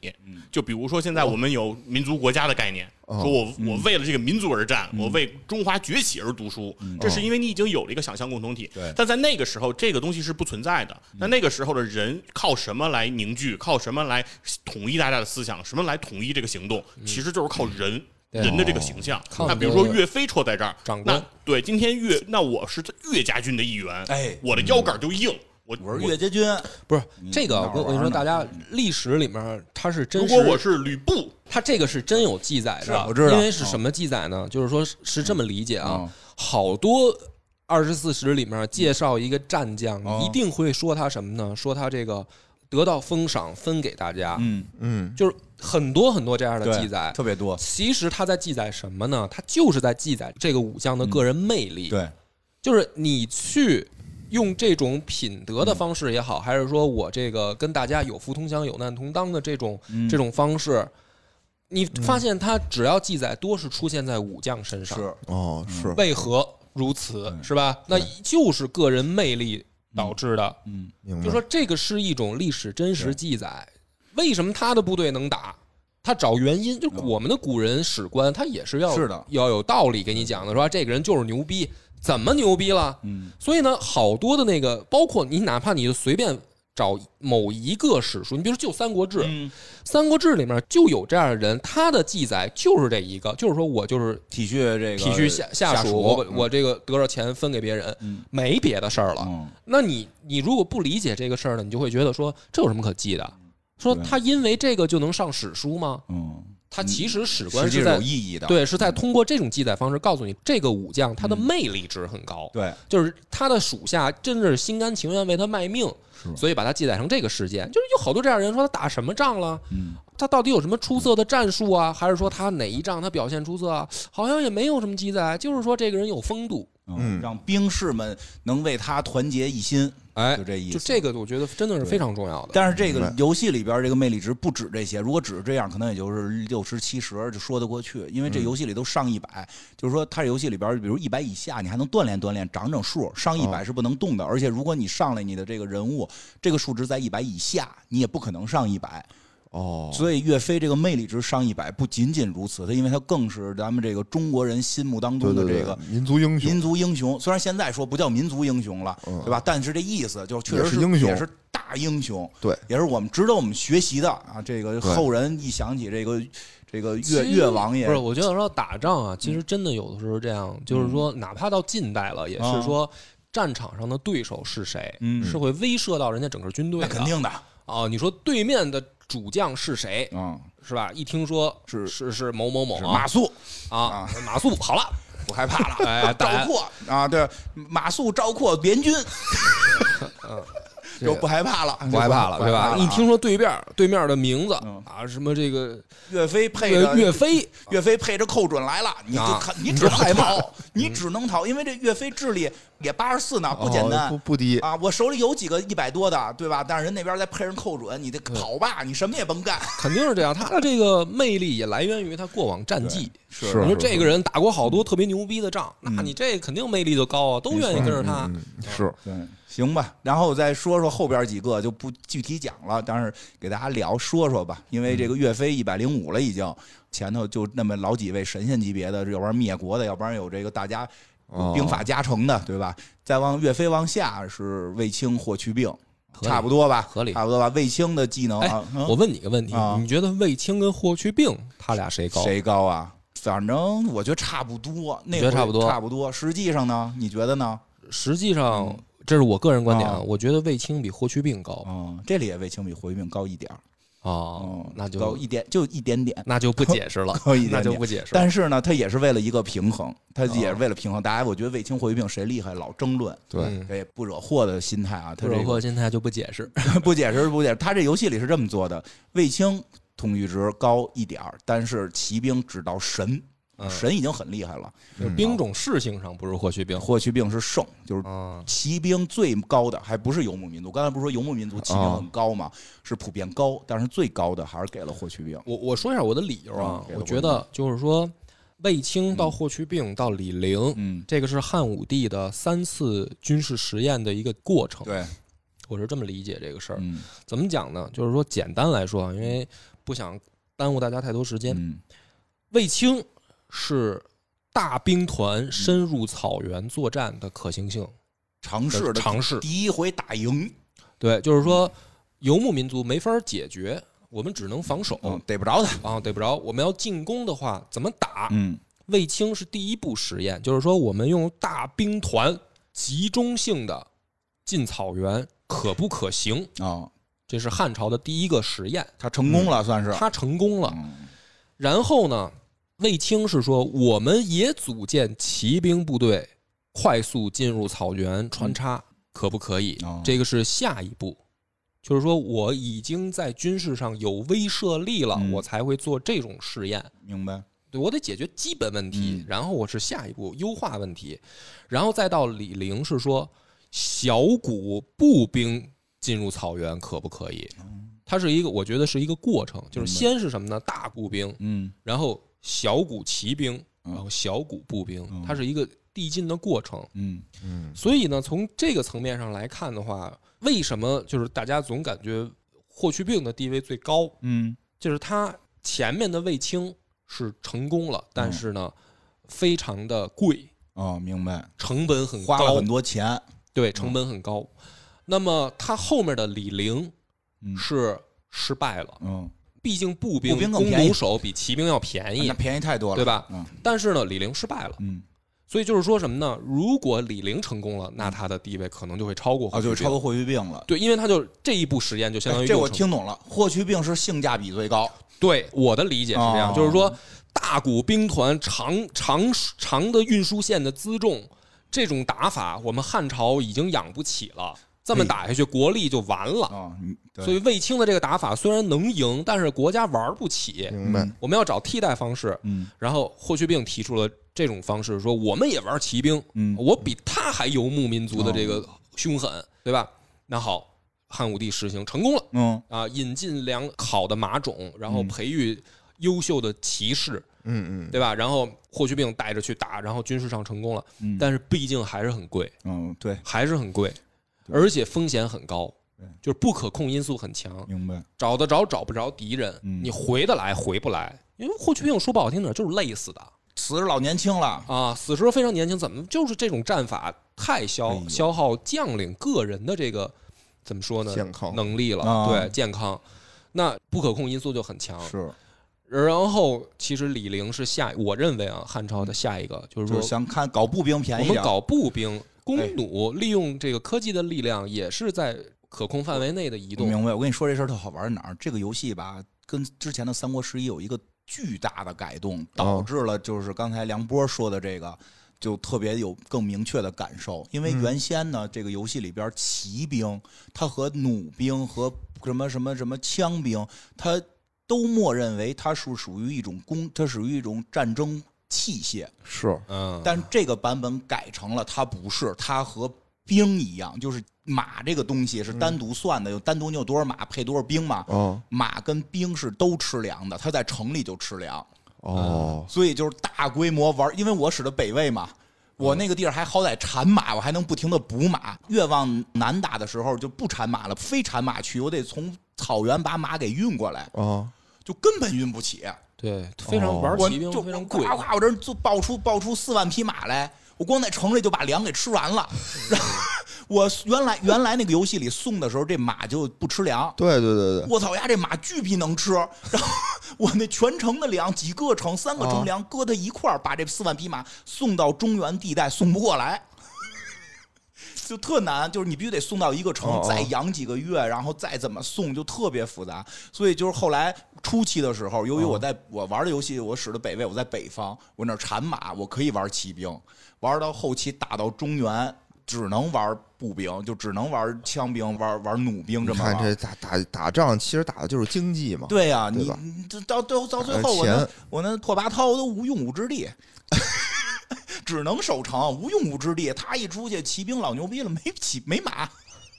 D: 就比如说
B: 哦
D: 现在我们有民族国家的概念，
C: 哦
D: 说我
B: 嗯
D: 我为了这个民族而战，我为中华崛起而读书，
B: 嗯
D: 这
B: 哦
D: 是因为你已经有了一个想象共同体
A: 对。
D: 但在那个时候，这个东西是不存在的。
B: 嗯
D: 那那个时候的人靠什么来凝聚？靠什么来统一大家的思想？什么来统一这个行动？其实就是靠人。
B: 对
D: 人的这个形象，
B: 嗯哦靠
D: 那
B: 你
D: 比如
B: 的
D: 说岳飞戳在这儿，
B: 长官
D: 那对，今天岳，那我是岳家军的一员，
A: 哎
D: 我的腰杆就硬，我
A: 我是岳家军，
B: 不是这个。我
A: 嗯哪儿玩
B: 跟我跟你说，
A: 呢
B: 大家历史里面它是真
D: 如
B: 实，
D: 果我是吕布，
B: 它这个是真有记载
A: 是啊
B: 的，
A: 我知道
B: 因为是什么记载呢？就是说是是这么理解啊，
A: 嗯
B: 好多。二十四史里面介绍一个战将，
A: 嗯
B: 一定会说他什么呢？说他这个得到封赏分给大家，
A: 嗯，
C: 嗯，
B: 就是很多很多这样的
A: 对
B: 记载。
A: 特别多，
B: 其实他在记载什么呢？他就是在记载这个武将的个人魅力。，
A: 对，
B: 就是你去用这种品德的方式也好，还是说我这个跟大家有福同享、有难同当的这种、这种方式，你发现他只要记载多是出现在武将身上，
A: 是
C: 哦是
B: 为何？如此，是吧？那就是个人魅力导致的。
A: 嗯
C: 明
B: 就
C: 白
B: 说这个是一种历史真实记载，为什么他的部队能打？他找原因，就是我们的古人史官，他也是要
A: 是的
B: 要有道理给你讲的，说这个人就是牛逼，怎么牛逼了？
A: 嗯，
B: 所以呢，好多的那个，包括你哪怕你就随便找某一个史书，你比如说就《三国志》
A: 嗯
B: 三国志》里面就有这样的人，他的记载就是这一个，就是说我就是
A: 体恤这个
B: 体恤下下属，
A: 属，
B: 我我这个得着钱分给别人，
A: 嗯
B: 没别的事儿了。
A: 嗯
B: 那你你如果不理解这个事儿呢，你就会觉得说这有什么可记的？说
A: 对
B: 他因为这个就能上史书吗？
A: 嗯，
B: 他其实史官
A: 实际
B: 是
A: 是
B: 在
A: 有意义的，嗯
B: 对是在通过这种记载方式告诉你，这个武将他的魅力值很高，
A: 对，
B: 就是他的属下真是心甘情愿为他卖命，所以把他记载成这个事件。就是有好多这样的人说他打什么仗了，
A: 嗯
B: 他到底有什么出色的战术啊？还是说他哪一仗他表现出色啊？好像也没有什么记载，就是说这个人有风度。
A: 嗯，让兵士们能为他团结一心，
B: 哎，
A: 就这意思。
B: 就这个，我觉得真的是非常重要的。
A: 但是这
C: 明
A: 个
C: 白
A: 游戏里边这个魅力值不止这些，如果只是这样，可能也就是六十七十就说得过去，因为这游戏里都上一百，就是说它游戏里边，比如一百以下，你还能锻炼锻炼，长长数，上一百是不能动的。而且如果你上来你的这个人物这个数值在一百以下，你也不可能上一百。
C: 哦，
A: 所以岳飞这个魅力值上一百不仅仅如此，他因为他更是咱们这个中国人心目当
C: 对
A: 中的
C: 对
A: 这
C: 对
A: 个，
C: 民族英雄
A: 民族英雄，虽然现在说不叫民族英雄了，对吧？但是这意思就是确实
C: 也是英雄
A: 也是大英雄，
C: 对，
A: 也是我们值得我们学习的啊。这个
C: 对
A: 后人一想起这个这个
B: 其
A: 岳
B: 实
A: 岳王爷，
B: 不是，我觉得说打仗啊，其实真的有的时候这样，就是说，哪怕到近代了，也是说。战场上的对手是谁，
A: 嗯
B: 是会威慑到人家整个军队
A: 那
B: 的。
A: 肯定的，
B: 啊！你说对面的主将是谁，
A: 嗯，
B: 是吧？一听说
A: 是
B: 是是某某某
A: 是
B: 啊
A: 马谡
B: 啊，马谡，好了，
A: 不害怕了，
B: 哎，
A: 赵
B: 打
A: 括啊，对，马谡、赵括联 军，
B: 嗯
A: 就不害怕了，
B: 不害怕了，
A: 就
B: 对
A: 不害
B: 吧？
A: 怕
B: 一
A: 啊
B: 听说对面对面的名字
A: 嗯
B: 啊，什么这个
A: 岳飞配
B: 岳
A: 着
B: 岳飞，
A: 岳飞配着寇准来了，你就
B: 啊
A: 看，你只能逃，你只能逃，因为这岳飞智力也八十四呢，不简单，
C: 哦不不低，
A: 啊，我手里有几个一百多的，对吧？但是人那边再配上寇准，你得跑吧，你什么也甭干。
B: 肯定是这样。他的这个魅力也来源于他过往战绩。
A: 是嗯
C: 是
B: 你说这个人打过好多特别牛逼的仗，那你这肯定魅力就高啊，都愿意跟着他。
C: 嗯，是
A: 对，行吧。然后我再说说后边几个，就不具体讲了，但是给大家聊说说吧。因为这个岳飞一百零五了，已经前头就那么老几位神仙级别的，要不然灭国的，要不然有这个大家
C: 哦
A: 兵法加成的，对吧？再往岳飞往下是卫青、霍去病，
B: 合理
A: 差不多吧？
B: 合理
A: 差不多吧？卫青的技能
B: 哎
A: 啊，嗯
B: 我问你个问题
A: 啊，
B: 你觉得卫青跟霍去病他俩谁高？
A: 谁高啊？反正我觉得差不多，那
B: 觉得
A: 会儿
B: 差不多
A: 差不多。实际上呢，你觉得呢？
B: 实际上，这是我个人观点
A: 嗯
B: 啊
A: 啊，
B: 我觉得卫青比霍去病高
A: 嗯，这里也卫青比回命高一点儿，
B: 啊
A: 嗯，，
B: 哦那
A: 高
B: 就
A: 一点，就一点点，
B: 那就 不解释了
A: 高一，点
B: 那
A: 点
B: 就不解释了。
A: 但是呢，他也是为了一个平衡，他
B: 哦
A: 也是为了平衡。大家我觉得卫青回命谁厉害，老争论，
C: 对
B: 嗯
A: 这也不惹祸的心态啊。他
B: 不
A: 这
B: 惹
A: 个
B: 祸心态就不解释。
A: 不解释不解释，他这游戏里是这么做的：卫青统御值高一点儿，但是骑兵只到神，
B: 嗯
A: 神嗯已经很厉害了。
B: 就是兵种事情上不是霍去病
A: 霍去病是圣，就是
B: 啊，
A: 骑兵最高的还不是游牧民族，刚才不是说游牧民族骑兵很高吗？是普遍高，但是最高的还是给了霍去病。
B: 我我说一下我的理由啊
A: 嗯，给了
B: 我
A: 我
B: 觉得就是说，卫青到霍去病到李陵，
A: 嗯，
B: 这个是汉武帝的三次军事实验的一个过程。
A: 对，
B: 我是这么理解这个事儿。
A: 嗯
B: 怎么讲呢？就是说，简单来说啊，因为不想耽误大家太多时间，
A: 嗯
B: 卫青是大兵
A: 嗯
B: 团深入草原作战的可行性
A: 尝试
B: 的
A: 的
B: 尝试。
A: 第一回打赢，
B: 对，就是说，游牧民族没法解决，我们只能防守。
A: 嗯，逮不着他，
B: 啊，逮不着。我们要进攻的话，怎么打？
A: 嗯
B: 卫青是第一步实验，就是说我们用大兵团集中性的进草原，可不可行？
A: 哦，
B: 这是汉朝的第一个实验，
A: 他成功了，算是啊
B: 他成功了。
A: 嗯
B: 然后呢，卫青是说，我们也组建骑兵部队，快速进入草原穿插，可不可以
A: 嗯哦？
B: 这个是下一步，就是说我已经在军事上有威慑力了，
A: 嗯
B: 我才会做这种试验。
A: 明白，
B: 对我得解决基本问题，
A: 嗯
B: 然后我是下一步优化问题，然后再到李陵是说小股步兵进入草原可不可以？
A: 哦
B: 它是一个，我觉得是一个过程，就是先是什么呢？大步兵，
A: 嗯
B: 然后小股骑兵，
A: 嗯
B: 然后小股步兵
A: 嗯，
B: 它是一个递进的过程。
A: 嗯
C: 嗯
B: 所以呢，从这个层面上来看的话，为什么就是大家总感觉霍去病的地位最高？
A: 嗯
B: 就是他前面的卫青是成功
A: 嗯
B: 了，但是呢，非常的贵，
A: 哦，明白，
B: 成本很
A: 花了
B: 高
A: 很，多钱，
B: 对，成本很高。那么他后面的李陵
A: 嗯
B: 是失败了，
A: 嗯，
B: 毕竟步
A: 步兵更
B: 弓
A: 便宜
B: 弩手比骑兵要便宜
A: 那，便宜太多了，
B: 对？吧？
A: 嗯
B: 但是呢，李陵失败了，
A: 嗯，
B: 所以就是说什么呢？如果李陵成功了，那他的地位可能就会超过
A: 哦，
B: 霍
A: 就
B: 去
A: 是超过
B: 病。
A: 霍去病了。
B: 对，因为他就这一步实验就相当于
A: 哎这我
B: 又成
A: 听懂了，霍去病是性价比最高，
B: 对我的理解是这样，
A: 哦
B: 就是说大股兵团长长长的运输线的辎重，这种打法我们汉朝已经养不起了，这么打下去国力就完了。
A: 哦，你对
B: 所以卫青的这个打法虽然能赢，但是国家玩不起，
C: 嗯明白。
B: 我们要找替代方式。
A: 嗯
B: 然后霍去病提出了这种方式，说我们也玩骑兵，
A: 嗯
B: 我比他还游牧民族的这个
A: 哦
B: 凶狠，对吧？那好，汉武帝实行成功了。
A: 嗯
B: 啊，引进良好的马种，然后培育优秀的骑士，
C: 嗯嗯，
B: 对吧？然后霍去病带着去打，然后军事上成功了，
A: 嗯
B: 但是毕竟还是很贵，
A: 嗯，对，
B: 还是很贵，而且风险很高，就是不可控因素很强，
A: 明白，
B: 找得着找不着敌人，
A: 嗯
B: 你回得来回不来，因为霍去病说不好听点就是累死的
A: 死是老年轻了，
B: 啊，死时候非常年轻，怎么就是这种战法太消、
A: 哎呦
B: 消耗将领个人的这个怎么说呢？
C: 健康
B: 能力了，
A: 啊
B: 对健康。那不可控因素就很强，
A: 哦是
B: 然后，其实李陵是下，我认为啊，汉朝的下一个就是
A: 就是
B: 说，
A: 想看搞步兵
B: 我
A: 便宜
B: 们
A: 点，
B: 搞步
A: 哎
B: 兵、弓弩，利用这个科技的力量，也是在可控范围内的
A: 我
B: 移动。
A: 明白，我跟你说这事儿特好玩在哪儿？这个游戏吧，跟之前的《三国十一》有一个巨大的改动，导致了就是刚才梁波说的这个。就特别有更明确的感受，因为原先呢，这个游戏里边骑兵，它和弩兵和什么什么什么枪兵，它都默认为它是属于一种工，它属于一种战争器械。
C: 是
B: 嗯，
A: 但这个版本改成了它不是，它和兵一样，就是马这个东西是单独算的，有单独你有多少马配多少兵嘛。
C: 哦
A: 马跟兵是都吃粮的，它在城里就吃粮，
C: 哦，
A: 所以就是大规模玩。因为我使的北魏嘛，我那个地儿还好歹产马，我还能不停的补马。越往南打的时候就不产马了，非产马区，我得从草原把马给运过来，
C: 啊，
A: 就根本运不起。
B: 对，非常玩
A: 哦我
B: 骑兵
A: 就
B: 非常贵，
A: 夸夸我这儿就爆出爆出四万匹马来，我光在城里就把粮给吃完了。 然后我原来原来那个游戏里送的时候，这马就不吃粮。
C: 对对对对，
A: 我操呀，这马巨逼能吃！然后我那全城的粮，几个城、三个
C: 啊
A: 城粮，搁它一块儿，把这四万匹马送到中原地带，送不过来， 就特难。就是你必须得送到一个城
C: 哦，哦
A: 再养几个月，然后再怎么送，就特别复杂。所以就是后来初期的时候，由于
C: 哦
A: 我在我玩的游戏，我使的北魏，我在北方，我那儿产马，我可以玩骑兵。玩到后期打到中原，只能玩步兵，就只能玩枪兵、玩玩弩兵这
C: 你
A: 么玩
C: 看。这打打打仗，其实打的就是经济嘛。
A: 对呀、
C: 对
A: 你
C: 吧
A: 你这到到到最
C: 呃
A: 后，我
C: 钱
A: 那我那拓跋焘都无用武之地， 只能守城，无用武之地。他一出去，骑兵老牛逼了，没骑没马，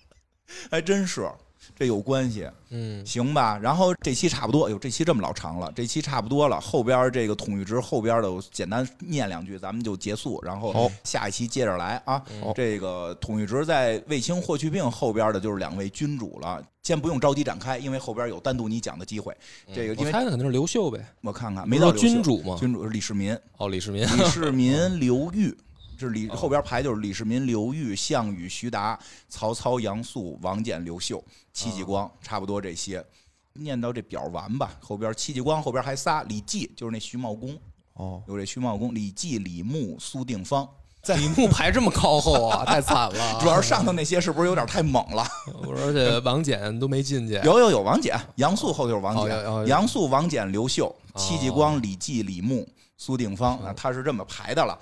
A: 还真是这有关系，
B: 嗯，
A: 行吧？然后这期差不多，哟，哎这期这么老长了，这期差不多了。后边这个统御值后边的，我简单念两句，咱们就结束。然后
C: 好
A: 下一期接着来啊。
B: 嗯
C: 好
A: 这个统御值在卫青、霍去病后边的就是两位君主了，先不用着急展开，因为后边有单独你讲的机会。这个因
B: 嗯我
A: 为
B: 猜的肯定是刘秀呗，
A: 我看看，
B: 不
A: 没
B: 是
A: 到
B: 说
A: 刘秀
B: 君，主嘛，
A: 君主是李世民，
B: 哦，李 世民，
A: 李世民、刘裕，这是李后边排就是李世民、刘裕、项羽、徐达、曹操、杨素、王翦、刘秀、戚继光，差不多这些。念到这表完吧，后边戚继光后边还仨，李绩就是那徐茂公，
C: 哦，
A: 有这徐茂公，李绩、李牧、苏定方。在
B: 李牧排这么靠后啊，太惨
A: 主
B: 了。
A: 要是上头那些是不是有点太猛了？
B: 我说这王翦都没进去，
A: 有有有，王翦、杨素后头是王
B: 哦有有
A: 翦，
B: 有
A: 杨素、王翦、刘秀、戚继
B: 哦
A: 光、李绩、李牧、苏定方啊，他是这么排的了。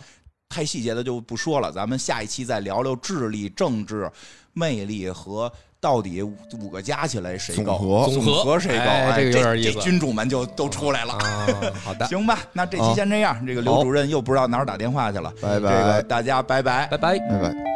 A: 太细节的就不说了，咱们下一期再聊聊智力、政治、魅力和到底五五个加起来谁
C: 总
A: 高，
C: 和
A: 总
B: 总和
A: 谁高？
B: 哎这
A: 这
B: 个有点意思
A: 这君主们就都出来了。
B: 啊，好的，
A: 行吧，那这期先这样。这个刘
C: 好
A: 主任又不知道哪儿打电话去了，
C: 啊
A: 这
C: 拜
A: 个
C: 拜
A: 大家拜拜
B: 拜拜。
C: 拜拜。